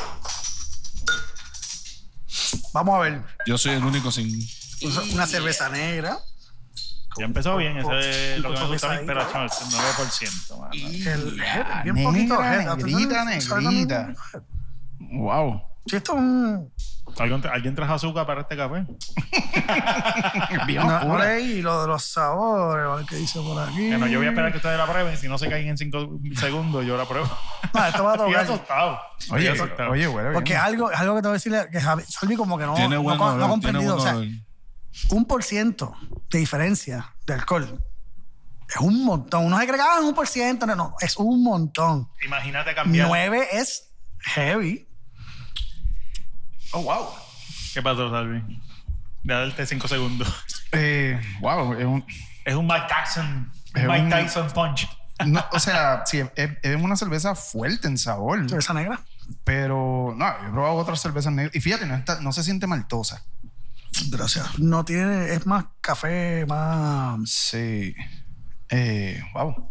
[SPEAKER 3] Vamos a ver.
[SPEAKER 2] Yo soy el único sin.
[SPEAKER 3] Una- Una cerveza negra.
[SPEAKER 1] Ya empezó bien, eso es lo que me
[SPEAKER 3] Con
[SPEAKER 1] gusta a mí,
[SPEAKER 3] pesadito,
[SPEAKER 1] pero
[SPEAKER 3] ¿eh?
[SPEAKER 1] chaval, el 9%. mano.
[SPEAKER 3] El-
[SPEAKER 5] Ya,
[SPEAKER 3] bien
[SPEAKER 5] negra,
[SPEAKER 3] poquito head.
[SPEAKER 5] negrita,
[SPEAKER 3] ¿Sabes?
[SPEAKER 5] negrita. Wow.
[SPEAKER 3] Sí, esto es un.
[SPEAKER 1] ¿Alguien, tra- alguien trajo azúcar para este café?
[SPEAKER 5] Bien
[SPEAKER 3] No, no
[SPEAKER 5] oscura.
[SPEAKER 3] leí lo de los sabores, o el que dice por aquí.
[SPEAKER 1] Bueno, yo voy a esperar que ustedes la prueben. Si no se caen en 5 segundos, yo la pruebo.
[SPEAKER 3] No, Ah, esto va a
[SPEAKER 1] Estoy
[SPEAKER 3] tocar.
[SPEAKER 1] asustado.
[SPEAKER 5] Oye,
[SPEAKER 1] Estoy asustado.
[SPEAKER 5] oye, huele bien.
[SPEAKER 3] Porque algo, algo que te voy a decirle que Javi, Salvi como que no,
[SPEAKER 2] Tiene
[SPEAKER 3] no,
[SPEAKER 2] buen
[SPEAKER 3] no ha
[SPEAKER 2] olor, tiene
[SPEAKER 3] comprendido.
[SPEAKER 2] buen
[SPEAKER 3] o sea,
[SPEAKER 2] olor.
[SPEAKER 3] un por ciento de diferencia de alcohol es un montón. Uno se cree que "Ah, es un por ciento. No, no, es un montón.
[SPEAKER 1] Imagínate cambiar.
[SPEAKER 3] Nueve es heavy.
[SPEAKER 5] Oh, wow.
[SPEAKER 1] ¿Qué pasó, Salvi? Darte 5 segundos.
[SPEAKER 5] Eh, wow. es un-
[SPEAKER 1] Es un Mike Tyson.
[SPEAKER 5] Es
[SPEAKER 1] Mike
[SPEAKER 5] un-
[SPEAKER 1] Tyson Punch.
[SPEAKER 5] no, o sea, sí, es, es una cerveza fuerte en sabor.
[SPEAKER 3] Cerveza negra.
[SPEAKER 5] Pero, no, yo he probado otras cervezas negras. Y fíjate, no, está- no se siente maltosa.
[SPEAKER 3] Gracias. No tiene, es más café, más.
[SPEAKER 5] Sí. Eh, wow.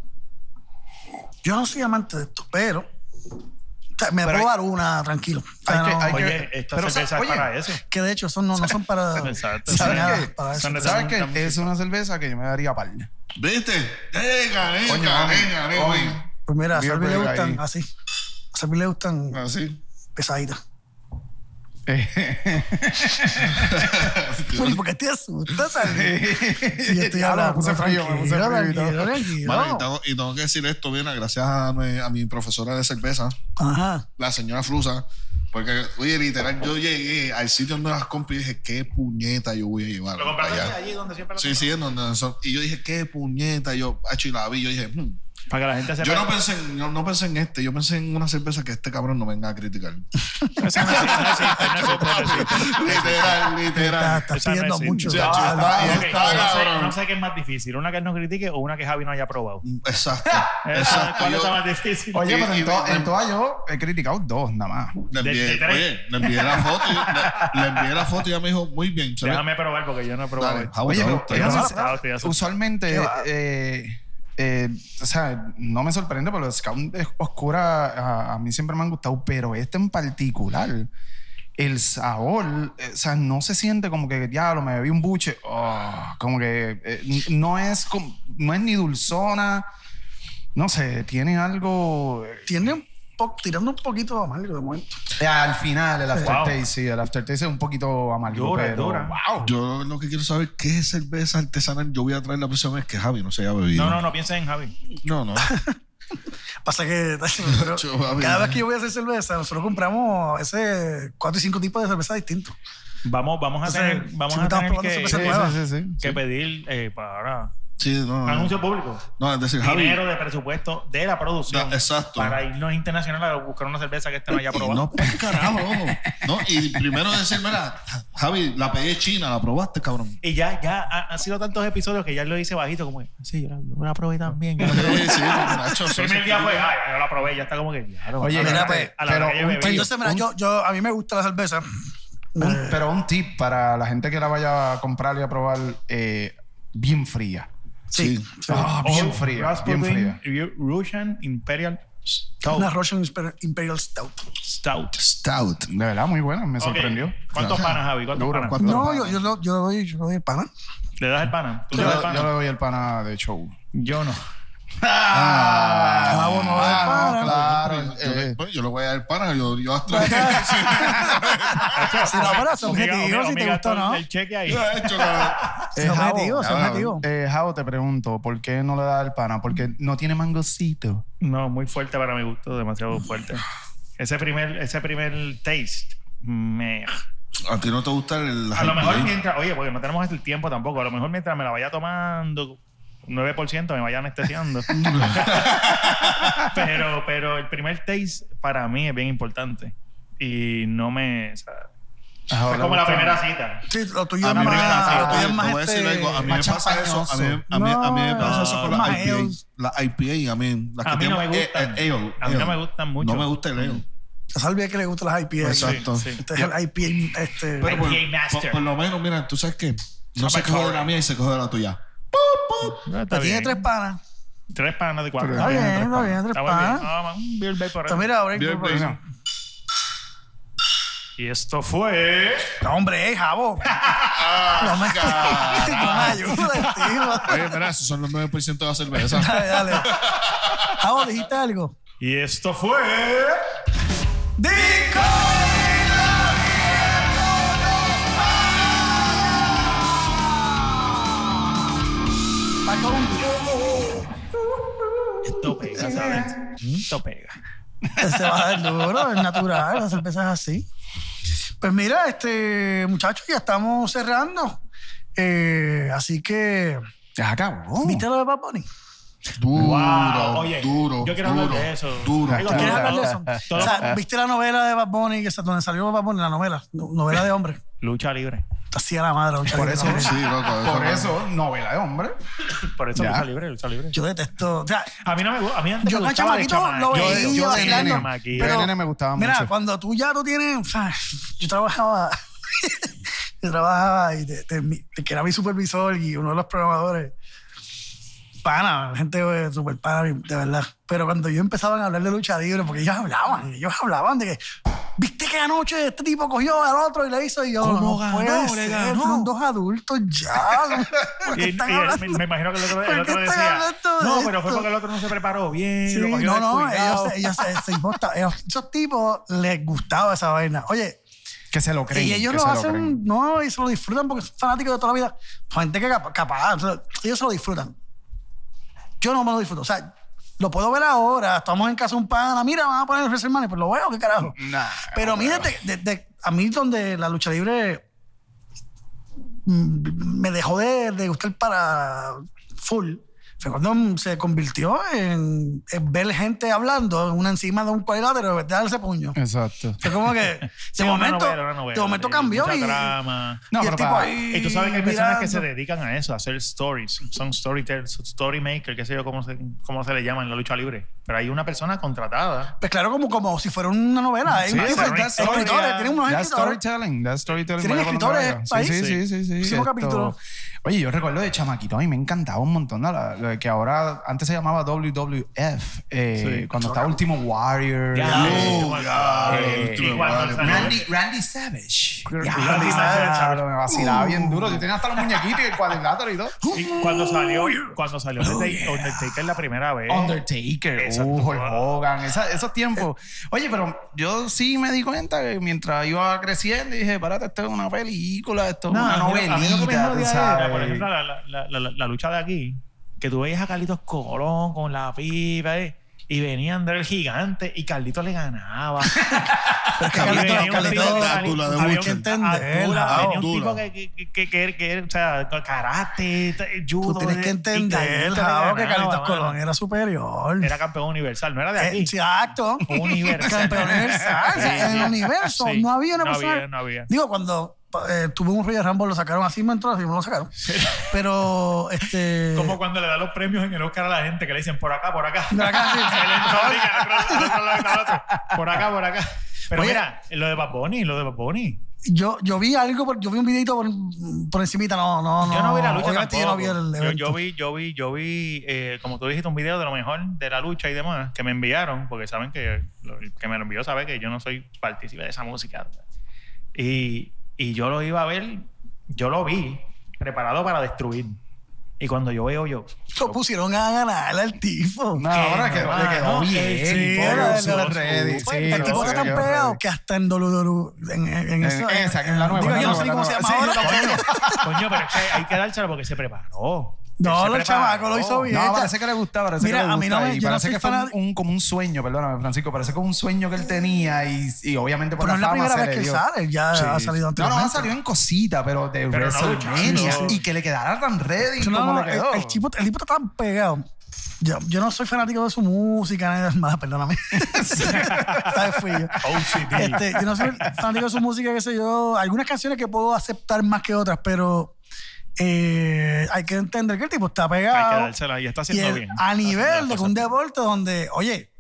[SPEAKER 3] Yo no soy amante de esto, pero o sea, me
[SPEAKER 5] Pero
[SPEAKER 3] puedo dar una, tranquilo. O sea,
[SPEAKER 5] hay que-
[SPEAKER 3] no-
[SPEAKER 5] hay
[SPEAKER 1] Oye,
[SPEAKER 5] que-
[SPEAKER 1] esta cerveza
[SPEAKER 5] pero, o sea,
[SPEAKER 1] es para
[SPEAKER 5] oye,
[SPEAKER 1] eso.
[SPEAKER 3] que de hecho son, no, no son para,
[SPEAKER 1] Exacto.
[SPEAKER 3] diseñadas
[SPEAKER 5] ¿Sabes qué?
[SPEAKER 3] para eso.
[SPEAKER 1] Son de-
[SPEAKER 5] ¿Sabes qué? Es una cerveza que yo me daría par.
[SPEAKER 2] ¿Viste? Venga, venga,
[SPEAKER 5] Coño, mami.
[SPEAKER 2] venga, venga,
[SPEAKER 5] Coño.
[SPEAKER 2] venga.
[SPEAKER 3] Pues mira, a
[SPEAKER 5] Beer
[SPEAKER 3] Salvi le
[SPEAKER 5] break
[SPEAKER 3] gustan
[SPEAKER 5] ahí. Ah.
[SPEAKER 3] así. A Salvi le gustan
[SPEAKER 2] Así.
[SPEAKER 3] pesaditas.
[SPEAKER 5] Eh,
[SPEAKER 3] Uy, ¿Por qué te asustas, Salvi? Sí, yo estoy
[SPEAKER 5] ya, me
[SPEAKER 3] hablando.
[SPEAKER 5] Ah, puse frío, me puse
[SPEAKER 3] tranquilo,
[SPEAKER 5] frío y todo.
[SPEAKER 3] tranquilo, tranquilo.
[SPEAKER 2] Mano, y, tengo, y tengo que decir esto, bien, gracias a mi, a mi profesora de cerveza,
[SPEAKER 3] Ajá.
[SPEAKER 2] la señora Flusa, porque, oye, literal, yo llegué al sitio donde las compras y dije, qué puñeta yo voy a llevar.
[SPEAKER 1] Lo compraste
[SPEAKER 2] allá.
[SPEAKER 1] allí donde siempre lo
[SPEAKER 2] Sí, sí, en donde son- Y yo dije, qué puñeta. Yo, acho, y la vi. Yo dije, hmm.
[SPEAKER 1] Para que la gente sepa.
[SPEAKER 2] yo no pensé, en, yo no pensé en este. Yo pensé en una cerveza que este cabrón no venga a criticar.
[SPEAKER 1] Esa no existe, no existe, no existe, no existe.
[SPEAKER 2] literal,
[SPEAKER 3] Estás
[SPEAKER 2] literal.
[SPEAKER 3] estás
[SPEAKER 1] Esa no
[SPEAKER 3] pidiendo
[SPEAKER 1] existe. Ah,
[SPEAKER 3] mucho.
[SPEAKER 2] Sí, acho, está-
[SPEAKER 1] Ok,
[SPEAKER 2] está
[SPEAKER 1] no, sé,
[SPEAKER 2] cabrón.
[SPEAKER 1] no sé qué es más difícil, una que no critique o una que Javi no haya probado.
[SPEAKER 2] Exacto.
[SPEAKER 1] Esa-
[SPEAKER 2] Exacto.
[SPEAKER 1] ¿Cuál es la
[SPEAKER 2] Yo
[SPEAKER 1] más difícil?
[SPEAKER 5] Oye, pero
[SPEAKER 2] Y-
[SPEAKER 5] en,
[SPEAKER 2] y-
[SPEAKER 5] to- en todas yo he criticado dos nada más.
[SPEAKER 2] le
[SPEAKER 1] de- de
[SPEAKER 2] envié,
[SPEAKER 1] tres.
[SPEAKER 2] oye, le envié la foto. y- Le, le envié la foto y ella me dijo, muy bien. se ve-
[SPEAKER 1] Déjame probar porque yo no he probado.
[SPEAKER 2] Dale,
[SPEAKER 1] esto.
[SPEAKER 2] how
[SPEAKER 5] Oye,
[SPEAKER 2] about
[SPEAKER 5] pero
[SPEAKER 2] that?
[SPEAKER 5] es una
[SPEAKER 1] Estoy
[SPEAKER 5] cerveza-
[SPEAKER 1] asustado, estoy asustado.
[SPEAKER 5] usualmente, eh, eh, o sea, no me sorprende, pero los Scout es- Oscura a, a mí siempre me han gustado, pero este en particular, el sabor, eh, o sea, no se siente como que, diablo, me bebí un buche, oh, como que eh, n- no, es com- no es ni dulzona, no sé, tiene algo... eh,
[SPEAKER 3] Tiene un po- tirando un poquito amargo de momento.
[SPEAKER 5] al final, el aftertaste, sí, el aftertaste es un poquito amargo,
[SPEAKER 1] Dura,
[SPEAKER 5] pero...
[SPEAKER 1] dura.
[SPEAKER 5] ¡Wow!
[SPEAKER 2] Yo lo que quiero saber es qué cerveza artesanal yo voy a traer la próxima vez que Javi no se haya bebido.
[SPEAKER 1] No, no, no pienses en Javi.
[SPEAKER 2] no. no.
[SPEAKER 3] Pasa que pero
[SPEAKER 2] Yo, papi,
[SPEAKER 3] cada vez que yo voy a hacer cerveza, nosotros compramos ese cuatro y cinco tipos de cerveza distintos.
[SPEAKER 1] Vamos, vamos a
[SPEAKER 3] Entonces,
[SPEAKER 1] tener, vamos
[SPEAKER 3] si
[SPEAKER 1] a
[SPEAKER 3] me estás
[SPEAKER 1] tener
[SPEAKER 3] probando
[SPEAKER 1] que,
[SPEAKER 5] Sí,
[SPEAKER 3] cerveza-
[SPEAKER 1] que
[SPEAKER 5] sí, sí, sí.
[SPEAKER 1] pedir eh, para
[SPEAKER 2] Sí, no, no.
[SPEAKER 1] anuncio público.
[SPEAKER 2] No, es decir, Javi.
[SPEAKER 1] Dinero de presupuesto de la producción.
[SPEAKER 2] Da- exacto.
[SPEAKER 1] Para irnos internacionales a buscar una cerveza que este no haya
[SPEAKER 2] Y
[SPEAKER 1] probado.
[SPEAKER 2] no, por carajo. No, y primero decir, mira, Javi, la pegué china, la probaste, cabrón.
[SPEAKER 1] Y ya, ya ha- han sido tantos episodios que ya lo hice bajito, como que, sí, yo la, yo la probé también. yo la
[SPEAKER 2] Sí,
[SPEAKER 1] probé".
[SPEAKER 2] sí, Nacho,
[SPEAKER 1] El
[SPEAKER 2] eso
[SPEAKER 1] primer
[SPEAKER 2] es-
[SPEAKER 1] día fue, ah, ay, yo la probé, ya está como que, claro.
[SPEAKER 5] Oye,
[SPEAKER 1] a la
[SPEAKER 3] mira,
[SPEAKER 1] hora
[SPEAKER 3] pues,
[SPEAKER 1] que- a la
[SPEAKER 5] pero
[SPEAKER 1] hora que yo
[SPEAKER 5] un
[SPEAKER 1] bebí.
[SPEAKER 3] Pues entonces, mira, yo, yo, a mí me gusta la cerveza.
[SPEAKER 2] Mm.
[SPEAKER 3] Mm. Ah.
[SPEAKER 5] Un-
[SPEAKER 2] Eh,
[SPEAKER 5] pero un tip para la gente que la vaya a comprar y a probar eh, bien fría.
[SPEAKER 3] Sí.
[SPEAKER 2] sí.
[SPEAKER 3] sí. Oh,
[SPEAKER 5] Ah, bien
[SPEAKER 1] Old
[SPEAKER 5] fría, bien
[SPEAKER 1] Raspberry
[SPEAKER 5] fría.
[SPEAKER 1] Oh, Ru- Russian Imperial Stout.
[SPEAKER 3] Una Russian Imper- Imperial Stout.
[SPEAKER 2] Ah,
[SPEAKER 1] Stout.
[SPEAKER 2] Stout.
[SPEAKER 5] De verdad, muy buena, me sorprendió.
[SPEAKER 1] ¿Cuántos panas, Javi? ¿Cuántos
[SPEAKER 5] Duro,
[SPEAKER 1] panas?
[SPEAKER 5] ¿cuánto?
[SPEAKER 3] No, yo, yo, lo, yo lo doy, yo lo doy el pana.
[SPEAKER 1] ¿Le das el pana? ¿Tú
[SPEAKER 5] Yo,
[SPEAKER 1] le das el
[SPEAKER 5] yo le
[SPEAKER 1] pana?
[SPEAKER 5] doy el pana de show.
[SPEAKER 1] Yo no.
[SPEAKER 5] Ah,
[SPEAKER 3] Ah,
[SPEAKER 1] eh.
[SPEAKER 3] bueno,
[SPEAKER 5] ah,
[SPEAKER 2] Yo,
[SPEAKER 5] no,
[SPEAKER 3] el
[SPEAKER 5] claro.
[SPEAKER 2] le-
[SPEAKER 5] eh,
[SPEAKER 2] bueno, yo le voy a dar pana, yo, yo hasta. Sí,
[SPEAKER 3] Si no, pero es
[SPEAKER 1] Omiga-
[SPEAKER 3] objetivo,
[SPEAKER 1] omiga-
[SPEAKER 3] si te
[SPEAKER 1] omiga
[SPEAKER 3] gustó o
[SPEAKER 1] todo
[SPEAKER 3] no.
[SPEAKER 1] El cheque ahí.
[SPEAKER 2] lo he hecho, cabrón.
[SPEAKER 3] Es
[SPEAKER 5] Eh, Javo,
[SPEAKER 3] objetivo, es
[SPEAKER 2] ya,
[SPEAKER 3] objetivo.
[SPEAKER 5] eh, Javo, te pregunto, ¿por qué no le da el pana? Porque no tiene mangocito.
[SPEAKER 1] No, muy fuerte para mi gusto, demasiado fuerte. Ese primer, ese primer taste. Me...
[SPEAKER 2] A ti no te gusta el.
[SPEAKER 1] A lo mejor mientras, oye, porque no tenemos el tiempo tampoco, a lo mejor mientras me la vaya tomando, 9% me vaya anestesiando. pero, pero el primer taste para mí es bien importante. Y no me... o sea,
[SPEAKER 5] A Javo
[SPEAKER 1] es
[SPEAKER 5] le
[SPEAKER 1] como la
[SPEAKER 5] gusta-
[SPEAKER 1] primera cita.
[SPEAKER 3] Sí, lo tuyo
[SPEAKER 2] A
[SPEAKER 3] es
[SPEAKER 2] mí me
[SPEAKER 3] más.
[SPEAKER 2] pasa,
[SPEAKER 3] Lo tuyo
[SPEAKER 2] te-
[SPEAKER 3] es
[SPEAKER 2] te voy a
[SPEAKER 3] más.
[SPEAKER 2] decir algo, a mí
[SPEAKER 3] este-
[SPEAKER 2] me
[SPEAKER 5] más
[SPEAKER 2] pasa eso, a mí, a mí, a mí me pasa eso con
[SPEAKER 3] No,
[SPEAKER 2] las
[SPEAKER 3] es
[SPEAKER 2] IPA,
[SPEAKER 3] más
[SPEAKER 2] las IPA, a mí, las
[SPEAKER 1] A
[SPEAKER 2] que
[SPEAKER 1] mí no me
[SPEAKER 2] tienen- eh,
[SPEAKER 1] gustan.
[SPEAKER 2] eh, ale,
[SPEAKER 1] A mí no
[SPEAKER 2] ale.
[SPEAKER 1] me gustan mucho.
[SPEAKER 2] No me gusta el ale.
[SPEAKER 3] A Salvi es que le gustan las IPA.
[SPEAKER 2] Exacto.
[SPEAKER 1] Sí, sí.
[SPEAKER 3] Este es el IPA. Este,
[SPEAKER 2] Pero por,
[SPEAKER 1] IPA Master.
[SPEAKER 2] por- por lo menos, mira, tú sabes que no se
[SPEAKER 1] Upper
[SPEAKER 2] coge de
[SPEAKER 1] Current.
[SPEAKER 2] la mía y se coge de la tuya.
[SPEAKER 1] No, está
[SPEAKER 3] pero tiene
[SPEAKER 1] bien.
[SPEAKER 3] tres panas.
[SPEAKER 1] Tres panas de cuatro.
[SPEAKER 3] Está bien, está bien, tres
[SPEAKER 1] Está muy bien.
[SPEAKER 3] panas.
[SPEAKER 1] Ah, man, un beer break por ahí.
[SPEAKER 3] Entonces, mira, ahora
[SPEAKER 2] Bien, pues,
[SPEAKER 3] por-
[SPEAKER 2] bien.
[SPEAKER 1] Y esto fue...
[SPEAKER 3] No, hombre, eh, jabo. No me no me ayudes, tío.
[SPEAKER 2] Oye, mira, esos son los 9% de la cerveza.
[SPEAKER 3] Dale, dale. Jabo, dijiste algo.
[SPEAKER 1] Y esto fue... Esto pega, ¿sabes? Esto pega.
[SPEAKER 3] Se va a dar duro, es natural, la cerveza es así. Pues mira, este muchachos, ya estamos cerrando. Eh, así que,
[SPEAKER 5] Ya acabó.
[SPEAKER 3] ¿viste lo de Bad Bunny?
[SPEAKER 2] Duro,
[SPEAKER 1] Wow, oye,
[SPEAKER 2] duro.
[SPEAKER 1] yo quiero
[SPEAKER 2] duro,
[SPEAKER 1] hablar de eso.
[SPEAKER 2] Duro.
[SPEAKER 1] Digo,
[SPEAKER 5] Ah,
[SPEAKER 3] ¿Quieres
[SPEAKER 1] Todo-
[SPEAKER 3] hablar de eso?
[SPEAKER 1] todo-
[SPEAKER 3] O sea, ¿viste la novela de Bad Bunny? Que, se- donde salió Bad Bunny, la novela, no- novela de hombre.
[SPEAKER 1] Lucha libre.
[SPEAKER 3] Así a la madre. muchacho.
[SPEAKER 5] Por eso,
[SPEAKER 2] Sí, loco.
[SPEAKER 5] por eso, novela de hombre.
[SPEAKER 1] Por eso
[SPEAKER 5] Ya.
[SPEAKER 1] lucha libre, lucha libre.
[SPEAKER 3] Yo detesto. O sea,
[SPEAKER 1] A mí no me gusta. A mí antes
[SPEAKER 3] Yo
[SPEAKER 1] me
[SPEAKER 3] con
[SPEAKER 1] gustaba de
[SPEAKER 3] chamaquito lo
[SPEAKER 5] Yo,
[SPEAKER 1] chamaquito.
[SPEAKER 5] de-
[SPEAKER 3] veía
[SPEAKER 5] yo de
[SPEAKER 3] vacilando,
[SPEAKER 5] nene,
[SPEAKER 1] chamaquito.
[SPEAKER 5] yo de nene me gustaba
[SPEAKER 3] Pues Mira,
[SPEAKER 5] mucho.
[SPEAKER 3] cuando tú ya no tienes. Yo trabajaba. yo trabajaba y te- te- mi- que era mi supervisor y uno de los programadores. pana, gente eh, súper pana, de verdad. Pero cuando yo empezaban a hablar de lucha libre, porque ellos hablaban, ellos hablaban de que, viste que anoche este tipo cogió al otro y le hizo, y yo,
[SPEAKER 4] ¿Cómo
[SPEAKER 3] no
[SPEAKER 4] ganó?
[SPEAKER 3] puede
[SPEAKER 4] Le
[SPEAKER 3] ser,
[SPEAKER 4] ganó".
[SPEAKER 3] son dos adultos ya. ¿Por qué
[SPEAKER 1] Y-
[SPEAKER 3] están
[SPEAKER 1] y él-
[SPEAKER 3] hablando?
[SPEAKER 1] me, me imagino que el otro, el
[SPEAKER 3] ¿Por qué
[SPEAKER 1] otro
[SPEAKER 3] están
[SPEAKER 1] decía.
[SPEAKER 3] hablando de
[SPEAKER 1] No, pero fue
[SPEAKER 3] esto?"
[SPEAKER 1] porque el otro no se preparó bien.
[SPEAKER 3] Sí,
[SPEAKER 1] lo cogió
[SPEAKER 3] no, no,
[SPEAKER 1] descuidado".
[SPEAKER 3] ellos, se- ellos se, se importa- ellos- esos tipos les gustaba esa vaina. Oye,
[SPEAKER 5] Que se lo creen.
[SPEAKER 3] y ellos
[SPEAKER 5] que
[SPEAKER 3] lo
[SPEAKER 5] se
[SPEAKER 3] hacen,
[SPEAKER 5] creen.
[SPEAKER 3] no, y se lo disfrutan porque son fanáticos de toda la vida. Gente que capa- capaz, o sea, ellos se lo disfrutan. Yo no me lo disfruto. O sea, lo puedo ver ahora, estamos en casa de un pana, mira, van a poner el WrestleMania, pues lo veo, qué carajo.
[SPEAKER 5] Nah,
[SPEAKER 3] Pero mírate, a mí donde la lucha libre mm, me dejó de, de gustar para full fue cuando se convirtió en, en ver gente hablando una encima de un cuadrilátero de darse puño.
[SPEAKER 5] Exacto.
[SPEAKER 3] Fue como que de
[SPEAKER 1] Sí, una
[SPEAKER 3] momento,
[SPEAKER 1] novela, una novela,
[SPEAKER 3] de momento
[SPEAKER 1] sí,
[SPEAKER 3] cambió
[SPEAKER 1] mucha
[SPEAKER 3] y,
[SPEAKER 1] trama.
[SPEAKER 5] No,
[SPEAKER 3] y el
[SPEAKER 5] pero
[SPEAKER 3] tipo
[SPEAKER 5] para-
[SPEAKER 3] ahí
[SPEAKER 1] Y tú sabes que hay personas que se
[SPEAKER 3] mirando.
[SPEAKER 1] dedican a eso, a hacer stories. Son storytellers, storymakers, qué sé yo cómo se, cómo se le llama en la lucha libre. Pero hay una persona contratada.
[SPEAKER 3] Pues claro, como, como si fuera una novela. Hay
[SPEAKER 1] Sí,
[SPEAKER 3] un tipo
[SPEAKER 1] pero
[SPEAKER 3] de-
[SPEAKER 1] una historia.
[SPEAKER 3] escritores, tienen unos
[SPEAKER 5] That's
[SPEAKER 3] escritores.
[SPEAKER 5] storytelling. That's storytelling.
[SPEAKER 3] Tienen
[SPEAKER 5] Vaya
[SPEAKER 3] escritores
[SPEAKER 1] eh,
[SPEAKER 5] cuando
[SPEAKER 3] ahí.
[SPEAKER 5] vaya. Sí, sí, sí. sí, sí,
[SPEAKER 3] Próximo capítulo.
[SPEAKER 5] Oye, yo recuerdo de chamaquito. A mí me encantaba un montón. ¿no? La- lo que ahora, antes se llamaba WWF. eh, Cuando estaba Último Warrior.
[SPEAKER 1] Ya,
[SPEAKER 5] eh,
[SPEAKER 1] eh,
[SPEAKER 2] God,
[SPEAKER 1] eh,
[SPEAKER 2] tú me
[SPEAKER 1] y cuando
[SPEAKER 2] vale.
[SPEAKER 1] salió-
[SPEAKER 4] Randy, Randy Savage.
[SPEAKER 5] Ya,
[SPEAKER 1] Randy
[SPEAKER 5] me
[SPEAKER 1] Savage.
[SPEAKER 5] vacilaba, me vacilaba bien duro. Yo tenía hasta los muñequitos y el cuadrilátero y todo.
[SPEAKER 1] y cuando salió, cuando salió Undertaker Undertaker la primera vez.
[SPEAKER 5] Undertaker,
[SPEAKER 1] Exacto.
[SPEAKER 5] uh, Hulk Hogan, esa- esos tiempos.
[SPEAKER 3] Eh.
[SPEAKER 5] Oye, pero yo sí me di cuenta que mientras iba creciendo dije, párate, esto es una película, esto es
[SPEAKER 1] No,
[SPEAKER 5] una
[SPEAKER 1] a mí lo- a mí lo que me
[SPEAKER 5] novelita, tú
[SPEAKER 1] jodía era, por ejemplo,
[SPEAKER 5] sabes.
[SPEAKER 1] la, la- la- la- la lucha de aquí, que tú veías a Carlitos Colón con la pipa eh, y venía André el gigante y Carlitos le ganaba.
[SPEAKER 3] Pero es que
[SPEAKER 1] Y
[SPEAKER 3] Carlitos-
[SPEAKER 1] venía un
[SPEAKER 3] Carlitos-
[SPEAKER 1] tipo-
[SPEAKER 2] la Abdullah de
[SPEAKER 1] había un- Abdullah,
[SPEAKER 2] Butcher.
[SPEAKER 3] Entender,
[SPEAKER 1] venía un
[SPEAKER 2] Abdullah.
[SPEAKER 1] tipo que, que, que, que- que- o sea, con karate, t-
[SPEAKER 3] Tú
[SPEAKER 1] judo.
[SPEAKER 3] tienes que
[SPEAKER 1] y ah,
[SPEAKER 3] entender,
[SPEAKER 1] Carlitos le
[SPEAKER 3] Jao, que
[SPEAKER 1] ganaba,
[SPEAKER 3] Carlitos
[SPEAKER 1] mano.
[SPEAKER 3] Colón era superior. Eh,
[SPEAKER 1] Era campeón universal, no era de aquí.
[SPEAKER 3] Exacto.
[SPEAKER 1] Universal.
[SPEAKER 3] Campeón universal. O sea,
[SPEAKER 1] Sí,
[SPEAKER 3] en el
[SPEAKER 1] sí.
[SPEAKER 3] universo
[SPEAKER 1] Sí.
[SPEAKER 3] no había una
[SPEAKER 1] No
[SPEAKER 3] persona.
[SPEAKER 1] había, no había.
[SPEAKER 3] Digo, cuando eh, tuve un Royal Rumble, lo sacaron así, me entró así, me lo sacaron. Pero, este.
[SPEAKER 1] Como cuando le da los premios en el Oscar a la gente que le dicen por acá, por acá.
[SPEAKER 3] Por acá, sí.
[SPEAKER 1] Él entra, brinca, al otro- al otro lado, al otro. Por acá, por acá. Pero
[SPEAKER 3] Oye.
[SPEAKER 1] mira, lo de Bad Bunny, lo de Bad Bunny.
[SPEAKER 3] Yo, yo vi algo, por- yo vi un videito por, por encimita, no, no, no.
[SPEAKER 1] Yo no vi la lucha
[SPEAKER 3] Obviamente
[SPEAKER 1] tampoco.
[SPEAKER 3] yo no vi el
[SPEAKER 1] yo, yo
[SPEAKER 3] evento.
[SPEAKER 1] vi, yo vi, yo vi, eh, como tú dijiste, un video de lo mejor de la lucha y demás que me enviaron, porque saben que lo- el que me lo envió sabe que yo no soy partícipe de esa música. Y, y yo lo iba a ver, yo lo vi preparado para destruir. Y cuando yo veo yo,
[SPEAKER 3] Lo pusieron a ganar al tifo.
[SPEAKER 5] No, ahora que le quedó
[SPEAKER 1] hermano,
[SPEAKER 5] bien.
[SPEAKER 1] sí,
[SPEAKER 5] y todo,
[SPEAKER 3] era
[SPEAKER 5] super
[SPEAKER 3] de los-
[SPEAKER 5] ready,
[SPEAKER 1] super-
[SPEAKER 5] sí,
[SPEAKER 3] el
[SPEAKER 1] no,
[SPEAKER 3] tipo
[SPEAKER 5] se
[SPEAKER 3] está tan
[SPEAKER 5] quedó
[SPEAKER 3] pegado
[SPEAKER 5] ready.
[SPEAKER 3] que hasta en Dolodolu. En, en, en,
[SPEAKER 5] En
[SPEAKER 3] eso-
[SPEAKER 5] esa, que es la nueva,
[SPEAKER 3] Digo,
[SPEAKER 5] la
[SPEAKER 3] yo no sé ni
[SPEAKER 5] nueva,
[SPEAKER 3] cómo se
[SPEAKER 5] la
[SPEAKER 3] llama
[SPEAKER 5] nueva.
[SPEAKER 3] ahora.
[SPEAKER 1] Coño, coño, pero es que hay que dárselo porque se preparó.
[SPEAKER 3] No,
[SPEAKER 1] Él se
[SPEAKER 3] el chamaco lo hizo bien.
[SPEAKER 5] No,
[SPEAKER 3] Esta-
[SPEAKER 5] parece que le gustaba, parece
[SPEAKER 3] Mira,
[SPEAKER 5] que le
[SPEAKER 3] a mí no
[SPEAKER 5] gusta,
[SPEAKER 3] me-
[SPEAKER 5] y
[SPEAKER 3] yo no
[SPEAKER 5] parece
[SPEAKER 3] soy
[SPEAKER 5] que fue un,
[SPEAKER 3] fanat-
[SPEAKER 5] un- como un sueño, perdóname, Francisco, parece que un sueño que él tenía y, y obviamente por
[SPEAKER 3] Pero no es la
[SPEAKER 5] fama
[SPEAKER 3] primera
[SPEAKER 5] se
[SPEAKER 3] vez
[SPEAKER 5] le
[SPEAKER 3] que él
[SPEAKER 5] dio.
[SPEAKER 3] sale, ya
[SPEAKER 5] Sí.
[SPEAKER 3] ha salido antes.
[SPEAKER 5] No, no, ha salido en cosita, pero de
[SPEAKER 1] no
[SPEAKER 5] WrestleMania
[SPEAKER 1] luchando.
[SPEAKER 5] y que le quedara tan ready
[SPEAKER 3] No,
[SPEAKER 5] como
[SPEAKER 3] no,
[SPEAKER 5] le
[SPEAKER 3] el,
[SPEAKER 5] quedó.
[SPEAKER 3] el tipo, el tipo está tan pegado. Yo, yo no soy fanático de su música, nada más, perdóname. ¿Sabes? Fui yo.
[SPEAKER 1] OCD.
[SPEAKER 3] Este, yo no soy fanático de su música, qué sé yo. Algunas canciones que puedo aceptar más que otras, pero eh, hay que entender que el tipo está
[SPEAKER 1] Hay que
[SPEAKER 3] pegado.
[SPEAKER 1] dársela y está
[SPEAKER 3] Y
[SPEAKER 1] haciendo
[SPEAKER 3] el-
[SPEAKER 1] bien.
[SPEAKER 3] a
[SPEAKER 1] Está
[SPEAKER 3] nivel
[SPEAKER 1] haciendo
[SPEAKER 3] de
[SPEAKER 1] las
[SPEAKER 3] que un
[SPEAKER 1] cosas bien.
[SPEAKER 3] deporte donde, oye,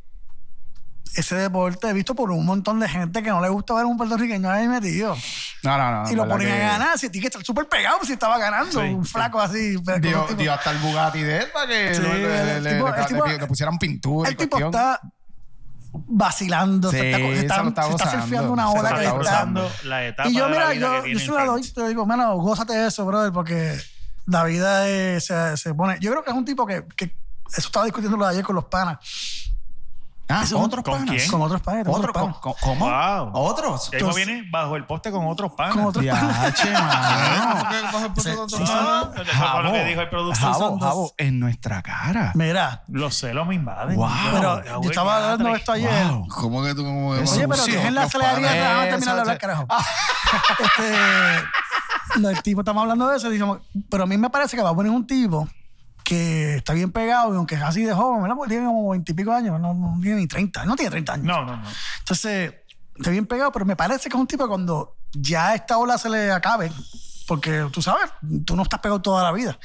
[SPEAKER 3] ese deporte he visto por un montón de gente que no le gusta ver a un puertorriqueño ahí metido.
[SPEAKER 5] No, no, no.
[SPEAKER 3] y lo
[SPEAKER 5] verdad
[SPEAKER 3] ponen a
[SPEAKER 5] Ah, que-
[SPEAKER 3] ganar. Si tiene que estar súper pegado, pues, si estaba ganando.
[SPEAKER 1] Sí,
[SPEAKER 3] un
[SPEAKER 1] sí.
[SPEAKER 3] flaco así. pero con
[SPEAKER 5] Dio,
[SPEAKER 3] un tipo-
[SPEAKER 5] dio hasta el Bugatti de él para que
[SPEAKER 3] Sí,
[SPEAKER 5] le, le-
[SPEAKER 3] el
[SPEAKER 5] le-
[SPEAKER 3] tipo-
[SPEAKER 5] le-
[SPEAKER 3] el tipo-
[SPEAKER 5] le- le pusieran pintura. y
[SPEAKER 3] el tipo
[SPEAKER 5] cuestión.
[SPEAKER 3] está vacilando.
[SPEAKER 5] Sí,
[SPEAKER 3] se está, se
[SPEAKER 5] se
[SPEAKER 3] está,
[SPEAKER 5] lo está
[SPEAKER 3] se está
[SPEAKER 5] gozando,
[SPEAKER 3] surfeando una
[SPEAKER 5] se lo
[SPEAKER 3] ola
[SPEAKER 5] está
[SPEAKER 3] que le está
[SPEAKER 5] gozando.
[SPEAKER 1] usando la etapa
[SPEAKER 3] Y yo,
[SPEAKER 1] de la
[SPEAKER 3] mira,
[SPEAKER 1] vida
[SPEAKER 3] yo,
[SPEAKER 1] que
[SPEAKER 3] yo
[SPEAKER 1] tiene
[SPEAKER 3] se la doy,
[SPEAKER 1] enfrente.
[SPEAKER 3] te digo, mano, gózate eso, brother, porque la vida es- se, se pone. Yo creo que es un tipo que, que eso estaba discutiéndolo ayer con los panas.
[SPEAKER 5] Ah,
[SPEAKER 3] Es un-
[SPEAKER 5] otros
[SPEAKER 1] ¿con
[SPEAKER 5] panas.
[SPEAKER 1] quién?
[SPEAKER 3] Con otros panas. con
[SPEAKER 5] ¿Otro?
[SPEAKER 3] otros panas.
[SPEAKER 5] ¿Cómo? ¿Cómo?
[SPEAKER 1] Wow.
[SPEAKER 5] ¿Otros?
[SPEAKER 1] Y ahí
[SPEAKER 3] Entonces-
[SPEAKER 1] viene bajo el poste con otros panas.
[SPEAKER 3] Con otros panas.
[SPEAKER 5] Diache, mano.
[SPEAKER 2] Ah, ¿por qué vas a poner
[SPEAKER 3] Sí,
[SPEAKER 2] otro
[SPEAKER 3] sí,
[SPEAKER 2] lado?
[SPEAKER 1] Ah, eso fue lo que dijo el productor.
[SPEAKER 5] Jabo,
[SPEAKER 3] Son dos.
[SPEAKER 5] Jabo, en nuestra cara.
[SPEAKER 3] Mira,
[SPEAKER 1] Los celos me invaden.
[SPEAKER 5] Wow.
[SPEAKER 3] pero
[SPEAKER 1] Ya,
[SPEAKER 3] yo
[SPEAKER 1] güey,
[SPEAKER 3] estaba
[SPEAKER 1] ya,
[SPEAKER 3] hablando de
[SPEAKER 1] tres.
[SPEAKER 3] esto ayer.
[SPEAKER 5] Wow.
[SPEAKER 2] ¿Cómo que tú cómo que-
[SPEAKER 5] Eso.
[SPEAKER 3] Oye, pero
[SPEAKER 5] Sucio,
[SPEAKER 3] dejen la
[SPEAKER 5] los
[SPEAKER 3] acelería,
[SPEAKER 5] panas.
[SPEAKER 3] déjame terminar de hablar, carajo. Este, no, el tipo, estamos hablando de eso, y dijimos, pero a mí me parece que va a poner un tipo que está bien pegado, y aunque es así de joven, ¿verdad? Porque tiene como veintipico años, no, no tiene ni 30, no tiene 30 años.
[SPEAKER 1] No, no, no.
[SPEAKER 3] Entonces, está bien pegado, pero me parece que es un tipo que cuando ya esta ola se le acabe, porque tú sabes, tú no estás pegado toda la vida.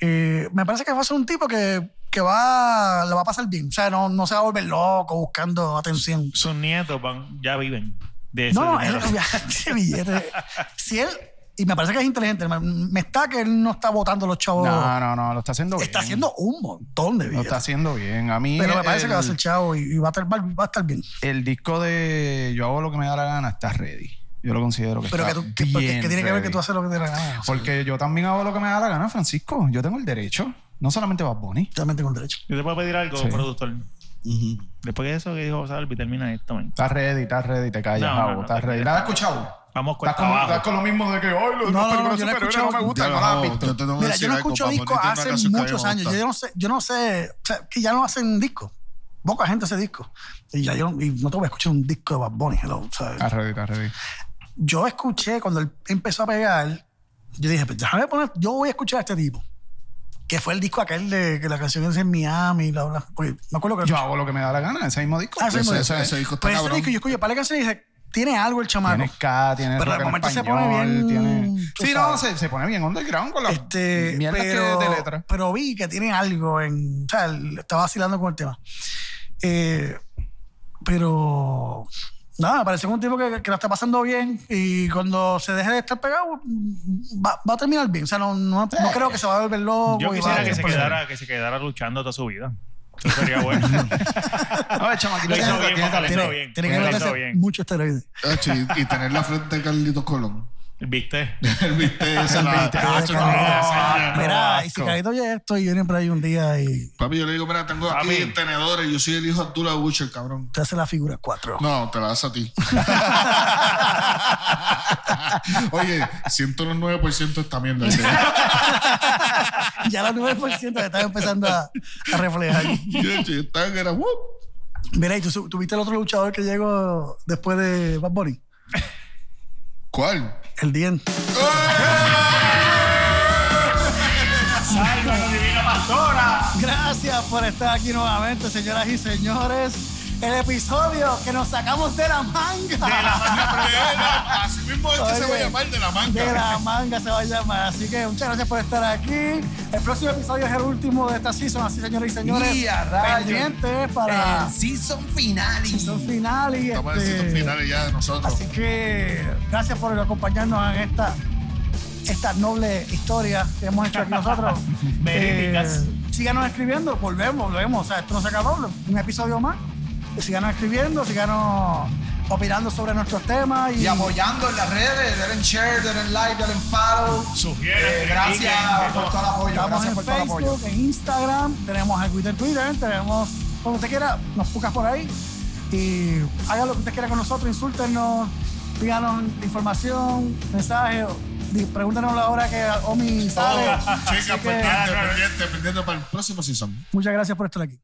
[SPEAKER 3] eh, me parece que va a ser un tipo que, que va, le va a pasar bien. O sea, no, no se va a volver loco buscando atención.
[SPEAKER 1] Sus nietos van, ya viven. De ese
[SPEAKER 3] No, no, él
[SPEAKER 1] dinero.
[SPEAKER 3] obviamente billete. Si él y me parece que es inteligente. Me, me está que él no está votando los chavos.
[SPEAKER 5] No, no, no, lo está haciendo bien.
[SPEAKER 3] está haciendo un montón de
[SPEAKER 5] Lo
[SPEAKER 3] billetes.
[SPEAKER 5] está haciendo bien. A mí.
[SPEAKER 3] pero me parece
[SPEAKER 5] el,
[SPEAKER 3] que va a ser chavo y, y va, a estar, va a estar bien.
[SPEAKER 5] El disco de Yo hago lo que me da la gana está ready. Yo lo considero que
[SPEAKER 3] Pero que
[SPEAKER 5] está
[SPEAKER 3] tú, que, porque-
[SPEAKER 5] bien
[SPEAKER 3] que tiene que ver que
[SPEAKER 5] ready.
[SPEAKER 3] tú haces lo que te da la gana.
[SPEAKER 5] Porque yo también hago lo que me da la gana, Francisco. Yo tengo el derecho. No solamente Bad Bunny.
[SPEAKER 3] Totalmente con derecho.
[SPEAKER 1] Yo te puedo pedir algo,
[SPEAKER 5] Sí.
[SPEAKER 1] productor. Después de eso que dijo Salvi, termina esto. man.
[SPEAKER 5] Estás ready, estás ready, te callas,
[SPEAKER 1] No, no,
[SPEAKER 5] Javo.
[SPEAKER 1] no,
[SPEAKER 5] estás
[SPEAKER 1] te-
[SPEAKER 5] ready. ¿La has escuchado?
[SPEAKER 1] Vamos con
[SPEAKER 5] Estás con, estás
[SPEAKER 1] abajo.
[SPEAKER 5] con lo mismo de que hoy los
[SPEAKER 3] No,
[SPEAKER 5] películas
[SPEAKER 3] no, no, yo no he
[SPEAKER 5] superhéroes
[SPEAKER 3] escuchado-
[SPEAKER 5] no me gustan,
[SPEAKER 2] Ya,
[SPEAKER 5] no las has
[SPEAKER 2] no,
[SPEAKER 5] visto.
[SPEAKER 2] yo te tengo que
[SPEAKER 3] Mira,
[SPEAKER 2] decir
[SPEAKER 3] yo no
[SPEAKER 2] algo,
[SPEAKER 3] escucho
[SPEAKER 2] Bad Bunny
[SPEAKER 3] discos
[SPEAKER 2] tiene una
[SPEAKER 3] hace
[SPEAKER 2] canción que a mí me
[SPEAKER 3] muchos años.
[SPEAKER 2] gusta.
[SPEAKER 3] Yo no sé, yo no sé, o sea, que ya no hacen discos. Poca gente hace discos. Y ya yo y no te voy a escuchar un disco de Bad Bunny. hello, o sea,
[SPEAKER 5] Estás ready, estás ready.
[SPEAKER 3] Yo escuché cuando él empezó a pegar, yo dije, pues déjame poner, yo voy a escuchar a este tipo. Que fue el disco aquel de que la canción es en Miami, bla, bla. Porque me acuerdo que.
[SPEAKER 5] Yo hago lo que me da la gana, ese mismo disco.
[SPEAKER 3] Ah, ese mismo
[SPEAKER 2] Ese-
[SPEAKER 3] disco.
[SPEAKER 2] ese- ese disco está
[SPEAKER 3] Pues ese
[SPEAKER 2] cabrón.
[SPEAKER 3] disco, yo escuché para la canción y dije, tiene algo el chamaco.
[SPEAKER 5] Tiene ska, tiene
[SPEAKER 3] Pero de
[SPEAKER 5] rock en
[SPEAKER 3] momento se
[SPEAKER 5] español,
[SPEAKER 3] pone bien,
[SPEAKER 5] tiene-
[SPEAKER 3] tú
[SPEAKER 5] Sí, no,
[SPEAKER 3] sabes.
[SPEAKER 5] se, se pone bien underground con la
[SPEAKER 3] Este,
[SPEAKER 5] mierda
[SPEAKER 3] pero,
[SPEAKER 5] de letra.
[SPEAKER 3] pero vi que tiene algo en. O sea, él está vacilando con el tema. Eh, pero. Nada, me parece que es un tipo que, que la está pasando bien y cuando se deje de estar pegado va, va a terminar bien. O sea, no, no, no creo que se va a volver loco.
[SPEAKER 1] Yo
[SPEAKER 3] y
[SPEAKER 1] quisiera
[SPEAKER 3] va a-
[SPEAKER 1] que se,
[SPEAKER 3] pero-
[SPEAKER 1] quedara, que se quedara luchando toda su vida. Eso sería bueno.
[SPEAKER 5] No, el chamaquito
[SPEAKER 1] Lo hizo
[SPEAKER 5] tiene-
[SPEAKER 1] bien,
[SPEAKER 5] tiene
[SPEAKER 1] papá, lo hizo
[SPEAKER 5] talento.
[SPEAKER 1] bien.
[SPEAKER 3] Tiene que
[SPEAKER 1] Lo hizo
[SPEAKER 3] meterse
[SPEAKER 1] bien.
[SPEAKER 3] mucho esteroides.
[SPEAKER 2] Hacho, Eh, y, y tener la frente de Carlitos Colón.
[SPEAKER 1] ¿Viste?
[SPEAKER 2] El viste esa la-
[SPEAKER 3] Mira,
[SPEAKER 2] Hacho, no,
[SPEAKER 1] Carlitos.
[SPEAKER 2] no, no.
[SPEAKER 3] Mira, y si Carito oye esto y viene por ahí un día y
[SPEAKER 2] Papi, yo le digo, mira, tengo aquí
[SPEAKER 1] Papi.
[SPEAKER 2] tenedores. Yo soy el hijo de Abdullah Butcher, cabrón.
[SPEAKER 3] te hace la figura 4.
[SPEAKER 2] No, te la das a ti. Oye, 109% esta mierda.
[SPEAKER 3] Ya los 9% que están empezando a, a reflejar.
[SPEAKER 2] Yo, yo estaba que era, uh, "Wup".
[SPEAKER 3] Mira, ¿y tú, su- tú viste el otro luchador que llegó después de Bad Bunny?
[SPEAKER 2] ¿Cuál? ¡Ah!
[SPEAKER 3] El Dien.
[SPEAKER 1] ¡Sálvanos, divina pastora!
[SPEAKER 3] Gracias por estar aquí nuevamente, señoras y señores. El episodio que nos sacamos de la manga.
[SPEAKER 2] Así mismo este se va a
[SPEAKER 3] Oye.
[SPEAKER 2] llamar de la manga.
[SPEAKER 3] De la manga se va a llamar. Así que muchas gracias por estar aquí. El próximo episodio es el último de esta season, así señoras y señores.
[SPEAKER 4] Y a rayos.
[SPEAKER 3] Pendientes para
[SPEAKER 4] El season final.
[SPEAKER 3] Eh, season final y
[SPEAKER 2] Estamos en
[SPEAKER 3] este,
[SPEAKER 2] sitios finales ya de nosotros.
[SPEAKER 3] Así que gracias por acompañarnos en esta, esta noble historia que hemos hecho aquí nosotros. Eh,
[SPEAKER 1] Verídicas.
[SPEAKER 3] síganos escribiendo, volvemos, volvemos. O sea, esto no se acabó, un episodio más. Síganos escribiendo, síganos opinando sobre nuestros temas. Y,
[SPEAKER 4] Y apoyando en las redes, denle share, denle like, denle follow.
[SPEAKER 1] Sugiere,
[SPEAKER 4] Eh, gracias
[SPEAKER 1] critiquen,
[SPEAKER 4] por todo el apoyo.
[SPEAKER 3] estamos
[SPEAKER 4] Gracias
[SPEAKER 3] en
[SPEAKER 4] por todo el apoyo.
[SPEAKER 3] Facebook, en Instagram, tenemos el Twitter, Twitter, tenemos donde usted quiera, nos buscas por ahí. Y haga lo que usted quiera con nosotros, insúltenos, díganos información, mensajes, di- pregúntenos la hora que Omi sale.
[SPEAKER 2] Chicas,
[SPEAKER 3] Así que
[SPEAKER 2] pendiente, pendiente, pendiente para el próximo season.
[SPEAKER 3] muchas gracias por estar aquí.